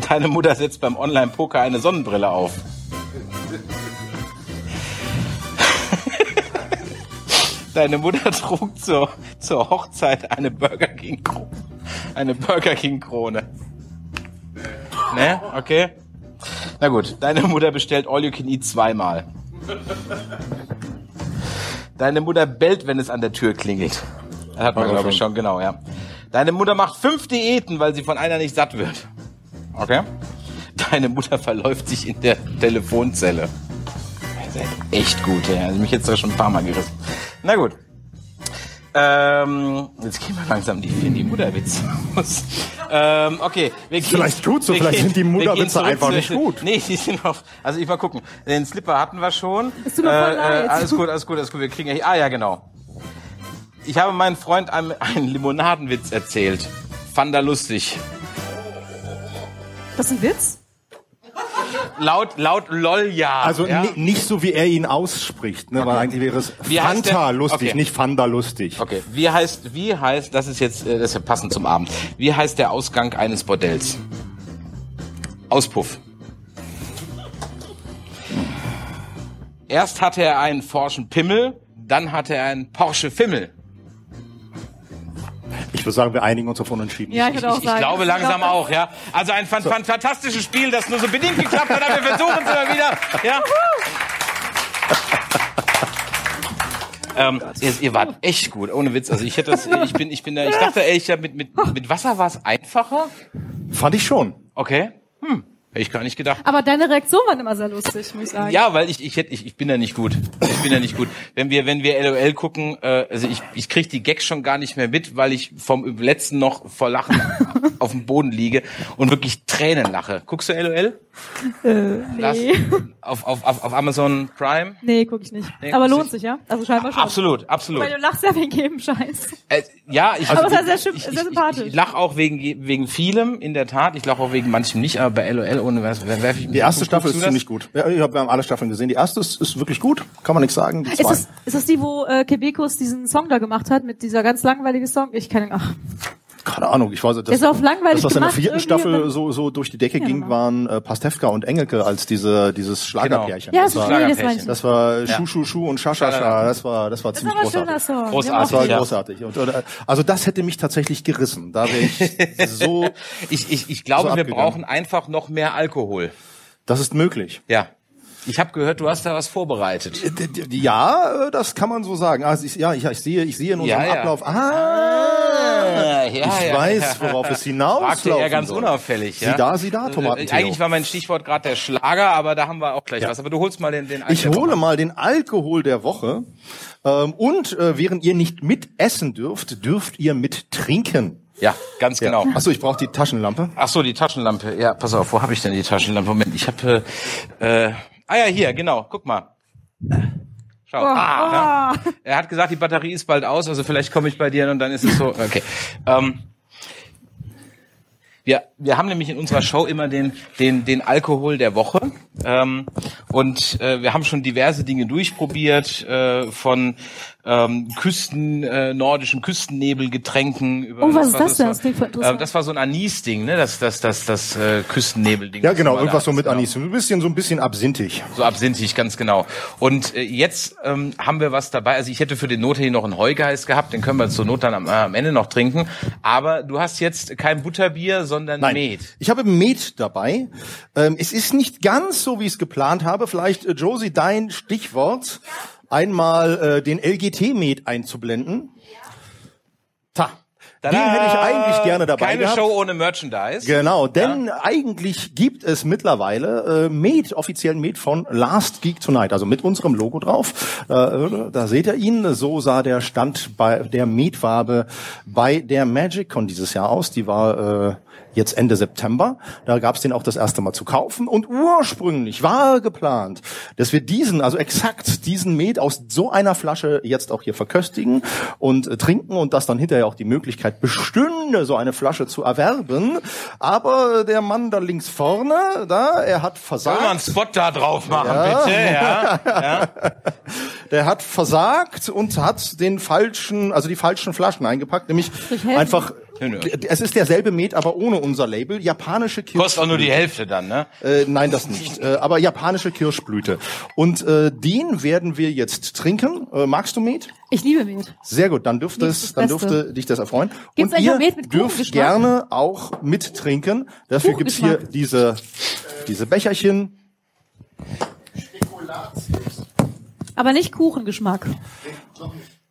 Deine Mutter setzt beim Online-Poker eine Sonnenbrille auf. Deine Mutter trug zur, zur Hochzeit eine Burger King Krone. Eine Burger King Krone. Ne? Okay. Na gut, deine Mutter bestellt All You Can Eat zweimal. Deine Mutter bellt, wenn es an der Tür klingelt. Das hat man,
Hat man
glaube ich,
Also schon.
schon, genau, ja. Deine Mutter macht fünf Diäten, weil sie von einer nicht satt wird. Okay. Deine Mutter verläuft sich in der Telefonzelle. Ihr seid echt gut, ja. Also mich jetzt da schon ein paar Mal gerissen. Na gut. Ähm, jetzt gehen wir langsam die, in die Mutterwitze aus. Ähm, okay, wir gehen,
Vielleicht tut's so,
wir
vielleicht
gehen-
sind die
wir
Mutterwitze
gehen zurück
einfach
zu-
nicht gut.
Nee, die sind auf. Also ich mal gucken. Den Slipper hatten wir schon. Äh,
Es tut mir voll leid.
alles gut, alles gut, alles gut. Wir kriegen ja. Ah ja, genau. Ich habe meinem Freund einen, einen Limonadenwitz erzählt. Fand er lustig.
Das ist ein Witz?
Laut, laut LOL ja.
Also
ja?
ni- nicht so, wie er ihn ausspricht, ne? weil eigentlich wäre es
Wie heißt der?
Fanta lustig,
Okay.
nicht Fanda lustig.
Okay, wie heißt, wie heißt, das ist jetzt, äh, das ist ja passend zum Abend. Wie heißt der Ausgang eines Bordells? Auspuff. Erst hatte er einen forschen Pimmel, dann hatte er einen Porsche Fimmel.
Ich würde sagen, wir einigen uns auf Unentschieden.
Ja,
Ich,
ich würde auch
ich
sagen.
glaube langsam auch, ja. Also ein fan fan fantastisches Spiel, das nur so bedingt geklappt hat, aber wir versuchen es immer wieder. Ja. Ähm, ihr, ihr wart echt gut, ohne Witz. Also ich hätte das, ich bin, ich bin da, ich dachte, ey, ich hab mit, mit, mit Wasser war es einfacher.
Fand ich schon.
Okay. Hm. Hätte ich gar nicht gedacht.
Aber deine Reaktionen waren immer sehr lustig, muss ich sagen.
Ja, weil ich, ich hätte, ich, ich bin da nicht gut. Ich bin da nicht gut. Wenn wir, wenn wir LOL gucken, äh, also ich, ich krieg die Gags schon gar nicht mehr mit, weil ich vom letzten noch vor Lachen auf dem Boden liege und wirklich Tränen lache. Guckst du LOL? Lars?
Äh, Nee,
Auf, auf, auf, auf Amazon Prime?
nee guck ich nicht.
Nee,
Aber
guck's
lohnt sich, ja? Also scheinbar schon.
Absolut, absolut.
Weil du lachst ja wegen jedem Scheiß.
Äh, ja, ich,
Aber es war
ich-
sehr schön-
ich,
sehr
ich,
sympathisch.
Ich, ich lach auch wegen, je- wegen vielem, in der Tat. Ich lache auch wegen manchem nicht, aber bei LOL ohne was, werf ich
Die erste Staffel ist ziemlich
gut.
gut. Ja, ich hab, wir haben alle Staffeln gesehen. Die erste ist, ist wirklich gut, kann man nichts sagen. Die
Ist
zwei.
das, ist das die, wo äh, Quebecos diesen Song da gemacht hat, mit dieser ganz langweiligen Song? Ich kann ach,
Keine Ahnung, ich weiß nicht.
Ist auf langweilig
Das, was in der
gemacht,
vierten
irgendwie,
Staffel
aber-
so, so durch die Decke ging,
genau.
waren äh, Pastewka und Engelke als diese, dieses
Genau.
Schlagerpärchen.
Ja,
das,
das, ist
war,
nee, das
Schlagerpärchen.
meine ich. nicht.
das war Schu, Schu, Schu und Scha, Scha, Scha. Das war, das war
Das ist
ziemlich
aber ein schöner
großartig.
Song. Den
Großartig.
Das war
Ja.
großartig. Und, oder, also das hätte mich tatsächlich gerissen. Da wäre ich so,
Ich, ich, ich glaube,
So
wir
abgegangen.
brauchen einfach noch mehr Alkohol.
das ist möglich.
Ja. Ich habe gehört, du hast da was vorbereitet.
Äh, D- d- Ja, äh, das kann man so sagen. Also ich, ja, ich, ich sehe, ich sehe in unserem
Ja, ja.
Ablauf. Ah,
Ah, ja,
ich
ja.
weiß, worauf es hinauslaufen
Fragte er ganz
soll.
unauffällig. Ja?
Sieh da, sieh da,
Äh,
Tomatenteo.
Eigentlich war mein Stichwort gerade der Schlager, aber da haben wir auch gleich was. Aber du holst mal den, den
Ich
Einschätzung.
hole mal den Alkohol der Woche. Ähm, und äh, während ihr nicht mitessen dürft, dürft ihr mittrinken.
Ja, ganz genau.
Ja. Achso, ich brauche die Taschenlampe.
Ach so, die Taschenlampe. Ja, pass auf, wo habe ich denn die Taschenlampe? Moment, ich habe... Äh, ah ja, hier, genau, guck mal. Schau. Ah, ja.
Ah,
Er hat gesagt, die Batterie ist bald aus, also vielleicht komme ich bei dir und dann ist es so. Okay. Ähm, wir, wir haben nämlich in unserer Show immer den, den, den Alkohol der Woche. Ähm, und äh, wir haben schon diverse Dinge durchprobiert, äh, von ähm, Küsten, äh, nordischen Küstennebelgetränken über.
Oh, was ist das denn?
war.
Das klingt voll interessant.
Ähm, das war so ein Anis-Ding, ne? Das, das, das, das äh, Küstennebelding.
Ja,
das
genau,
wir da
irgendwas so
hatten.
mit
Genau.
Anis. Ein bisschen, so ein bisschen absinthig.
So absinthig, ganz genau. Und äh, jetzt ähm, haben wir was dabei. Also ich hätte für den Note hier noch einen Heugeist gehabt, den können wir zur Not dann am, äh, am Ende noch trinken. Aber du hast jetzt kein Butterbier, sondern
Nein,
Met.
ich habe Met dabei. Ähm, es ist nicht ganz so, wie ich es geplant habe. Vielleicht, äh, Josie, dein Stichwort, einmal äh, den LGT-Met einzublenden. Ta. Den
Tada!
hätte ich eigentlich gerne dabei
Keine
gehabt.
Show ohne Merchandise.
Genau, denn eigentlich gibt es mittlerweile äh, Med, offiziellen Med von Last Geek Tonight, also mit unserem Logo drauf. Äh, äh, da seht ihr ihn. So sah der Stand bei der Med-Farbe bei der MagicCon dieses Jahr aus. Die war äh, jetzt Ende September. Da gab es den auch das erste Mal zu kaufen. Und ursprünglich war geplant, dass wir diesen, also exakt diesen Met aus so einer Flasche jetzt auch hier verköstigen und äh, trinken und dass dann hinterher auch die Möglichkeit bestünde, so eine Flasche zu erwerben. Aber der Mann da links vorne, da, er hat
Soll man einen
versagt.
Spot da drauf machen, bitte? Ja.
Der hat versagt und hat den falschen, also die falschen Flaschen eingepackt, nämlich
ich helfen?
einfach äh,
Nö, nö.
es ist derselbe Met, aber ohne unser Label. Japanische Kirsch.
Kostet auch nur die Hälfte dann, ne?
Äh, nein, das nicht. Äh, aber japanische Kirschblüte. Und äh, den werden wir jetzt trinken. Äh, magst du Met?
Ich liebe Met.
Sehr gut, dann dürfte
Met ist
es,
das
dann
Beste.
dürfte dich das erfreuen.
Gibt's
Und
eigentlich
ihr
auch Met mit
dürft
Kuchengeschmack?
gerne auch mittrinken. Dafür gibt's hier
Kuchengeschmack.
diese diese Becherchen.
Aber nicht Kuchengeschmack.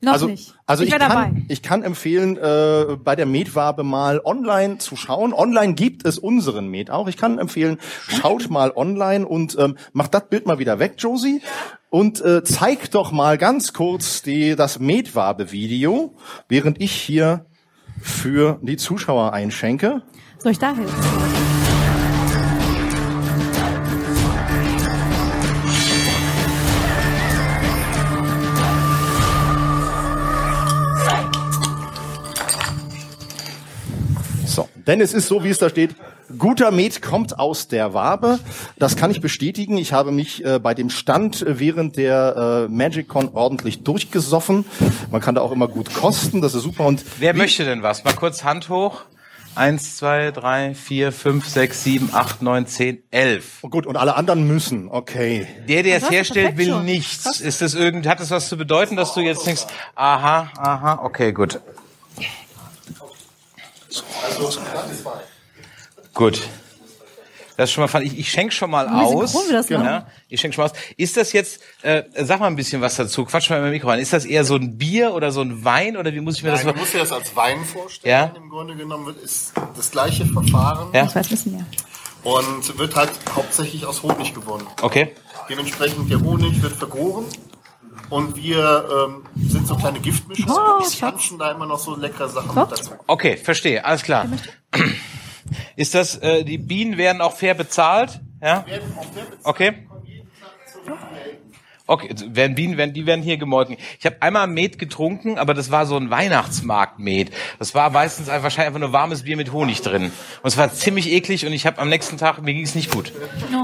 Noch
also,
nicht.
Also ich,
ich wäre dabei.
kann, ich kann empfehlen, äh, bei der Metwabe mal online zu schauen. Online gibt es unseren Met auch. Ich kann empfehlen, schaut mal online und ähm, macht das Bild mal wieder weg, Josie. Und äh, zeigt doch mal ganz kurz die, das Metwabe-Video, während ich hier für die Zuschauer einschenke.
Soll ich da hin?
So, denn es ist so, wie es da steht. Guter Met kommt aus der Wabe. Das kann ich bestätigen. Ich habe mich äh, bei dem Stand während der äh, MagicCon ordentlich durchgesoffen. Man kann da auch immer gut kosten. Das ist super. Und
Wer möchte denn was? Mal kurz Hand hoch. Eins, zwei, drei, vier, fünf, sechs, sieben, acht, neun, zehn, elf.
gut, und alle anderen müssen. Okay.
Der, der
Das
es
hast du
herstellt,
perfekt
will
schon.
nichts. Ist das irgend, hat das was zu bedeuten, dass du jetzt denkst, aha, aha, okay, gut. Gut. Das ist schon mal fand ich, ich schenk schon mal
Wie synchron
aus.
wir das machen.
Ja, ich schenk schon mal aus. Ist das jetzt, äh, sag mal ein bisschen was dazu, quatsch mal im Mikro an. Ist das eher so ein Bier oder so ein Wein oder wie muss ich mir das
Nein,
vor-
du musst dir das als Wein vorstellen.
Ja.
Im Grunde genommen wird, ist das gleiche Verfahren
Ja.
Ich weiß ein bisschen mehr.
und wird halt hauptsächlich aus Honig gewonnen.
Okay.
Dementsprechend der Honig wird vergoren und wir ähm, sind so kleine Giftmischer
Oh,
und
Schatz.
tanzen da immer noch so leckere Sachen
Gott.
mit dazu.
Okay, verstehe, alles klar. Ist das, äh, die Bienen werden auch fair bezahlt? Ja? Okay. Okay, also werden Bienen, werden, die werden hier gemolken. Ich habe einmal Met getrunken, aber das war so ein Weihnachtsmarkt-Met. Das war meistens einfach, wahrscheinlich einfach nur warmes Bier mit Honig drin. Und es war ziemlich eklig und ich habe am nächsten Tag, mir ging es nicht gut.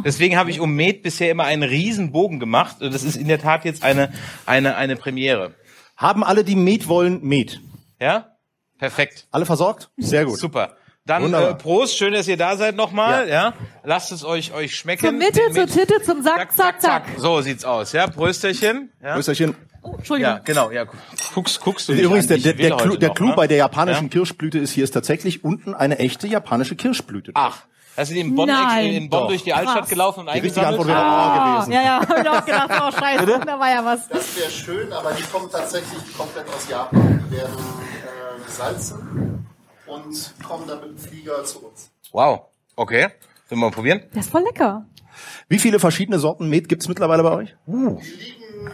Deswegen habe ich um Met bisher immer einen riesen Bogen gemacht. Und Das ist in der Tat jetzt eine, eine, eine Premiere.
Haben alle, die Met wollen, Met?
Ja? Perfekt.
Alle versorgt? Sehr gut.
Super. Dann
Wunderbar.
äh, Prost, schön, dass ihr da seid nochmal. Ja.
Ja.
Lasst es euch euch schmecken.
Zur Mitte,
Den
zur
mit-
Titte, zum Sack, zack, zack.
So sieht's aus, ja. Prösterchen. Ja,
Österchen.
Oh, Entschuldigung.
ja genau. Ja, gu- guckst, guckst du. mich
Übrigens,
an.
der,
Ich
der,
will
der, Clou,
heute
der
noch,
Clou
ne?
bei der japanischen
Ja?
Kirschblüte ist, hier ist tatsächlich unten eine echte japanische Kirschblüte.
Ach, das sind die in Bonn,
Nein.
in Bonn
Doch.
durch die Altstadt
Krass.
gelaufen und
Die richtige Antwort
eingesammelt.
wäre A gewesen.
Ja, ja, hab ich auch gedacht, oh scheiße, da war ja was.
Das wäre schön, aber die kommen tatsächlich komplett aus Japan. Die werden äh, gesalzen und kommen dann mit dem Flieger zu uns.
Wow. Okay. Sollen wir mal probieren?
Das ist voll lecker.
Wie viele verschiedene Sorten Met gibt's mittlerweile bei euch?
Die liegen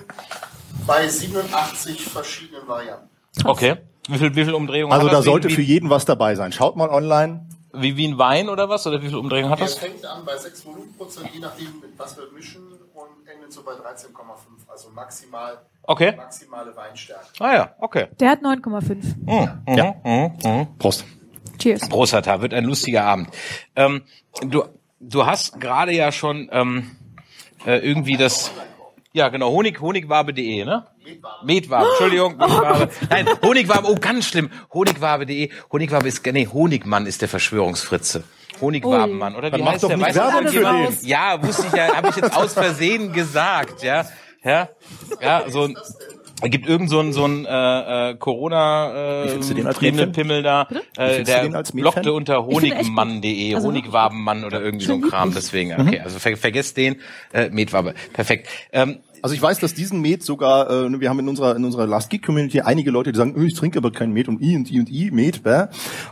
bei 87 verschiedenen Varianten.
Okay. Wie viel, wie viel Umdrehungen
Also
hat
da
das? Wie-
sollte für
wie,
jeden was dabei sein. Schaut mal online.
wie, wie ein Wein oder was? Oder wie viel Umdrehungen hat
Der
das?
fängt an bei 6 Volumenprozent, je nachdem, mit was wir mischen, und endet so bei 13,5, also maximal,
Okay.
maximale Weinstärke.
Ah ja, okay.
Der hat 9,5.
Ja. Prost.
Cheers.
Prost, Hatta, wird ein lustiger Abend. Ähm, du, du hast gerade ja schon ähm, äh, irgendwie das. Ja, genau, Honig, Honigwabe.de, ne? Metwabe, Entschuldigung, Metwabe. Nein, Honigwabe, oh, ganz schlimm. Honigwabe.de, Honigwabe ist, nee, Honigmann ist der Verschwörungsfritze. Honigwabenmann, oder wie
Dann mach
heißt
doch
der?
nicht
Weiß das
Werbung für
irgendjemand?
den.
Ja, wusste ich ja, habe ich jetzt aus Versehen gesagt, ja. Ja, ja, so ein, gibt irgend so ein, so ein äh, äh, Corona äh,
findest du den als
Pimmel-
Mädchen?
Pimmel da, äh,
findest du
der
den als Mädchen?
blockte unter
Ich find echt gut.
honigmann.de,
Also-
Mhm.
Honigwabenmann oder irgendwie so ein Kram, deswegen, okay, also ver vergesst den, äh, Metwabe, perfekt. Ähm,
Also ich weiß, dass diesen Met sogar, äh, wir haben in unserer in unserer Last Geek Community einige Leute, die sagen, "Öh, ich trinke aber keinen Met und i und i und i Met, bäh.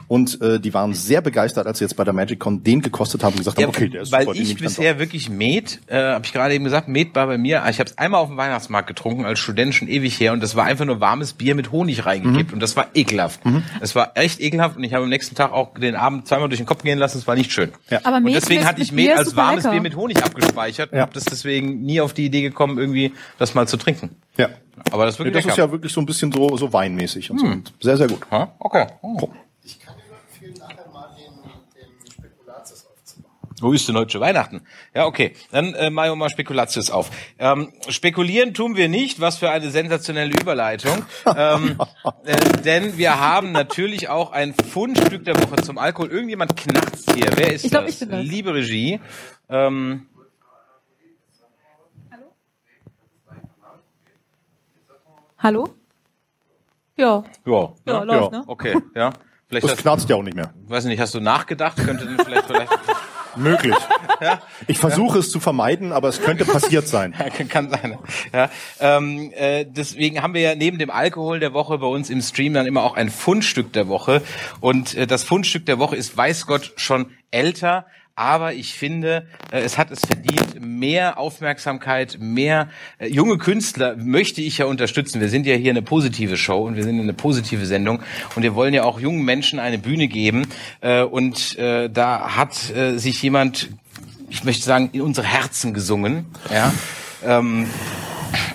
und äh, die waren sehr begeistert, als sie jetzt bei der Magic Con den gekostet haben und gesagt haben,
Ja,
okay, der ist
weil
super, den
ich
nehm dann
bisher wirklich Met, äh, habe ich gerade eben gesagt, Met war bei mir, ah, ich habe es einmal auf dem Weihnachtsmarkt getrunken als Student schon ewig her und das war einfach nur warmes Bier mit Honig
Mhm.
reingekippt und das war ekelhaft. Es war echt ekelhaft und ich habe am nächsten Tag auch den Abend zweimal durch den Kopf gehen lassen, es war nicht schön.
Ja.
Aber
Und
Met
deswegen
mit-
hatte ich
mit Bier
Met
ist
als
super
warmes
lecker.
Bier mit Honig abgespeichert und
Ja.
habe das deswegen nie auf die Idee gekommen, irgendwie das mal zu trinken.
doch. Ja.
Aber das ist
Nee,
wirklich
das ist
lecker.
ja wirklich so ein bisschen so so weinmäßig und so. Und sehr sehr gut.
Ha? Okay. Oh.
Ich kann dir nur empfehlen, nachher mal den, den Spekulatius aufzumachen.
Wo ist denn heute schon Weihnachten? Ja, okay. Dann äh, machen wir mal Spekulatius auf. Ähm, spekulieren tun wir nicht, was für eine sensationelle Überleitung. ähm, äh, denn wir haben natürlich auch ein Fundstück der Woche zum Alkohol. Irgendjemand knarzt hier. Wer ist
Ich glaub,
das?
ich bin das.
Liebe Regie. Ähm,
Hallo? Ja,
ja,
ja,
ne?
läuft,
ja.
ne?
Okay, ja. Vielleicht
Das
hast,
knarzt ja auch nicht mehr.
weiß nicht, hast du nachgedacht? Könnte denn vielleicht, vielleicht
Möglich. Ich versuche es zu vermeiden, aber es könnte passiert sein.
Ja, kann sein. Ja, ähm, äh, deswegen haben wir ja neben dem Alkohol der Woche bei uns im Stream dann immer auch ein Fundstück der Woche. Und äh, das Fundstück der Woche ist, weiß Gott, schon älter. Aber ich finde, äh, es hat es verdient, mehr Aufmerksamkeit, mehr äh, junge Künstler möchte ich ja unterstützen. Wir sind ja hier eine positive Show und wir sind eine positive Sendung und wir wollen ja auch jungen Menschen eine Bühne geben. Äh, und äh, da hat äh, sich jemand ich möchte sagen, in unsere Herzen gesungen. Ja. Ähm,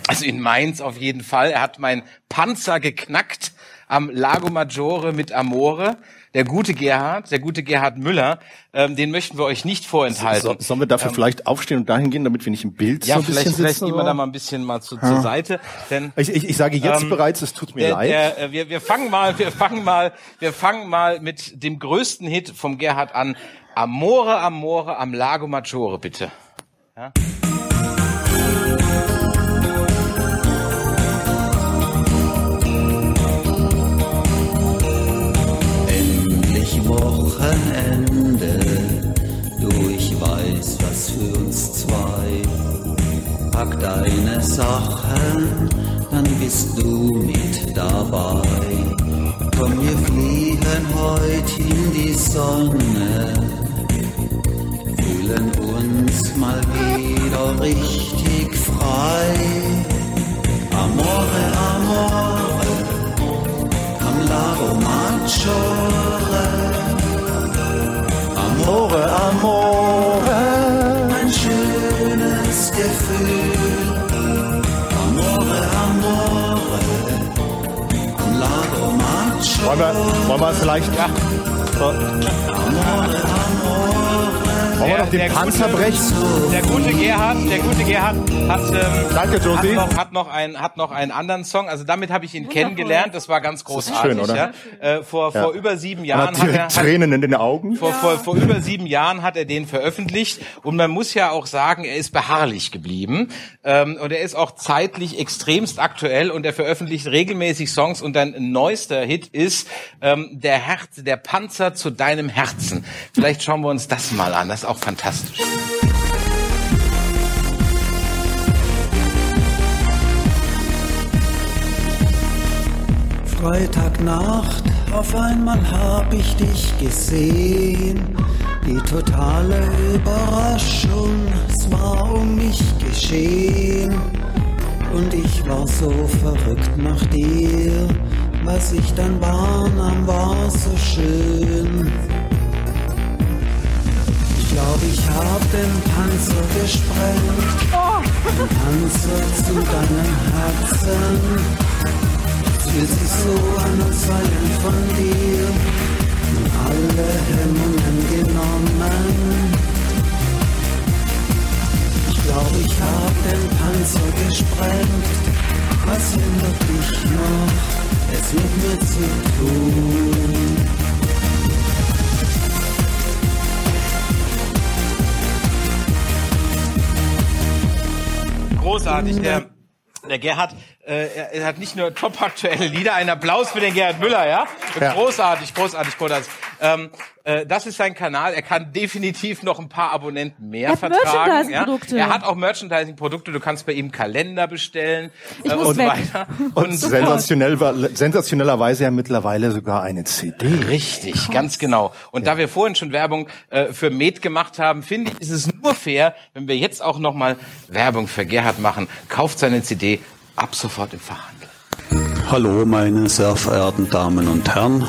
also in Mainz auf jeden Fall. Er hat meinen Panzer geknackt am Lago Maggiore mit Amore. Der gute Gerhard, der gute Gerhard Müller, ähm, den möchten wir euch nicht vorenthalten.
So, sollen wir dafür vielleicht aufstehen und dahin gehen, damit wir nicht im Bild
Ähm, ja,
so ein
vielleicht,
bisschen
vielleicht
sitzen?
gehen wir da mal ein bisschen mal zu, zur Seite, denn
ich, ich, ich sage jetzt
Ähm,
bereits, es tut mir
der,
leid.
Der, äh, wir, wir fangen mal, wir fangen mal, wir fangen mal mit dem größten Hit vom Gerhard an. Amore, Amore am Lago Maggiore, bitte.
Endlich Wochenende, du ich weiß was für uns zwei. Pack deine Sachen, dann bist du mit dabei. Komm, wir fliegen heut in die Sonne, fühlen uns mal wieder richtig frei. Amore, amore am Lago Maggiore. Amore, amore, ein schönes Gefühl. Amore, amore, am Lago Maggiore.
wollen, wir, wollen wir vielleicht ja. wollen wir noch
der
den Panzer
gute-
brechen?
Der gute Gerhard, der gute Gerhard hat, ähm,
Danke,
hat,
Josie.
noch, hat, noch einen, hat noch einen anderen Song. Also damit habe ich ihn kennengelernt. Das war ganz großartig.
schön, oder? Ah,
Ja. Äh, vor, vor über sieben
Man
Jahren
hat
hat er,
direkt
hat,
Tränen in den Augen.
vor, vor, vor über sieben Jahren hat er den veröffentlicht und man muss ja auch sagen, er ist beharrlich geblieben ähm, und er ist auch zeitlich extremst aktuell und er veröffentlicht regelmäßig Songs und dein neuester Hit ist ähm, der Herz, der Panzer zu deinem Herzen. Vielleicht schauen wir uns das mal an, das ist auch fantastisch.
Freitagnacht, auf einmal hab ich dich gesehen. Die totale Überraschung, es war um mich geschehen. Und ich war so verrückt nach dir, was ich dann wahrnahm, war so schön. Ich glaub, ich hab den Panzer gesprengt, den Panzer zu deinem Herzen. Es fühlt sich so an, als seien von dir nun alle Hemmungen genommen. Ich glaube, ich hab den Panzer gesprengt. Was hindert dich noch, es mit mir zu tun?
Hm,
Großartig, der, der Gerhard Äh, er, er hat nicht nur topaktuelle Lieder. Ein Applaus für den Gerhard Müller, ja?
Ja.
Großartig, großartig, großartig. Ähm, äh, das ist sein Kanal. Er kann definitiv noch ein paar Abonnenten mehr
Er hat
vertragen. Ja?
Merchandising-Produkte.
Er hat auch Merchandising-Produkte. Du kannst bei ihm Kalender bestellen
Ich
äh,
muss
und
weg.
weiter.
Und sensationell war, sensationellerweise ja mittlerweile sogar eine CD.
Richtig, ganz genau. Und da wir vorhin schon Werbung äh, für Med gemacht haben, finde ich, ist es nur fair, wenn wir jetzt auch nochmal Werbung für Gerhard machen. Kauft seine CD ab sofort im Fachhandel.
Hallo, meine sehr verehrten Damen und Herren.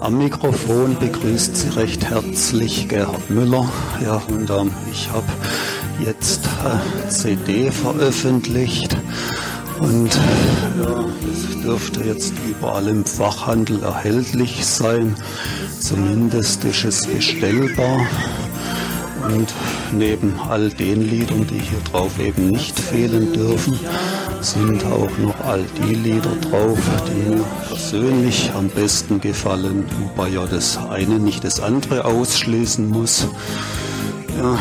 Am Mikrofon begrüßt Sie recht herzlich Gerhard Müller. Ja, und ähm, ich habe jetzt äh, CD veröffentlicht und ja, es dürfte jetzt überall im Fachhandel erhältlich sein. Zumindest ist es bestellbar. Und neben all den Liedern, die hier drauf eben nicht fehlen dürfen, sind auch noch all die Lieder drauf, die mir persönlich am besten gefallen, wobei ja das eine nicht das andere ausschließen muss. Ja,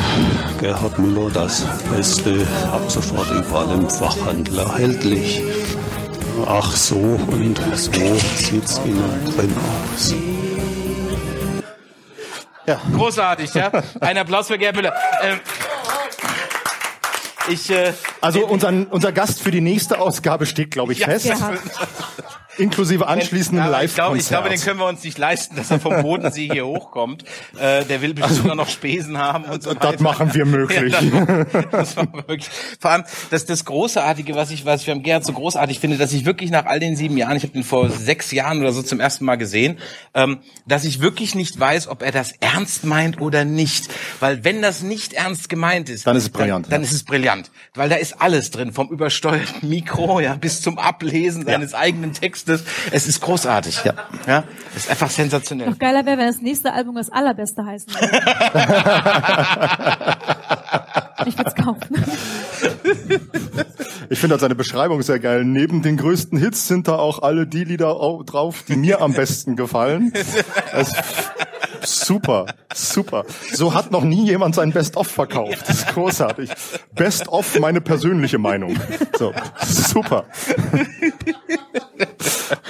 Gerhard Müller, das Beste, ab sofort überall im Fachhandel erhältlich. Ach so, und so sieht's innen drin aus.
Großartig, ja? Ein Applaus für Gerhard Müller. Ähm, ich, äh,
Also unseren, unser Gast für die nächste Ausgabe steht, glaube ich, fest.
Gerhard.
Inklusive anschließendem
aber ich glaube,
Live-Konzert.
ich glaube, den können wir uns nicht leisten, dass er vom Bodensee hier hochkommt. Äh, der will bestimmt auch noch Spesen haben und so
Und Also, das machen wir möglich.
Ja, das, das war wirklich. Vor allem das, das Großartige, was ich, was ich am Gerhard so großartig finde, dass ich wirklich nach all den sieben Jahren, ich habe den vor sechs Jahren oder so zum ersten Mal gesehen, ähm, dass ich wirklich nicht weiß, ob er das ernst meint oder nicht. Weil wenn das nicht ernst gemeint ist,
Dann ist es brillant,
Dann, dann
ja.
ist es brillant, weil da ist alles drin, vom übersteuerten Mikro ja bis zum Ablesen seines eigenen Textes. Es ist großartig. Ja, ja, es ist einfach sensationell.
Noch geiler wäre, wenn das nächste Album das allerbeste heißen würde. ich würde es kaufen.
Ich finde halt seine Beschreibung sehr geil. Neben den größten Hits sind da auch alle die Lieder au- drauf, die mir am besten gefallen. Das super, super. So hat noch nie jemand sein Best-of verkauft. Das ist großartig. Best-of, meine persönliche Meinung. So, super.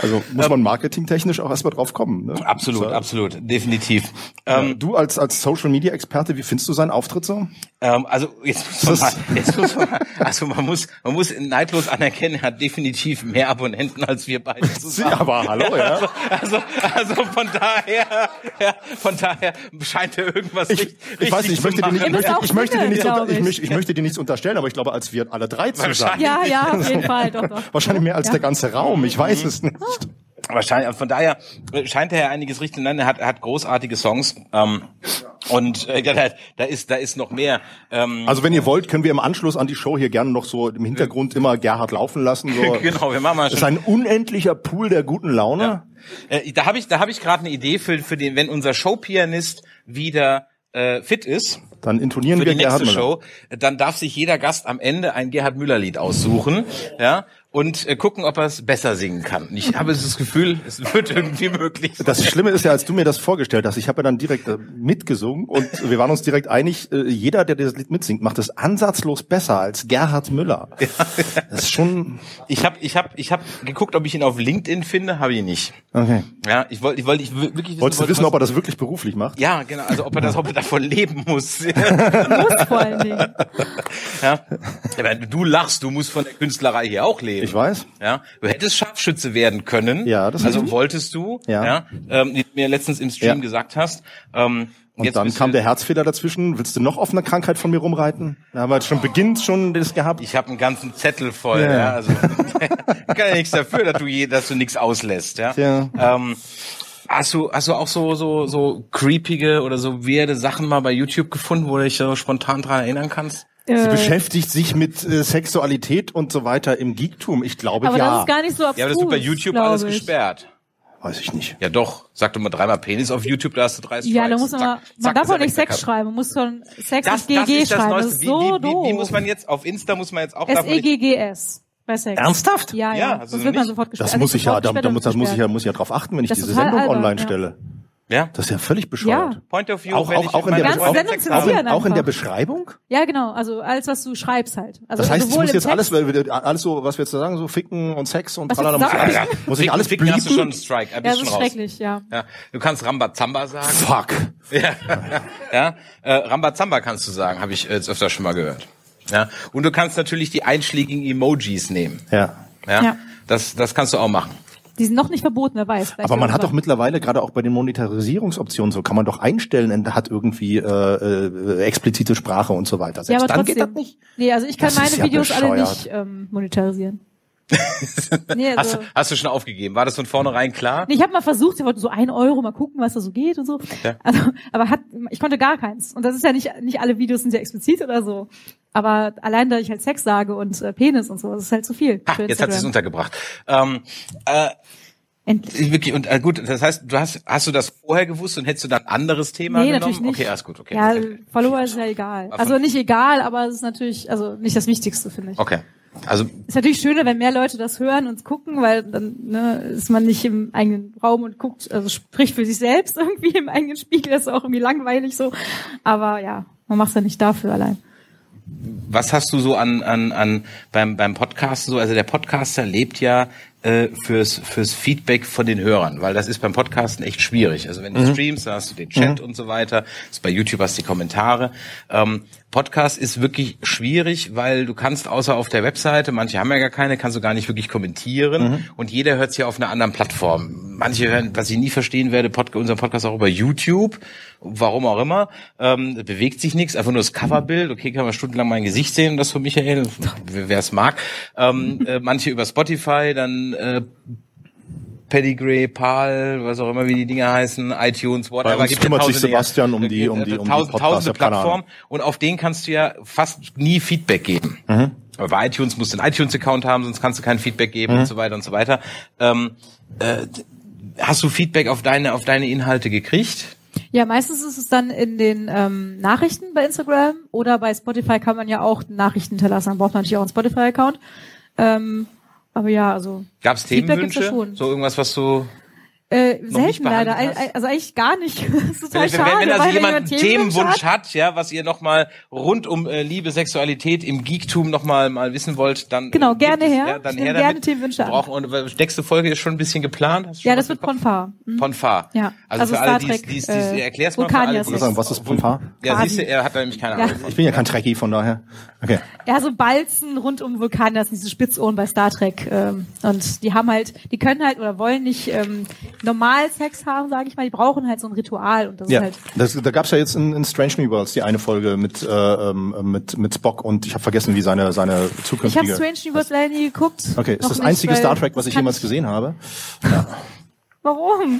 Also muss man marketingtechnisch auch erstmal drauf kommen. Ne?
Absolut,
So.
absolut, definitiv.
Ähm, du als, als Social-Media-Experte, wie findest du seinen Auftritt so?
Ähm, also jetzt muss man,
Das-
mal, jetzt muss man mal, also man muss, man muss neidlos anerkennen, er hat definitiv mehr Abonnenten als wir beide zusammen.
Ja, aber hallo, ja.
Also, also, also von daher, ja, von daher scheint er irgendwas
Ich,
richtig,
ich weiß nicht, ich
zu
möchte, dir nicht,
machen.
ich, möchte,
auch
ich, möchte dir
Single,
nichts unter,
glaub
ich,
ich.
möchte- ich möchte dir nichts unterstellen, aber ich glaube, als wir alle drei zusammen,
Wahrscheinlich.
Ja, ja, auf jeden Fall. Doch, doch.
wahrscheinlich mehr als
ja.
der ganze Raum, ich
Mhm.
weiß es nicht.
Wahrscheinlich, von daher äh, scheint er ja einiges richtig. Nein, er hat, er hat großartige Songs. Ähm, und äh, ja, da, da ist, da ist noch mehr. Ähm,
Also wenn ihr wollt, können wir im Anschluss an die Show hier gerne noch so im Hintergrund immer Gerhard laufen lassen. So.
genau, wir machen mal
Das ist ein unendlicher Pool der guten Laune.
Äh, da habe ich, da habe ich gerade eine Idee für, für den, wenn unser Showpianist wieder äh, fit ist
Dann intonieren
für
wir
die
Gerhard
nächste
Müller.
Show, äh, dann darf sich jeder Gast am Ende ein Gerhard Müller Lied aussuchen, ja, und äh, gucken, ob er es besser singen kann. Und Ich habe das Gefühl, es wird irgendwie möglich. sein.
Das Schlimme ist ja, als du mir das vorgestellt hast, ich habe ja dann direkt äh, mitgesungen und wir waren uns direkt einig, äh, jeder, der das Lied mitsingt, macht es ansatzlos besser als Gerhard Müller. Das ist schon...
Ich habe, ich habe, ich habe geguckt, ob ich ihn auf LinkedIn finde, habe ihn nicht.
Okay.
Ja, ich wollte, ich wollte, ich wirklich
Wolltest
wissen,
du
wollte,
wissen,
was-
ob er das wirklich beruflich macht?
ja, genau, also ob er das, ob er davon leben muss.
Muss vor allen Dingen.
Ja. Aber Du lachst, du musst von der Künstlerei hier auch leben.
Ich weiß.
Ja. Du hättest Scharfschütze werden können.
Ja, das
Also
richtig.
wolltest du, ja,
Ja.
ähm, wie du mir letztens im Stream
Ja.
gesagt hast. Ähm,
Und dann
bist
kam
du,
der Herzfehler dazwischen. Willst du noch auf einer Krankheit von mir rumreiten? Da haben wir jetzt schon beginnt schon das gehabt.
Ich habe einen ganzen Zettel voll. Ja.
Ja.
also, ich kann ja nichts dafür, dass du, je, dass du nichts auslässt. Ja.
Tja.
Ähm, hast du, hast du auch so so so creepige oder so weirde Sachen mal bei YouTube gefunden, wo du dich so spontan dran erinnern kannst?
Sie
Äh,
beschäftigt sich mit äh, Sexualität und so weiter im Geektum. Ich glaube
aber das
ja.
ist gar nicht so abstrus,
Ja, aber das wird bei YouTube
glaub
alles
ich.
gesperrt.
Weiß ich nicht.
Ja doch, sag doch mal dreimal Penis auf YouTube, da hast du drei Strikes.
Ja, da muss man,
Zack,
mal,
zack,
man darf
ist er
auch
weg,
nicht
der
Sex
Kampf.
schreiben, man muss schon Sex
Das,
das,
das
GG
ist das
schreiben, das
Neueste.
ist
Wie,
so
wie,
doof. E
wie, wie muss man jetzt, auf Insta muss man jetzt auch... darf man nicht-
S-E-G-G-S bei Sex.
Ernsthaft?
Ja,
Ja,
ja,
hast du
sonst
noch
wird man
nicht?
sofort gesperrt.
Das
Also
muss ich ja,
sofort
da,
gesperrt
da
und
muss, das muss ich ja,
gesperrt.
muss ich ja drauf achten, wenn ich
Das ist
diese
total
Sendung
albern,
online
ja.
stelle.
Ja.
Das ist ja völlig bescheuert.
Ja.
Point of view,
Auch-
wenn
auch-
ich
auch in
mit
der
meiner
Ganz
Freundin
Sendung
Sex habe.
Auch, in,
zensieren
auch in der
einfach.
Beschreibung?
Ja, genau. Also alles, was du schreibst halt. Also
Das heißt, ich
sowohl
muss
im
jetzt alles,
Text-
weil wir- alles so, was wir jetzt da sagen, so ficken und Sex und
Was
tralala, muss
jetzt
ich alles,
sagen?
muss ich alles
Ficken hast du schon einen
bliepen?
Strike, ein
Ja, das
bisschen
ist
raus.
schrecklich, ja.
Ja, du kannst Rambazamba sagen.
Fuck.
Ja, äh, Rambazamba kannst du sagen, habe ich äh, jetzt öfter schon mal gehört. Ja, und du kannst natürlich die einschlägigen Emojis nehmen.
Ja.
Ja,
Ja.
das das kannst du auch machen.
Die sind noch nicht verboten, wer weiß. Vielleicht
Aber man hat doch
irgendwann.
mittlerweile, gerade auch bei den Monetarisierungsoptionen, so kann man doch einstellen, und hat irgendwie äh, äh, explizite Sprache und so weiter.
ja,
Selbst
aber
dann
trotzdem.
geht das nicht.
Nee, also ich kann
Das
meine
ist ja
Videos alle
bescheuert.
nicht ähm, monetarisieren. nee,
Hast,
also,
du- hast du schon aufgegeben? War das von vornherein klar?
nee, ich habe mal versucht, wir wollten so ein Euro mal gucken, was da so geht und so.
Ja.
Also, aber hat, ich konnte gar keins. Und das ist ja nicht, nicht alle Videos sind ja explizit oder so. Aber allein, da ich halt Sex sage und äh, Penis und so, das ist halt zu viel.
Ha,
für
jetzt hat sie es
Instagram.
untergebracht. Ähm, äh,
Endlich.
wirklich und äh, gut, das heißt, du hast hast du das vorher gewusst und hättest du dann ein anderes Thema
Nee,
genommen?
natürlich nicht.
Okay, alles gut, okay.
Ja, Follower ist ja egal.
War
Also
von-
nicht egal, aber es ist natürlich, also nicht das Wichtigste, finde ich.
Okay. Also
Ist natürlich schöner, wenn mehr Leute das hören und gucken, weil dann ne, ist man nicht im eigenen Raum und guckt, also spricht für sich selbst irgendwie im eigenen Spiegel, das ist auch irgendwie langweilig so. Aber ja, man macht's ja nicht dafür allein.
Was hast du so an, an, an beim, beim Podcast so? Also der Podcaster lebt ja äh, fürs, fürs Feedback von den Hörern, weil das ist beim Podcasten echt schwierig. Also wenn du streamst, dann hast du den Chat und so weiter. Ist bei YouTube hast du die Kommentare. Ähm, Podcast ist wirklich schwierig, weil du kannst außer auf der Webseite, manche haben ja gar keine, kannst du gar nicht wirklich kommentieren. Und jeder hört es ja auf einer anderen Plattform. Manche hören, was ich nie verstehen werde, Pod unseren Podcast auch über YouTube, warum auch immer. Ähm, bewegt sich nichts, einfach nur das Coverbild. Okay, kann man stundenlang mein Gesicht sehen, das von Michael, wer es mag. Ähm, äh, manche über Spotify, dann äh, Pedigree, Pal, was auch immer, wie die Dinger heißen, iTunes, whatever.
uns
ja
kümmert sich
tausende- Äh,
Sebastian um die- um die- um die
tausend- tausende
Podcaster, keine Ahnung.
Plattformen und auf den kannst du ja fast nie Feedback geben.
Mhm.
Aber bei iTunes musst du einen iTunes-Account haben, sonst kannst du kein Feedback
Mhm.
geben und so weiter und so weiter. Ähm, äh, hast du Feedback auf deine, auf deine Inhalte gekriegt?
Ja, meistens ist es dann in den ähm, Nachrichten bei Instagram oder bei Spotify kann man ja auch Nachrichten hinterlassen. Dann braucht man natürlich auch einen Spotify-Account. Ähm, aber ja, also
Gab es
Feedback gibt's ja
Themenwünsche?
schon.
So irgendwas, was du...
Äh,
nicht
selten leider.
behandelt hast?
Ei- ei- Also eigentlich gar nicht. Das ist
Wenn,
total
wenn,
schade.
wenn also
weil
jemand einen
jemand Themenwunsch
Themenwunsch
hat.
hat, ja, was ihr nochmal rund um äh, Liebe, Sexualität im Geektum nochmal mal wissen wollt, dann äh,
Genau,
gibt
gerne
es-
her.
Ja, dann
Ich
her
nehme gerne
damit.
Themenwünsche an.
Brauch, und äh, nächste Folge ist schon ein bisschen geplant. Hast du schon
Ja,
was
das wird
im Kopf?
Ponfar.
Ponfar.
Mhm. Ja,
Also,
also
für
Star
alle, die es-
Trek,
die es- die
äh,
es- erklär's mal für
Vulkanier
alle, die
Ich
es-
würde sagen, was ist Pompa?
Ja,
Quasi.
siehst du, er hat da nämlich keine
Ja.
Ahnung.
Ich bin ja kein Trekkie, von daher. Okay.
Ja, so Balzen rund um Vulkane, das sind diese Spitzohren bei Star Trek. Ähm, und die haben halt, die können halt oder wollen nicht ähm, normal Sex haben, sage ich mal. Die brauchen halt so ein Ritual und das
Ja,
ist halt.
das, da gab's ja jetzt in, in Strange New Worlds die eine Folge mit, äh, ähm, mit, mit Spock und ich habe vergessen, wie seine, seine
Ich habe
zukünftige...
Strange New World leider nie geguckt.
okay, ist
Noch
das
nicht,
einzige
weil
Star Trek, was
das
ich
kann
jemals gesehen habe.
Warum?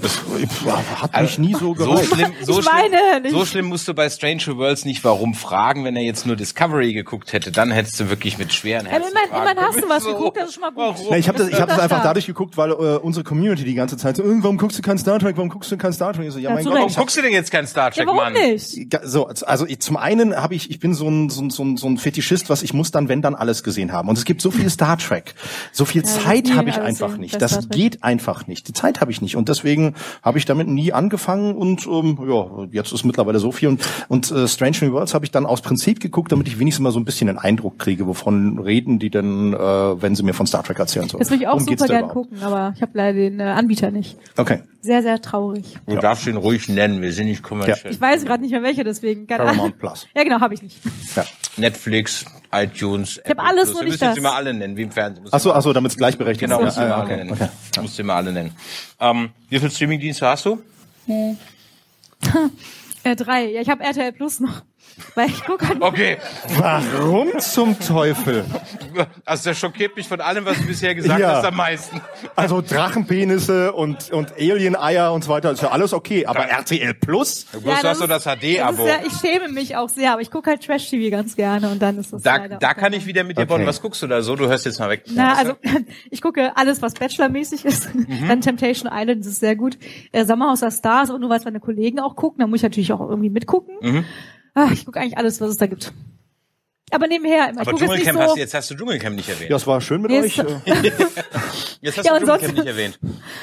Das, ja, hat mich nie so
So
gereizt.
schlimm, so,
Ich weine
schlimm,
nicht.
so schlimm musst du bei Stranger Worlds nicht warum fragen, wenn er jetzt nur Discovery geguckt hätte, dann hättest du wirklich mit schweren
Ja,
Herzen.
immerhin,
fragen
immerhin hast du
können.
was
So,
geguckt, das ist schon mal gut.
warum?
Ja, ich habe das, ich hab das
Das
einfach
da.
dadurch geguckt, weil äh, unsere Community die ganze Zeit so, äh, warum guckst du kein Star Trek, warum guckst du kein Star Trek? Ich so, ja,
Ja,
mein
zu
Gott,
Recht.
Warum guckst du denn jetzt kein Star Trek,
Ja,
Mann?
warum nicht?
Ja, So, also ich, zum einen habe ich, ich bin so ein, so, ein, so, ein, so ein Fetischist, was ich muss dann, wenn dann alles gesehen haben. Und es gibt so viel Star Trek. So viel
das
Zeit
nie
habe ich
alles
einfach
sehen,
nicht.
das Star
Das
Trek.
geht einfach nicht. Die Zeit habe ich nicht. Und deswegen habe ich damit nie angefangen und ähm, ja, jetzt ist mittlerweile so viel. Und, und äh, Strange New Worlds habe ich dann aus Prinzip geguckt, damit ich wenigstens mal so ein bisschen den Eindruck kriege, wovon reden die denn, äh, wenn sie mir von Star Trek erzählen sollen.
Das würde ich auch
Worum geht's
super
da
gern
überhaupt?
gucken, aber ich habe leider den äh, Anbieter nicht.
Okay.
Sehr, sehr traurig.
Du darfst ihn ruhig nennen, wir sind nicht kommerziell.
Ich weiß gerade nicht mehr welche, deswegen. keine
Paramount
Ahnung.
Plus.
Ja, genau, habe ich nicht.
Ja.
Netflix, iTunes, Ich
hab alles, nur
Wir
nicht
müssen jetzt
das.
immer alle nennen, wie im Fernsehen. Muss
Ach so, ach so, damit es gleichberechtigt
Genau,
ist.
musst du
Ja,
immer
ja,
alle
okay.
nennen.
okay.
Musst du immer alle nennen. Ähm, wie viele Streamingdienste hast du?
Äh, drei. Ja, ich habe RTL Plus noch. Weil ich gucke halt
Okay.
Warum zum Teufel?
Also der schockiert mich von allem, was du bisher gesagt
Ja.
hast, am meisten.
Also Drachenpenisse und, und Alien-Eier und so weiter, ist ja alles okay. Aber RTL Plus?
Bloß du hast so das HD-Abo.
Ja, ich schäme mich auch sehr, aber ich gucke halt Trash-TV ganz gerne und dann ist das
Da,
leider
da
auch
kann
dabei.
ich wieder mit dir
Okay.
bonden. Was guckst du da so? Du hörst jetzt mal weg.
Na, also ich gucke alles, was Bachelor-mäßig ist.
Mhm.
Dann Temptation Island, das ist sehr gut. Äh, Sommerhaus der Stars, und nur weil es meine Kollegen auch gucken, da muss ich natürlich auch irgendwie mitgucken.
Mhm.
Ach, ich gucke eigentlich alles, was es da gibt. Aber nebenher, immer.
Aber
ich gucke
Dschungelcamp
jetzt nicht so.
hast du, jetzt hast du Dschungelcamp nicht erwähnt.
Ja, es war schön mit
Nee,
euch.
es-
Äh,
Jetzt hast
Ja,
du
und
Dschungelcamp
sonst-
nicht erwähnt.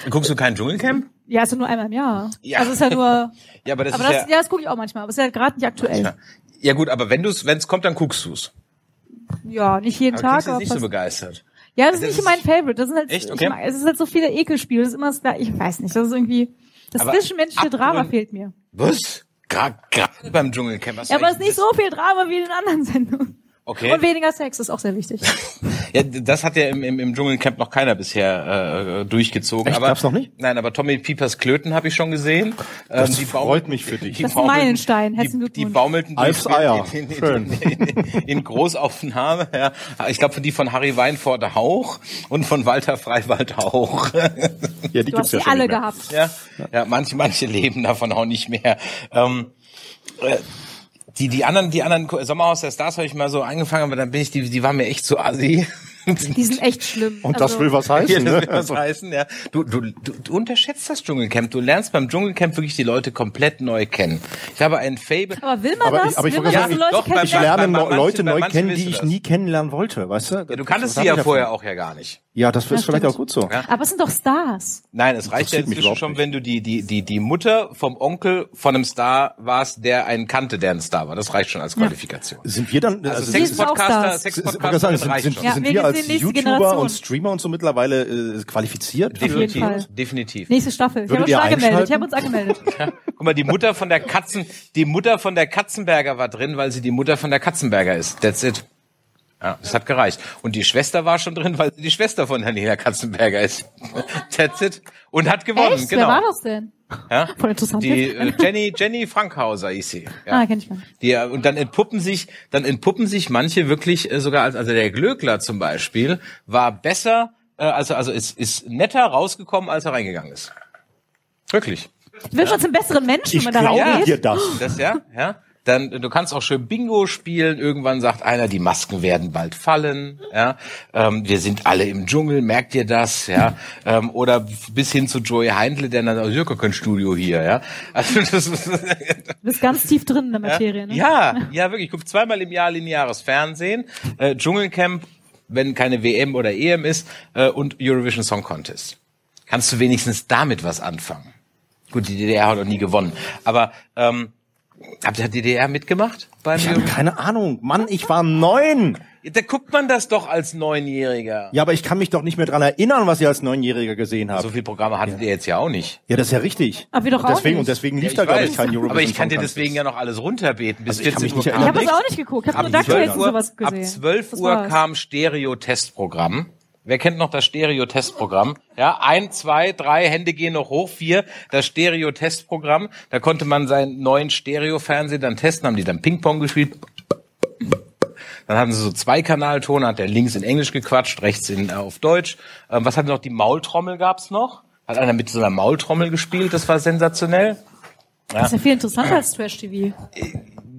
Guckst du kein Dschungelcamp?
Ja, ist ja nur einmal im Jahr.
Ja.
Also ist ja nur.
Ja, aber das
aber
ist
das, ja,
ja,
das gucke ich auch manchmal. Aber ist ja gerade nicht aktuell.
ja. gut, aber wenn du es, wenn es kommt, dann guckst du es.
Ja, nicht jeden
Aber du
Tag.
klingst jetzt nicht so
fast-
begeistert.
ja, das ist
Das
nicht
Also ist-
mein Favorite. Das sind halt,
Echt?
ich
Okay.
mag- es ist halt so viele Ekelspiele. Das ist immer das gleiche. Ich weiß nicht. Das ist irgendwie das
Aber
zwischenmenschliche Drama
abgrund-
fehlt mir.
Was? Gerade beim Dschungelcamp. Was
Ja, aber
soll
es ist nicht so viel Drama wie in den anderen Sendungen.
Okay.
Und weniger Sex ist auch sehr wichtig.
Ja, das hat ja im, im, im Dschungelcamp noch keiner bisher äh, durchgezogen.
Echt?
Aber,
Gab's noch nicht?
Nein, aber Tommy Piepers Klöten habe ich schon gesehen.
Das
Ähm,
freut mich für dich.
die
Das ist ein
baumelten-
Meilenstein. Herzlichen
Die, die
Glückwunsch.
baumelten
Alfs
durchs Bild
Eier.
In, in,
Schön.
In, in, in Großaufnahme. Ja. Ich glaube, für die von Harry Weinfort Hauch und von Walter Freiwald Hauch.
Ja, die
Du hast die
schon
alle
nicht mehr.
gehabt.
ja, ja, manche, manche leben davon auch nicht mehr. Ähm, äh, die, die anderen, die anderen Ko- Sommerhaus der Stars habe ich mal so angefangen, aber dann bin ich, die, die waren mir echt zu assi.
Die sind echt schlimm.
Und
Also-
das will was heißen.
Ja, das
Ne?
will was heißen, ja. Du, du, du, du unterschätzt das Dschungelcamp. Du lernst beim Dschungelcamp wirklich die Leute komplett neu kennen. Ich habe ein Fable.
Aber will man
Aber ich-
das?
aber ich
will man
wollte
sagen,
das? Leute
doch,
kennen,
beim
die
Ich lerne
Bei- bei
no-
manchen-
Leute
bei
neu
manchen
kennen,
wissen
die ich
das.
nie kennenlernen wollte, weißt du?
Ja, du kanntest
Was
sie ja
hab ich
vorher
davon?
auch ja gar nicht.
Ja, das ist
Ja,
vielleicht auch
stimmt.
gut so.
Ja.
Aber es sind doch Stars.
Nein, es reicht ja
Interessiert mich
inzwischen
überhaupt
schon,
nicht.
wenn du die, die, die, die Mutter vom Onkel von einem Star warst, der einen kannte, der ein Star war. Das reicht schon als Qualifikation.
Sind wir dann,
Also
sind-
Sex- auch
Sexpodcaster,
das.
sind, sind, sind,
Sexpodcaster,
sind,
das reicht
sind,
schon.
sind,
Ja, wir
wir als
sind nächste
YouTuber
Generation.
und Streamer und so mittlerweile äh, qualifiziert?
jeden Fall.
Definitiv, definitiv.
Nächste Staffel. Ich
Würdet
habe uns
ihr
angemeldet.
einschalten?
Ich habe uns angemeldet.
Guck mal, die Mutter von der Katzen, die Mutter von der Katzenberger war drin, weil sie die Mutter von der Katzenberger ist. That's it. Ja, das hat gereicht. Und die Schwester war schon drin, weil sie die Schwester von Helena Katzenberger ist. That's it. Und hat gewonnen,
Echt?
genau.
Wer war das denn?
Ja?
Voll interessant.
Die äh, Jenny, Jenny Frankhauser ist sie. Ja.
Ah, kenn ich gar nicht.
Die, äh, und dann entpuppen sich, dann entpuppen sich manche wirklich äh, sogar als, also der Glöckler zum Beispiel war besser, äh, also, also ist, ist netter rausgekommen, als er reingegangen ist. Wirklich.
Wird schon zum besseren Menschen,
Ich
wenn man da
glaube
reingeht.
dir das.
Das ja, ja. Dann äh, du kannst auch schön Bingo spielen. Irgendwann sagt einer, die Masken werden bald fallen. Ja, ähm, wir sind alle im Dschungel. Merkt ihr das? Ja, ähm, oder bis hin zu Joey Heindle, der dann sagt, Jürgen, kein Studio hier. Ja, also das ist,
Du bist ganz tief drin in der Materie. Ne?
ja, ja, wirklich. Ich gucke zweimal im Jahr lineares Fernsehen, äh, Dschungelcamp, wenn keine WM oder EM ist, äh, und Eurovision Song Contest. Kannst du wenigstens damit was anfangen? Gut, die DDR hat noch nie gewonnen. Aber ähm, habt ihr DDR mitgemacht beim
Ich habe
Eurovision?
keine Ahnung. Mann, ich war neun.
Da guckt man das doch als Neunjähriger.
Ja, aber ich kann mich doch nicht mehr dran erinnern, was ich als Neunjähriger gesehen habe.
So viel Programme hattet ihr jetzt ja auch nicht.
Ja, das ist ja richtig.
Aber wir doch
und deswegen,
auch
und
nicht.
deswegen lief
Ich
da, glaube
weiß,
ich, kein Eurovision
aber ich kann dir
Song
deswegen
Contest.
ja noch alles runterbeten. Bis
Also ich kann
14
mich nicht
Uhr kam
erinnern.
Ich habe es
nichts.
auch nicht geguckt. Ich habe nur
Ab 12
DuckTales und
Uhr,
sowas gesehen.
ab 12
Das
Uhr
war's.
kam Stereo-Testprogramm. Wer kennt noch das Stereo-Testprogramm? Ja, ein, zwei, drei, Hände gehen noch hoch, vier, das Stereo-Testprogramm. Da konnte man seinen neuen Stereo-Fernseher dann testen, haben die dann Ping-Pong gespielt. Dann hatten sie so zwei Kanaltone, hat der links in Englisch gequatscht, rechts in, äh, auf Deutsch. Ähm, was hatten sie noch? Die Maultrommel gab's noch. Hat einer mit so einer Maultrommel gespielt, das war sensationell.
Das ist ja viel interessanter als Trash-TV.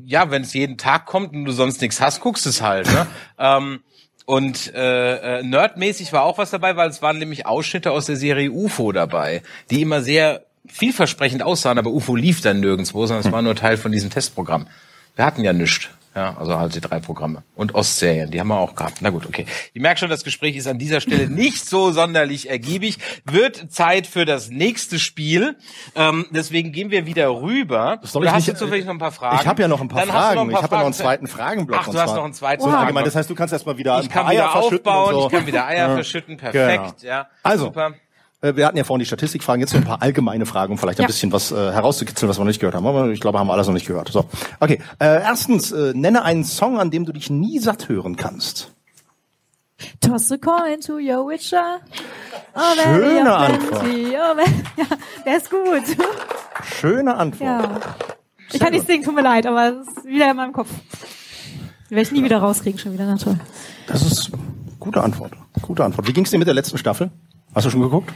ja, wenn es jeden Tag kommt und du sonst nichts hast, guckst es halt. Ne? ähm, und äh, äh, nerdmäßig war auch was dabei, weil es waren nämlich Ausschnitte aus der Serie UFO dabei, die immer sehr vielversprechend aussahen, aber UFO lief dann nirgendwo, sondern es war nur Teil von diesem Testprogramm. Wir hatten ja nichts. Ja, also halt die drei Programme. Und Ostserien, die haben wir auch gehabt. Na gut, okay. Ich merke schon, das Gespräch ist an dieser Stelle nicht so sonderlich ergiebig. Wird Zeit für das nächste Spiel. Ähm, deswegen gehen wir wieder rüber.
Soll
Oder
ich äh,
hast
nicht-
du zufällig noch ein paar Fragen?
Ich habe ja noch ein paar
Dann hast du
Fragen.
ein paar
ich habe ja noch einen
Fragen.
zweiten Fragenblock.
Ach, du
und
hast
zwar-
noch einen zweiten
So allgemein.
Fragenblock.
Das heißt, du kannst erstmal wieder
Ich
ein
kann
paar Eier
wieder
verschütten
aufbauen,
und so.
ich kann wieder Eier
Ja.
verschütten, perfekt.
Genau.
Ja,
Also.
Super.
Äh, Wir hatten ja vorhin die Statistikfragen, jetzt so ein paar allgemeine Fragen, um vielleicht ein
Ja.
bisschen was äh, herauszukitzeln, was wir noch nicht gehört haben. Aber ich glaube, haben wir alles noch nicht gehört. So, okay. Äh, erstens, äh, nenne einen Song, an dem du dich nie satt hören kannst.
Toss a coin to your witcher. Oh,
Schöne
Mary of
Antwort.
Plenty. Oh, Mary- ja, der ist gut.
Schöne Antwort.
Ja. Ich kann nicht singen, tut mir leid, aber es ist wieder in meinem Kopf. Werde ich nie wieder rauskriegen, schon wieder. Na toll.
Das ist gute Antwort. Gute Antwort. Wie ging's dir mit der letzten Staffel? Hast du schon geguckt?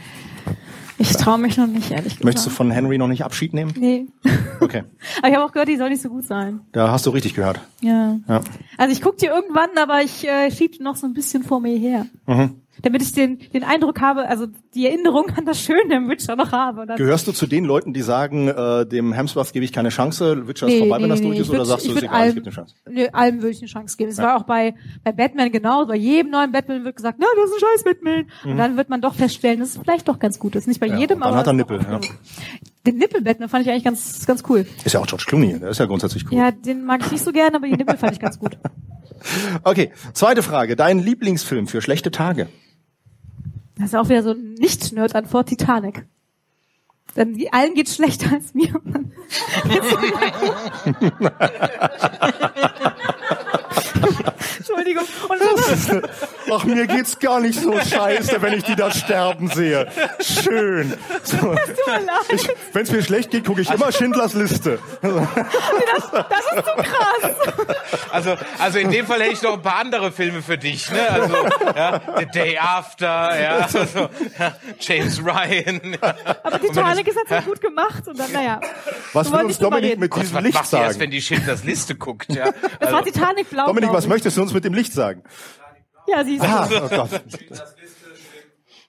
Ich traue mich noch nicht, ehrlich gesagt.
Möchtest du von Henry noch nicht Abschied nehmen?
Nee.
Okay.
aber ich habe auch gehört, die soll nicht so gut sein.
Da hast du richtig gehört.
Ja.
Ja. Mhm.
Also ich gucke die irgendwann, aber ich äh, schieb die noch so ein bisschen vor mir her. damit ich den, den Eindruck habe, also die Erinnerung an das Schöne im Witcher noch habe. Und dann-
Gehörst du zu den Leuten, die sagen, äh, dem Hemsworth gebe ich keine Chance, Witcher ist
Nee,
vorbei,
nee,
wenn das
nee,
durch
nee,
ist,
ich
oder
würd-
sagst du,
ich
es
würd
ist egal, es
allem-
gibt eine Chance?
Nö, allem würde ich eine Chance geben. Es war auch bei, bei Batman genauso. Bei jedem neuen Batman wird gesagt, na, das ist ein scheiß Batman. Und dann wird man doch feststellen, dass es vielleicht doch ganz gut ist. Nicht bei
Mhm. Ja,
jedem,
und dann
aber...
hat er Nippel, ja.
Den Nippel-Batman fand ich eigentlich ganz, ganz cool.
Ist ja auch George Clooney, der ist ja grundsätzlich cool.
Ja, den mag ich nicht so gerne, aber die Nippel fand ich ganz gut.
Okay, zweite Frage. Dein Lieblingsfilm für schlechte Tage?
Das ist auch wieder so ein Nicht-Nerd-Antwort, Titanic. Denn die, allen geht's schlechter als mir. Entschuldigung. Und
Ach, mir geht's gar nicht so scheiße, wenn ich die da sterben sehe. Schön. So. Ich, wenn's mir schlecht geht, gucke ich immer Schindlers Liste.
das ist zu krass.
Also, also in dem Fall hätte ich noch ein paar andere Filme für dich, ne? Also, ja, The Day After, ja, also, ja, James Ryan. Ja.
Aber Titanic ist jetzt so gut gemacht und dann, naja.
Was
Wir wollen
will uns
nicht drüber
Dominik
reden.
mit
Gott,
diesem
was
Licht
macht ihr erst, wenn
sagen?
die Schindlers Liste guckt, ja?
Das war Titanic blau.
Also, Dominik,
glaub
was
ich.
möchtest du uns mit dem Licht sagen?
Ja, siehst du.
Ah, oh Gott.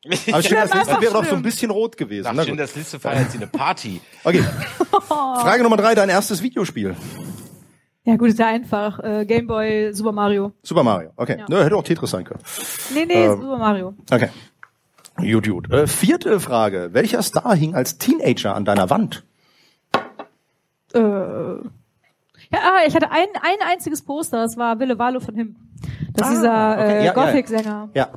Aber Schindlers
Ja,
Liste
einfach
wäre doch so ein
schlimm.
bisschen rot gewesen.
Nach
Na gut.
Schindlers Liste feiert sie eine Party.
Okay. Frage Nummer drei, dein erstes Videospiel.
Ja, gut, ist ja einfach. Äh, Gameboy, Super Mario.
Super Mario. Okay.
Ja.
Nö, hätte auch Tetris sein können.
Nee, nee,
Ähm.
Super Mario.
Okay. Gut, gut. Äh, vierte Frage. Welcher Star hing als Teenager an deiner Wand?
Äh, ja, ah, ich hatte ein, ein einziges Poster, das war Wille Valo von him. Das ist dieser
Ah, okay,
äh,
ja, ja, ja.
Gothic-Sänger.
Ja.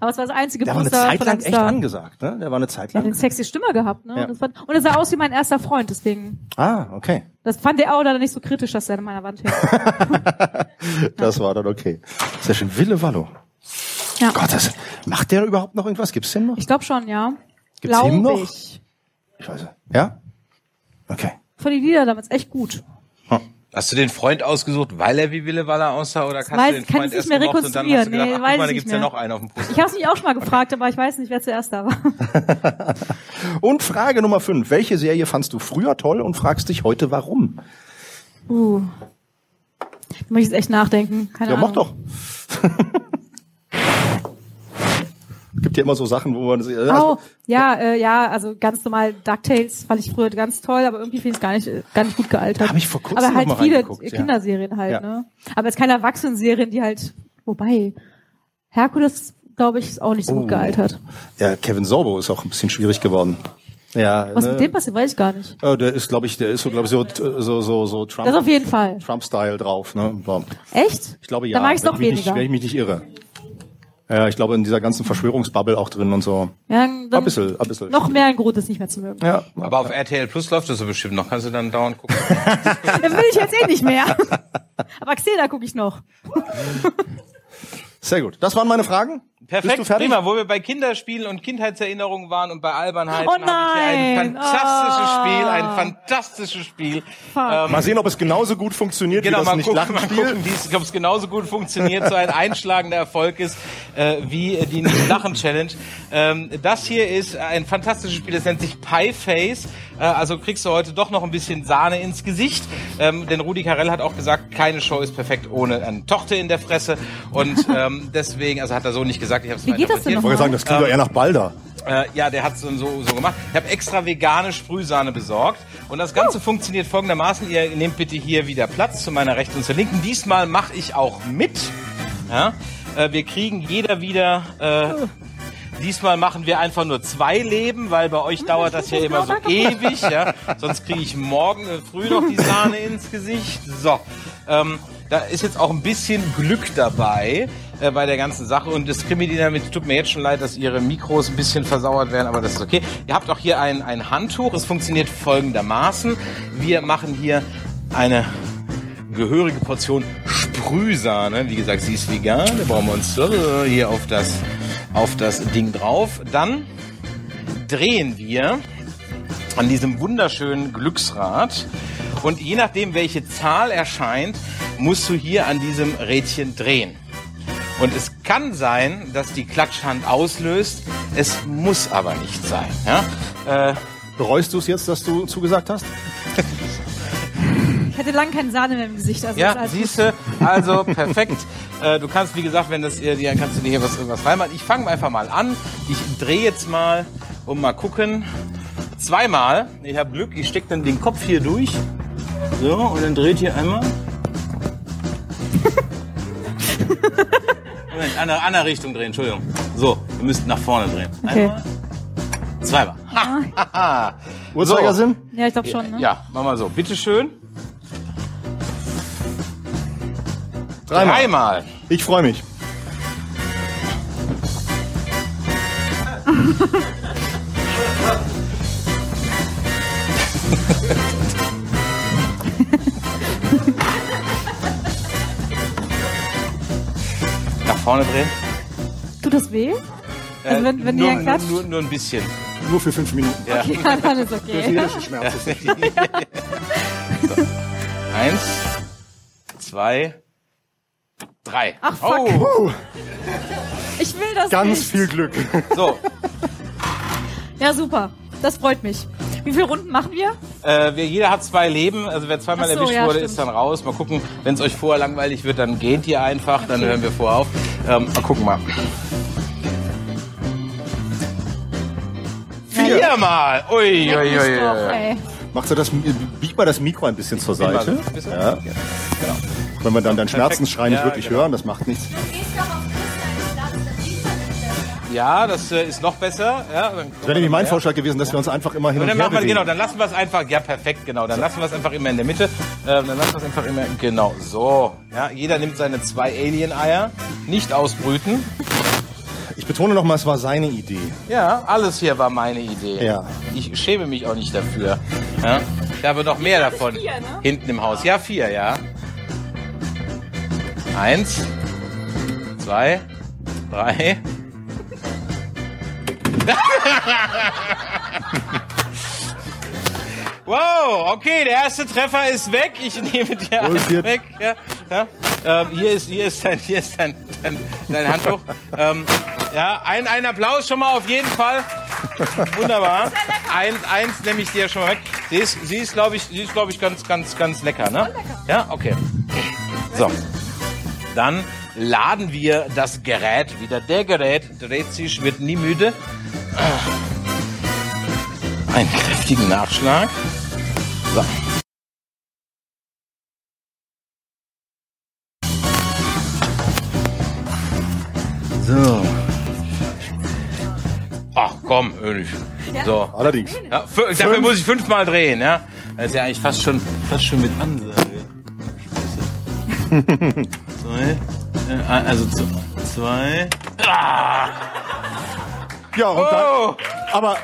Aber es war das einzige
Der war eine
Poster
Zeit
von
lang
einem
echt
Star.
angesagt, ne? Der war eine Zeit
Er hat
lang.
eine sexy Stimme gehabt, ne?
Ja.
Und, das war, und er sah aus wie mein erster Freund, deswegen.
Ah, okay.
Das fand er auch dann nicht so kritisch, dass er an meiner Wand hing.
Das war dann okay. Sehr schön. Wille Wallo.
Ja.
Gott, das, macht der überhaupt noch irgendwas? Gibt's den noch?
Ich glaube schon, ja.
Gibt's
Glaub
ihn noch?
ich.
Ich weiß nicht. Ja? Okay.
Von den Lieder damals echt gut.
Hast du den Freund ausgesucht, weil er wie Wille Waller aussah, oder kannst
weiß-
du den
kann
Freund
ich nicht
erst
mehr
gemocht und dann hast du
rekonstruieren.
gedacht,
Nee,
ach,
weiß
guck mal, da
ich
gibt's
nicht
ja
mehr.
noch einen auf dem Poster.
Ich habe mich auch schon mal gefragt, aber ich weiß nicht, wer zuerst da war.
Und Frage Nummer fünf. Welche Serie fandst du früher toll und fragst dich heute warum?
Uh. Da muss ich jetzt echt nachdenken. Keine
Ja,
Ahnung.
mach doch. Gibt ja immer so Sachen, wo man...
Oh, ja, äh, ja, also ganz normal DuckTales fand ich früher ganz toll, aber irgendwie finde ich es gar nicht, äh, gar nicht gut gealtert.
Hab ich vor kurzem
aber halt
noch mal
viele
reingeguckt, ja.
Kinderserien halt,
Ja.
ne? Aber jetzt keine Erwachsenenserien, die halt, wobei, Herkules, glaube ich, ist auch nicht so
Oh.
gut gealtert.
Ja, Kevin Sorbo ist auch ein bisschen schwierig geworden. Ja,
Was
ne?
mit dem passiert, weiß ich gar nicht.
Äh, der ist, glaube ich, der ist so, glaube ich, so, so, so, so Trump,
Das auf jeden Fall.
Trump-Style drauf. Ne? So.
Echt?
Ich glaube ja.
Dann mag ich es
wenn
noch
mich nicht-
weniger.
Wenn ich mich nicht irre. Ja, ich glaube in dieser ganzen Verschwörungsbubble auch drin und so.
ja, dann
Ein bisschen, ein bisschen.
Noch mehr ein Grund, das nicht mehr zu mögen.
Ja.
Aber auf RTL Plus läuft das so bestimmt noch. Kannst du dann dauernd gucken.
Dann will ich jetzt eh nicht mehr. Aber Xena gucke ich noch.
Sehr gut. Das waren meine Fragen. Bist
Perfekt,
du fertig?
prima. Wo wir bei Kinderspielen und Kindheitserinnerungen waren und bei Albernheiten,
Oh
habe ich hier ein
nein.
fantastisches
Oh.
Spiel, ein fantastisches Spiel. Ähm,
Mal sehen, ob es genauso gut funktioniert
genau,
wie das
mal
nicht
gucken,
lachen
mal gucken, wie es- ob es genauso gut funktioniert, so ein einschlagender Erfolg ist, äh, wie äh, die Nicht-Lachen-Challenge. Ähm, das hier ist ein fantastisches Spiel, das nennt sich Pie Face. Äh, also kriegst du heute doch noch ein bisschen Sahne ins Gesicht, ähm, denn Rudi Carell hat auch gesagt, keine Show ist perfekt ohne eine Tochter in der Fresse und ähm, deswegen, also hat er so nicht gesagt, ich habe es
Wie geht das denn
Ich wollte sagen, das klingt doch eher nach Balder.
äh, ja, der hat es so, so gemacht. Ich habe extra vegane Sprühsahne besorgt. Und das Ganze funktioniert folgendermaßen. Ihr nehmt bitte hier wieder Platz zu meiner rechten und zur linken. Diesmal mache ich auch mit. Ja? Äh, wir kriegen jeder wieder... Äh, Diesmal machen wir einfach nur zwei Leben, weil bei euch dauert das ja immer so ewig. Ja? Sonst kriege ich morgen äh, früh noch die Sahne ins Gesicht. So, ähm, da ist jetzt auch ein bisschen Glück dabei äh, bei der ganzen Sache. Und es damit tut mir jetzt schon leid, dass ihre Mikros ein bisschen versauert werden, aber das ist okay. Ihr habt auch hier ein, ein Handtuch. Es funktioniert folgendermaßen. Wir machen hier eine gehörige Portion Sprühsahne. Wie gesagt, sie ist vegan. Da brauchen wir uns äh, hier auf das, auf das Ding drauf. Dann drehen wir an diesem wunderschönen Glücksrad. Und je nachdem, welche Zahl erscheint, musst du hier an diesem Rädchen drehen. Und es kann sein, dass die Klatschhand auslöst. Es muss aber nicht sein. Ja? Äh,
Bereust du es jetzt, dass du zugesagt hast?
Ich hätte lang keine Sahne mehr im Gesicht. Also ist
Ja,
alles
siehst du, also perfekt. Äh, du kannst, wie gesagt, wenn das ihr dir, kannst du dir hier was irgendwas reinmachen. Ich fange einfach mal an. Ich drehe jetzt mal und mal gucken. Zweimal. Ich habe Glück, ich stecke dann den Kopf hier durch. So, und dann dreht hier einmal. Moment, andere, andere Richtung drehen, Entschuldigung. So, ihr müsst nach vorne drehen.
Okay.
Einmal. Zweimal.
Uhrzeigersinn?
gut. Ja, ich glaube schon. Ne?
Ja, mach mal so. Bitteschön.
Dreimal.
Dreimal.
Ich freue mich.
Nach vorne drehen.
Tut das weh? Also wenn, wenn
Äh, nur,
ihr klatscht?
nur, nur ein bisschen.
Nur für fünf Minuten.
Ja.
Ja, dann ist okay.
Seelische Schmerzen.
Eins, zwei, drei.
Ach, fuck.
Oh,
Ich will das
Ganz
nicht.
viel Glück.
so.
Ja, super. Das freut mich. Wie viele Runden machen wir?
Äh, wir, jeder hat zwei Leben. Also wer zweimal
Ach so,
erwischt
ja,
wurde,
stimmt.
ist dann raus. Mal gucken, wenn es euch vorher langweilig wird, dann geht ihr einfach. Dann hören wir vorher auf. Ähm, mal gucken mal. Viermal. Ui, ui, ui,
Leck mich
ui.
doch, ey.
Macht er das, biegt mal das Mikro ein bisschen zur
mal
Seite.
so ein bisschen.
Ja. Wenn wir dann deinen Schmerzensschrei nicht
Ja,
wirklich
genau.
hören, das macht nichts.
Ja, das äh, ist noch besser. Ja, dann
Das wäre nämlich mein Vorschlag gewesen, dass wir uns einfach immer hin
Und
und
dann
her
machen wir,
bewegen.
genau, dann lassen wir es einfach, ja perfekt, genau, dann lassen wir es einfach immer in der Mitte, ähm, dann lassen wir es einfach immer, genau, so. Ja, jeder nimmt seine zwei Alien-Eier, nicht ausbrüten.
Ich betone nochmal, es war seine Idee.
Ja, alles hier war meine Idee.
Ja.
Ich schäme mich auch nicht dafür. Ja, ich habe noch mehr davon
vier, ne?
hinten im Haus. Ja, vier, ja. Eins, zwei, drei. Wow, okay, der erste Treffer ist weg. Ich nehme dir
Wohl
einen
viert.
weg. Ja, ja. Ähm, hier ist, hier ist dein, hier ist dein, dein, dein Handtuch. ähm, ja, ein, ein Applaus schon mal auf jeden Fall. Wunderbar. Eins, eins nehme ich dir schon mal weg. Sie ist, sie ist, glaube ich, sie ist, glaube ich, ganz, ganz, ganz lecker, ne? Ja, okay. So. Dann laden wir das Gerät wieder. Der Gerät dreht sich, wird nie müde. Einen kräftigen Nachschlag. So. So. Ach komm, Ölig. So.
Allerdings.
Ja, fü- Dafür muss ich fünfmal drehen, ja. Das ist ja eigentlich fast schon, fast schon mit Ansage. Scheiße. zwei, äh, also z- zwei.
Ja, und
Oh!
dann, aber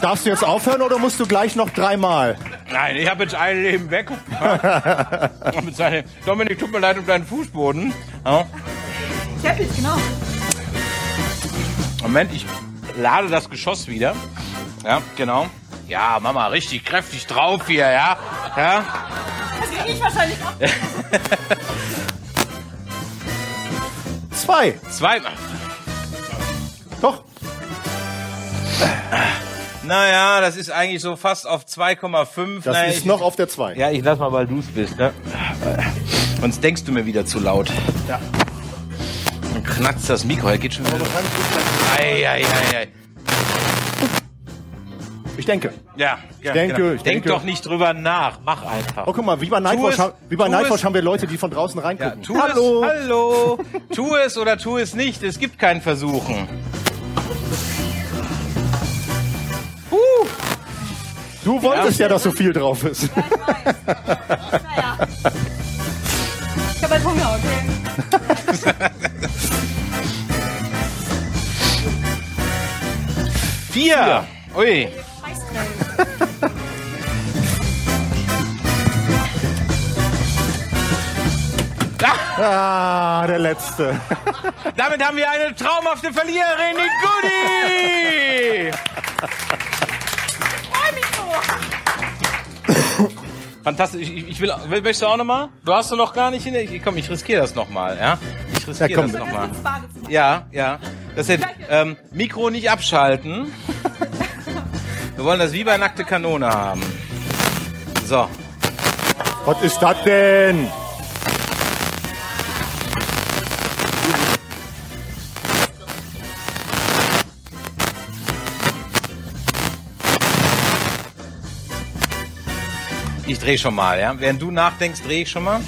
darfst du jetzt aufhören oder musst du gleich noch dreimal?
Nein, ich habe jetzt ein Leben weg. Ich hab jetzt ein Leben. Dominik, tut mir leid um deinen Fußboden. Ja.
Ja, genau.
Moment, ich lade das Geschoss wieder. Ja, genau. Ja, Mama, richtig kräftig drauf hier, ja. ja.
Also ich wahrscheinlich auch.
Zwei.
Zweimal.
Doch.
Naja, das ist eigentlich so fast auf 2,5.
Das
Naja,
ist
ich-
noch auf der zwei.
Ja, ich lass mal, weil du's bist, ne? Sonst denkst du mir wieder zu laut. Ja. Dann knackt das Mikro, er geht schon wieder. Ei, ei, ei, ei.
Ich denke.
Ja, ja
denke,
genau.
ich
Denk
denke.
doch nicht drüber nach, mach einfach.
Oh, guck mal, wie bei Nightwatch,
es,
haben- wie bei
tu
Nightwatch
es.
haben wir Leute, die von draußen
Ja,
reingucken.
tu
Hallo.
es, Halt. hallo. tu es oder tu es nicht, es gibt kein Versuchen.
Du wolltest ja, dass so viel drauf ist.
Naja. Ich habe halt Hunger, okay.
Vier. Ui.
Ah, der letzte.
Damit haben wir eine traumhafte Verliererin, die Goody! Fantastisch. Ich, ich will, will, möchtest du auch nochmal? Du hast du noch gar nicht hin. Ich, komm, ich riskiere das nochmal, ja? Ich riskiere
Ja, komm.
das nochmal.
Badezimmer.
Ja, ja. Das hätte, ähm, Mikro nicht abschalten. Wir wollen das wie bei nackte Kanone haben. So.
Was ist das denn?
Ich drehe schon mal, ja. Während du nachdenkst, drehe ich schon mal.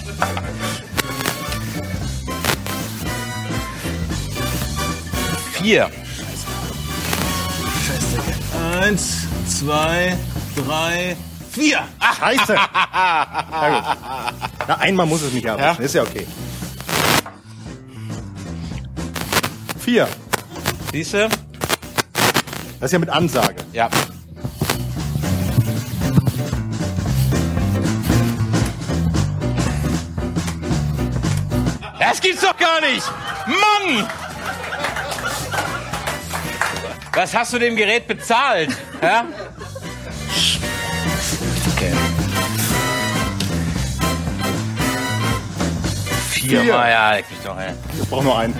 Vier.
Eins, zwei, drei, vier. Ach,
Scheiße! Na gut. Na, einmal muss es nicht erwischen. Ist ja okay. Vier.
Siehste?
Das ist ja mit Ansage.
Ja. Das gibt's doch gar nicht! Mann! Was hast du dem Gerät bezahlt? Ja? Okay. Viermal, ja, leck mich doch, ey.
Ich brauche nur einen.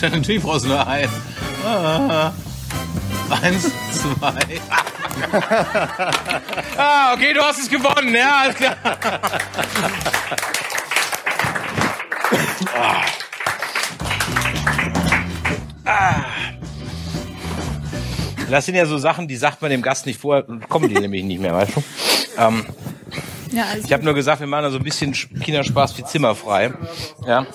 natürlich brauchst du nur einen. Ah. Eins, zwei.
Ah, okay, du hast es gewonnen, ja, alles klar. Ah. Das sind ja so Sachen, die sagt man dem Gast nicht vorher, dann kommen die nämlich nicht mehr, weißt du? Ähm,
Ja, also
ich habe nur gesagt, wir machen da so ein bisschen Kinderspaß wie Zimmer frei. Ja,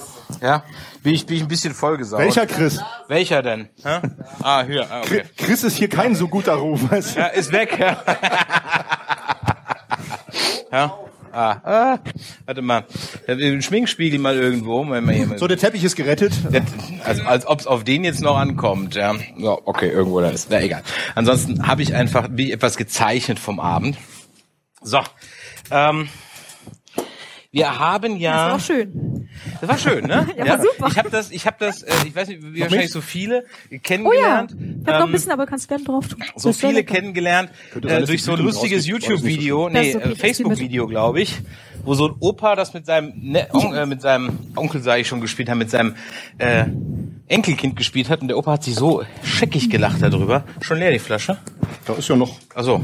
ja. Bin ich, bin ich ein bisschen vollgesaugt.
Welcher Chris?
Welcher denn? Hä? Ah, hier. Ah, okay.
Chris ist hier kein so guter Ruf. Weißt du?
Ja, ist weg. Ja. ja. Ah, ah, warte mal. Ich hab den Schminkspiegel mal irgendwo. Wenn man hier mal
So, der Teppich ist gerettet.
also, als ob es auf den jetzt noch ankommt. Ja, ja okay, irgendwo da ist. Na egal. Ansonsten habe ich einfach wie etwas gezeichnet vom Abend. So. Ähm, wir haben
das war
ja.
auch schön.
Das war schön, ne?
Ja, war super.
Ich habe das, ich habe das, äh, ich weiß nicht, wie wahrscheinlich so viele
Oh ja,
kennengelernt.
ich hab noch ein bisschen, aber kannst gern drauf tun.
so
Das wär
viele
lecker.
kennengelernt
Könnte sein,
äh,
dass
durch
die
so ein
Bildung
lustiges
rausgeht, aber das ist nicht so
YouTube-Video,
Das
nee,
ist okay,
äh,
das
Facebook-Video, glaube ich, wo so ein Opa das mit seinem ne On äh, mit seinem Onkel, sage ich schon, gespielt hat, mit seinem äh, Enkelkind gespielt hat und der Opa hat sich so scheckig gelacht darüber. Schon leer die Flasche?
Da ist ja noch.
Also,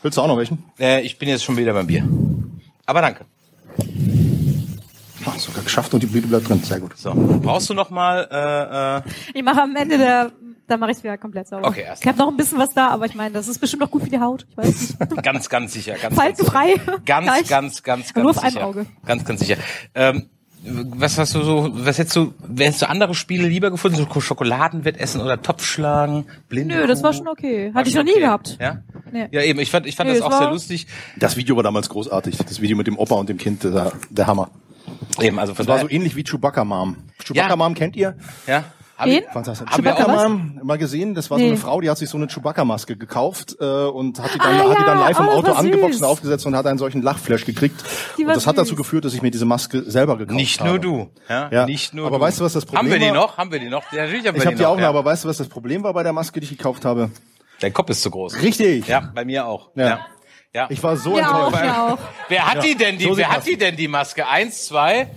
Willst du auch noch welchen?
äh, ich bin jetzt schon wieder beim Bier. Aber danke.
Ah, sogar geschafft und die Blüte bleibt drin. Sehr gut.
So, brauchst du noch mal? Äh, äh,
Ich mache am Ende der, da mache ich wieder komplett sauber.
Okay, erst.
Ich habe noch ein bisschen was da, aber ich meine, das ist bestimmt noch gut für die Haut. Ich weiß nicht.
ganz, ganz sicher, ganz, ganz
Faltenfrei.
Ganz,
Gleich.
ganz, ganz, ganz
Nur auf
sicher.
einem Auge.
Ganz, ganz sicher. Ähm, was hast du so, was hättest du, hättest du andere Spiele lieber gefunden? So Schokoladenwettessen oder Topfschlagen, Blinde
Nö, das
Kuh?
war schon okay. Hatte ich noch nie
okay.
gehabt.
Ja?
Nee.
Ja, eben, ich fand, ich fand
Nee,
das
das
auch sehr
war-
lustig.
Das Video war damals großartig. Das Video mit dem Opa und dem Kind, das war der Hammer.
Eben, also von
Das war so
daher-
ähnlich wie Chewbacca Mom. Chewbacca Mom kennt ihr?
ja. Hab
Wen?
ich-
Fantastisch.
Haben wir
Chewbacca
auch-
Mom mal gesehen, das war so
Nee.
eine Frau, die hat sich so eine Chewbacca Maske gekauft äh, und hat die dann,
Ah,
hat die
ja.
dann live im
Oh, das
Auto
war
angeboxt
süß.
und aufgesetzt und hat einen solchen Lachflash gekriegt.
Die
Und
war
das hat dazu
süß.
geführt, dass ich mir diese Maske selber gekauft
Nicht
habe.
nur du. Ja,
Ja.
nicht nur
Aber
du.
weißt du, was das Problem
Haben wir die
war?
noch? Haben wir die noch? Ja, natürlich haben wir
Ich habe
die
die
noch.
auch, noch,
ja.
aber weißt du, was das Problem war bei der Maske, die ich gekauft habe?
Dein Kopf ist zu groß.
Richtig.
Ja, bei mir auch.
Ja.
Ja. ja.
Ich war so
Ja, auch,
enttäuscht.
ja, auch.
Wer hat die denn, die,
so sieht
wer
das.
hat die denn, die Maske? Eins, zwei,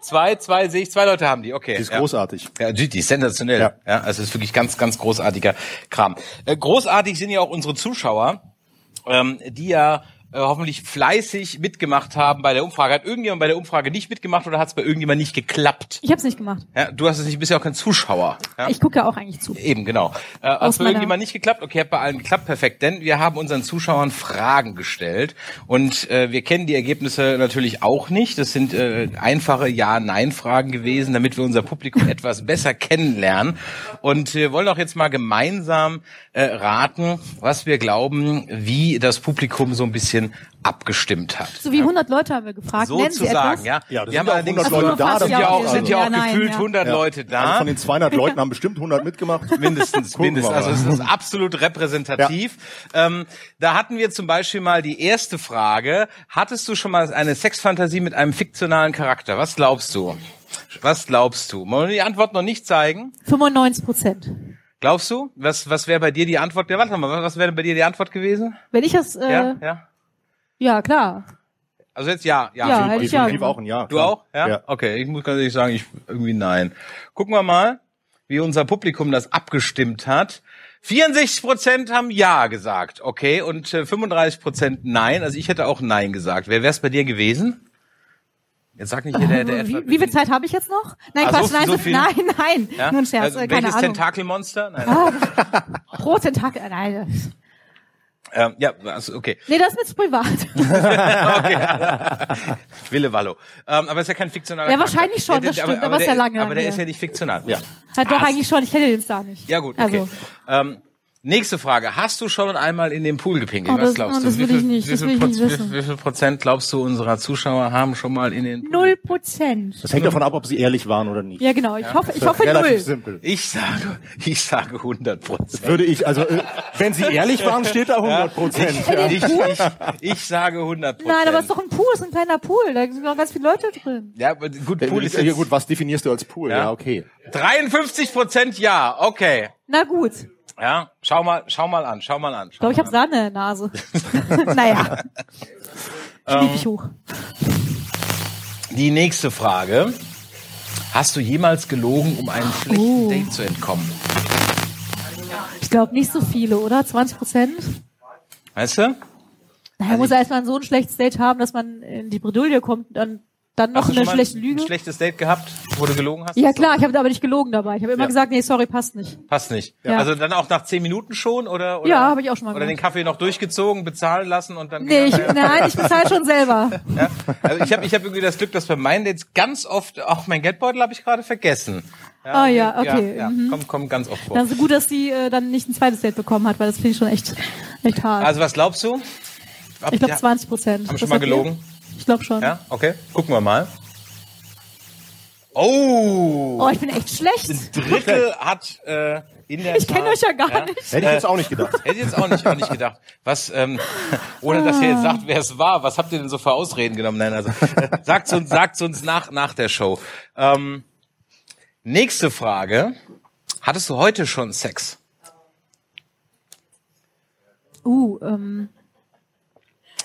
zwei, zwei, sehe ich, zwei Leute haben die, okay.
Die ist
ja.
großartig.
Ja, die die ist sensationell. Ja.
Ja.
also es ist wirklich ganz, ganz großartiger Kram. Äh, großartig sind ja auch unsere Zuschauer, ähm, die ja äh, hoffentlich fleißig mitgemacht haben bei der Umfrage. Hat irgendjemand bei der Umfrage nicht mitgemacht oder hat es bei irgendjemand nicht geklappt?
Ich hab's nicht gemacht.
Ja, du hast es nicht, bist ja auch kein Zuschauer. Ja?
Ich gucke ja auch eigentlich zu.
Eben, genau. Äh, hat
Aus
bei irgendjemand
meiner-
nicht geklappt? Okay, hat bei allen geklappt, perfekt. Denn wir haben unseren Zuschauern Fragen gestellt und äh, wir kennen die Ergebnisse natürlich auch nicht. Das sind äh, einfache Ja-Nein-Fragen gewesen, damit wir unser Publikum etwas besser kennenlernen. Und wir wollen auch jetzt mal gemeinsam äh, raten, was wir glauben, wie das Publikum so ein bisschen abgestimmt hat.
So wie 100 Leute haben wir gefragt. Nennen Sie
Sozusagen,
etwas?
ja.
Ja, das sind
wir haben
ja auch
allerdings
100 Leute da,
sind
das
ja
ist
auch,
ja
sind ja auch
Ja, nein,
gefühlt
ja.
100 Leute da.
Also von den 200 Leuten haben bestimmt 100 mitgemacht.
Mindestens,
Gucken wir
mindestens. Also
mal.
es ist absolut repräsentativ. Ähm, da hatten wir zum Beispiel mal die erste Frage. Hattest du schon mal eine Sexfantasie mit einem fiktionalen Charakter? Was glaubst du? Was glaubst du? Wollen wir die Antwort noch nicht zeigen?
95 Prozent.
Glaubst du? Was, was wäre bei dir die Antwort? Ja, warte mal, was wäre bei dir die Antwort gewesen?
Wenn ich das, äh,
Ja,
ja,
ja.
klar.
Also jetzt ja, ja.
Ja,
Super.
hätte ich ja
Definitiv
gemacht.
auch ein Ja.
Du
klar.
auch? Ja?
ja.
Okay, ich muss ganz ehrlich sagen, ich irgendwie nein. Gucken wir mal, wie unser Publikum das abgestimmt hat. 64 Prozent haben Ja gesagt, okay, und äh, 35 Prozent Nein. Also ich hätte auch Nein gesagt. Wer wäre es bei dir gewesen? Jetzt sag nicht hier der, der
Äh, Wie, wie viel Zeit habe ich jetzt noch? Nein,
Ah,
Quatsch,
so-
nein,
so viel?
nein, nein.
Ja?
Nur ein Scherz,
also,
äh,
welches
keine Ahnung.
Tentakelmonster? Nein,
Pro Tentakel, äh, nein. Ah.
ähm, ja, also, okay.
Nee, das ist mir zu privat.
Wille Wallo. Ähm, aber ist ja kein fiktionaler
Ja,
Charakter.
wahrscheinlich schon, das stimmt, aber ist ja lange
Aber der
her.
ist ja nicht fiktional. Ja,
Hat doch eigentlich schon, ich kenne den Star nicht.
ja gut, okay.
Also,
Ähm, nächste Frage. Hast du schon einmal in den Pool gepinkelt?
Oh,
Was
das-
glaubst
oh,
du?
das
wie
will ich
viel-
nicht,
Wie
das
viel,
will ich nicht
Proz-
wissen.
wie, wie viel Prozent glaubst du unserer Zuschauer haben schon mal in den Pool?
null Prozent.
Das hängt davon ab, ob sie ehrlich waren oder nicht.
Ja, genau, ich hoffe, ich hoffe
Relativ
null.
simpel.
Ich sage, ich sage 100 Prozent.
Würde ich, also, äh, wenn sie ehrlich waren, steht da 100 Prozent.
In den
Ich,
Pool?
ich, ich sage 100 Prozent.
Nein, aber es ist doch ein Pool, es ist ein kleiner Pool, da sind doch ganz viele Leute drin.
ja, aber gut, Pool ist
Ja,
jetzt
gut, was definierst du als Pool?
Ja. Äh,
Ja, okay.
53 Prozent ja, okay.
Na gut, ich
Ja, schau mal, schau mal an, schau mal an. Schau
glaube, ich
mal
habe Sahne in der Nase. naja.
Ähm.
Schlief ich hoch.
Die nächste Frage. Hast du jemals gelogen, um einem
Oh.
schlechten Date zu entkommen?
Ich glaube nicht so viele, oder? 20 Prozent?
Weißt du? Also
Naja, muss er erstmal so ein schlechtes Date haben, dass man in die Bredouille kommt und dann, dann noch
Hast du
eine
schon mal
schlechte
ein
Lüge.
schlechtes Date gehabt, wo du gelogen hast?
ja klar, ich habe aber nicht gelogen dabei. Ich habe immer gesagt, nee, sorry, passt nicht.
Passt nicht.
Ja.
Also dann auch nach zehn Minuten schon oder? oder
Ja, habe ich auch schon mal
Oder den
gemacht.
Kaffee noch durchgezogen, bezahlen lassen und dann.
Nee, ich, nein, ich bezahle schon selber.
Ja. Also ich habe ich hab irgendwie das Glück, dass bei meinen Dates ganz oft, auch mein Geldbeutel habe ich gerade vergessen.
Ah ja, okay.
Ja, ja.
Mhm.
Kommt, kommt ganz oft vor.
Dann ist es gut, dass die äh, dann nicht ein zweites Date bekommen hat, weil das finde ich schon echt, echt hart.
also was glaubst du?
ich glaube
Ja.
20 Prozent.
Haben schon mal gelogen?
Ich glaube schon.
Ja, okay. Gucken wir mal. Oh!
Oh, ich bin echt schlecht.
Drittel hat äh, in der
Ich kenne
Tat-
euch ja gar nicht.
Hätte ich jetzt auch nicht gedacht.
Hätte ich jetzt auch nicht, auch nicht gedacht. Was, ähm, ohne dass ihr jetzt sagt, wer es war, was habt ihr denn so für Ausreden genommen? Nein, also äh, sagt's uns, sagt's uns nach, nach der Show. Ähm, nächste Frage. Hattest du heute schon Sex?
Uh, ähm,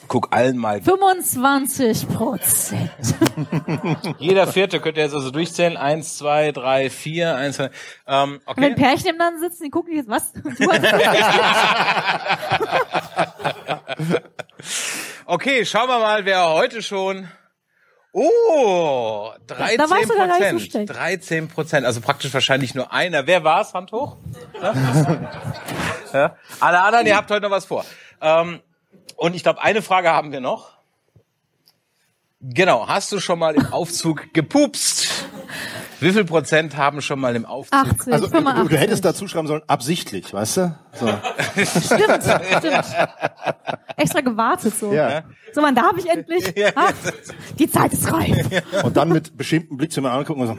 Guck allen mal.
25 Prozent.
Jeder vierte könnt ihr jetzt also durchzählen. Eins, zwei, drei, vier, eins, zwei. Ähm,
Und wenn
okay.
Pärchen im Land sitzen, die gucken die jetzt, was? Du hast
Okay, schauen wir mal, wer heute schon. Oh, 13
Da warst du dann gar nicht so
Prozent.
schlecht.
13 Prozent, also praktisch wahrscheinlich nur einer. Wer war's? Hand hoch. Ne? ja. Alle anderen, ihr habt heute noch was vor. Ähm, und ich glaube, eine Frage haben wir noch. Genau, hast du schon mal im Aufzug gepupst? Wie viel Prozent haben schon mal im Aufzug?
80,
Also, du,
85.
du hättest dazu schreiben sollen, absichtlich, weißt du? So,
Stimmt, stimmt. Extra gewartet so.
ja.
So, wann darf ich endlich? Ach, die Zeit ist reif.
Und dann mit beschämtem Blick zu mir angucken und so,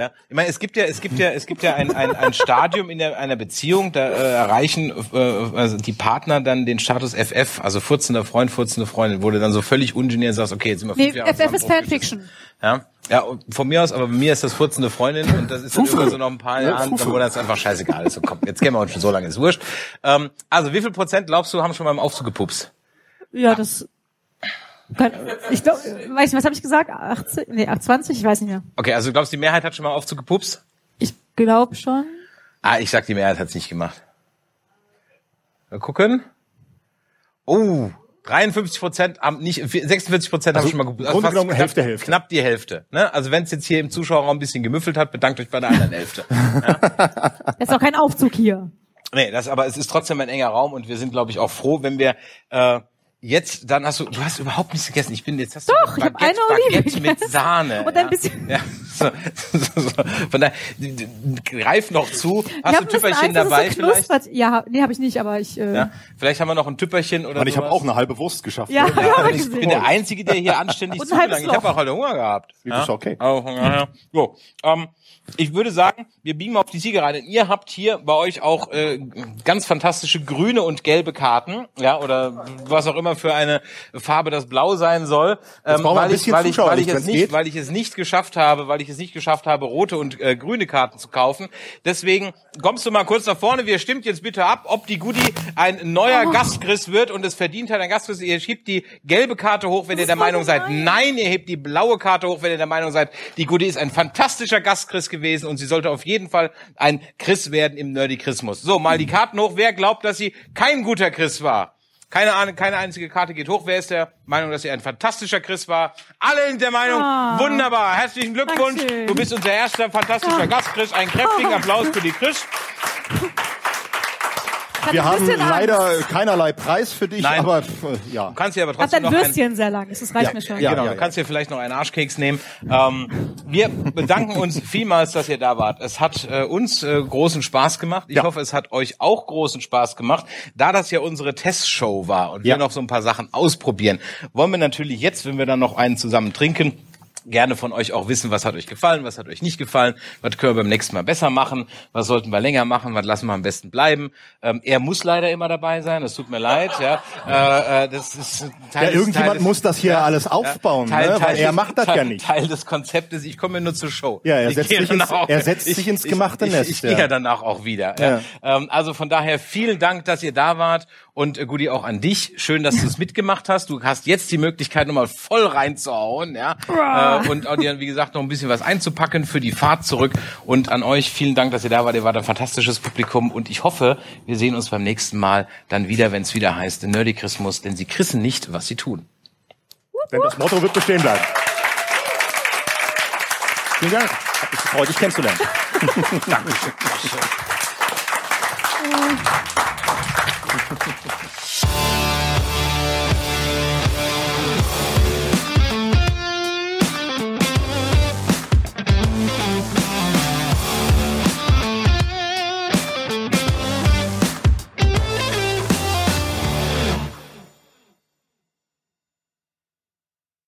Ja, ich meine, es gibt ja, es gibt ja, es gibt ja ein, ein, ein Stadium in der, einer Beziehung, da äh, erreichen äh, also die Partner dann den Status FF, also furzender Freund, furzende Freundin, wo du dann so völlig ungeniert sagst, okay, jetzt sind wir fünf
Nee,
Jahre
FF ist
zusammen, Profi.
Fanfiction.
Ja, ja, und von mir aus, aber bei mir ist das furzende Freundin und das ist dann irgendwann so noch ein paar Jahren, dann wurde das einfach scheißegal. Also komm, jetzt kennen wir uns schon so lange, ist wurscht. Ähm, also wie viel Prozent glaubst du, haben schon mal im Aufzug gepupst?
Ja, das... Kann, ich glaube, weiß nicht, was habe ich gesagt? 80? Nee, 20? Ich weiß nicht mehr.
Okay, also du glaubst, die Mehrheit hat schon mal im Aufzug gepupst?
Ich glaube schon.
Ah, ich sag, die Mehrheit hat's nicht gemacht. Mal gucken. Oh, 53 Prozent haben nicht, 46 Prozent haben
Also,
schon mal gebucht.
Grunde genommen
knapp,
Hälfte, Hälfte.
Knapp die Hälfte. Ne? Also wenn es jetzt hier im Zuschauerraum ein bisschen gemüffelt hat, bedankt euch bei der anderen Hälfte.
Das ist auch kein Aufzug hier.
nee, das aber es ist trotzdem ein enger Raum und wir sind, glaube ich, auch froh, wenn wir äh, jetzt, dann hast du, du hast überhaupt nichts gegessen. Ich bin jetzt, hast
Doch,
du
ich hab eine Olive
Baguette mit
gegessen.
Sahne.
Und ein
ja?
bisschen-
Ja, so, so, so. Von daher, greif noch zu. Hast du
ich habe
Tüpperchen dabei
so
vielleicht?
knuspert. Ja, nee, habe ich nicht, aber ich... Äh,
Ja,
ja,
vielleicht haben wir noch ein Tüpperchen oder
und ich habe
sowas.
auch eine halbe Wurst geschafft.
ja, hab ich auch
Und ich bin
gesehen.
der Einzige, der hier anständig
Und ein halbes
zugelangt. Ich habe
Loch.
auch heute Hunger gehabt.
Das ist okay.
Auch Hunger, ja. So, ähm, ich würde sagen, wir biegen mal auf die Sieger rein. Denn ihr habt hier bei euch auch äh, ganz fantastische grüne und gelbe Karten, ja, oder was auch immer für eine Farbe das Blau sein soll. Ähm,
brauchen wir ein
weil ich,
bisschen
Ähm, weil ich,
Zuschauer,
weil ich
wenn's
es nicht,
geht.
weil ich es nicht geschafft habe, weil ich ich es nicht geschafft habe, rote und äh, grüne Karten zu kaufen. Deswegen kommst du mal kurz nach vorne. Wir stimmt jetzt bitte ab, ob die Goodie ein neuer Gastchris wird und es verdient hat, ein Gastchris. Ihr schiebt die gelbe Karte hoch, wenn ihr der Meinung seid, nein, ihr hebt die blaue Karte hoch, wenn ihr der Meinung seid, die Goodie ist ein fantastischer Gastchris gewesen und sie sollte auf jeden Fall ein Chris werden im Nerdy Christmas. So, mal die
Mhm.
Karten hoch. Wer glaubt, dass sie kein guter Chris war? Keine Ahnung, keine einzige Karte geht hoch. Wer ist der Meinung, dass er ein fantastischer Chris war? Alle in der Meinung, wunderbar. Herzlichen Glückwunsch.
Dankeschön.
Du bist unser erster fantastischer Gast, Chris. Einen kräftigen Applaus für die Chris.
Wir haben leider
Angst.
keinerlei Preis für dich,
Nein.
aber pf, ja.
Du kannst dir aber
Hab
trotzdem
dein
noch einen,
Würstchen sehr lang. Das reicht mir schon.
Ja,
genau,
ja,
du
ja.
kannst dir vielleicht noch einen Arschkeks nehmen. Ähm, wir bedanken uns vielmals, dass ihr da wart. Es hat äh, uns äh, großen Spaß gemacht. Ich
Ja.
hoffe, es hat euch auch großen Spaß gemacht. Da das ja unsere Testshow war und
Ja.
wir noch so ein paar Sachen ausprobieren, wollen wir natürlich jetzt, wenn wir dann noch einen zusammen trinken, gerne von euch auch wissen, was hat euch gefallen, was hat euch nicht gefallen, was können wir beim nächsten Mal besser machen, was sollten wir länger machen, was lassen wir am besten bleiben. Ähm, er muss leider immer dabei sein, das tut mir leid. Ja, äh, äh, das ist
Ja,
Teil des- Teil
irgendjemand
des-
muss das hier alles aufbauen,
Teil-
ne?
Teil
weil er
des-
macht das
Teil,
ja nicht.
Teil des Konzeptes, ich komme ja nur zur Show.
Ja, er
Ich
setzt
gehe
sich ins-
danach auch-
er setzt sich ins gemachte
ich,
Nest,
Ich, ich
ja.
gehe ja danach auch wieder. Ja. Ähm, also von daher vielen Dank, dass ihr da wart und äh, Gudi auch an dich. Schön, dass du es mitgemacht hast. Du hast jetzt die Möglichkeit, nochmal voll reinzuhauen, ja. Äh, und auch dir, wie gesagt, noch ein bisschen was einzupacken für die Fahrt zurück. Und an euch vielen Dank, dass ihr da wart. Ihr wart ein fantastisches Publikum und ich hoffe, wir sehen uns beim nächsten Mal dann wieder, wenn es wieder heißt Nerdy Christmas, denn sie krissen nicht, was sie tun.
Denn das Motto wird bestehen bleiben. Vielen Dank. Hat mich gefreut, dich kennenzulernen.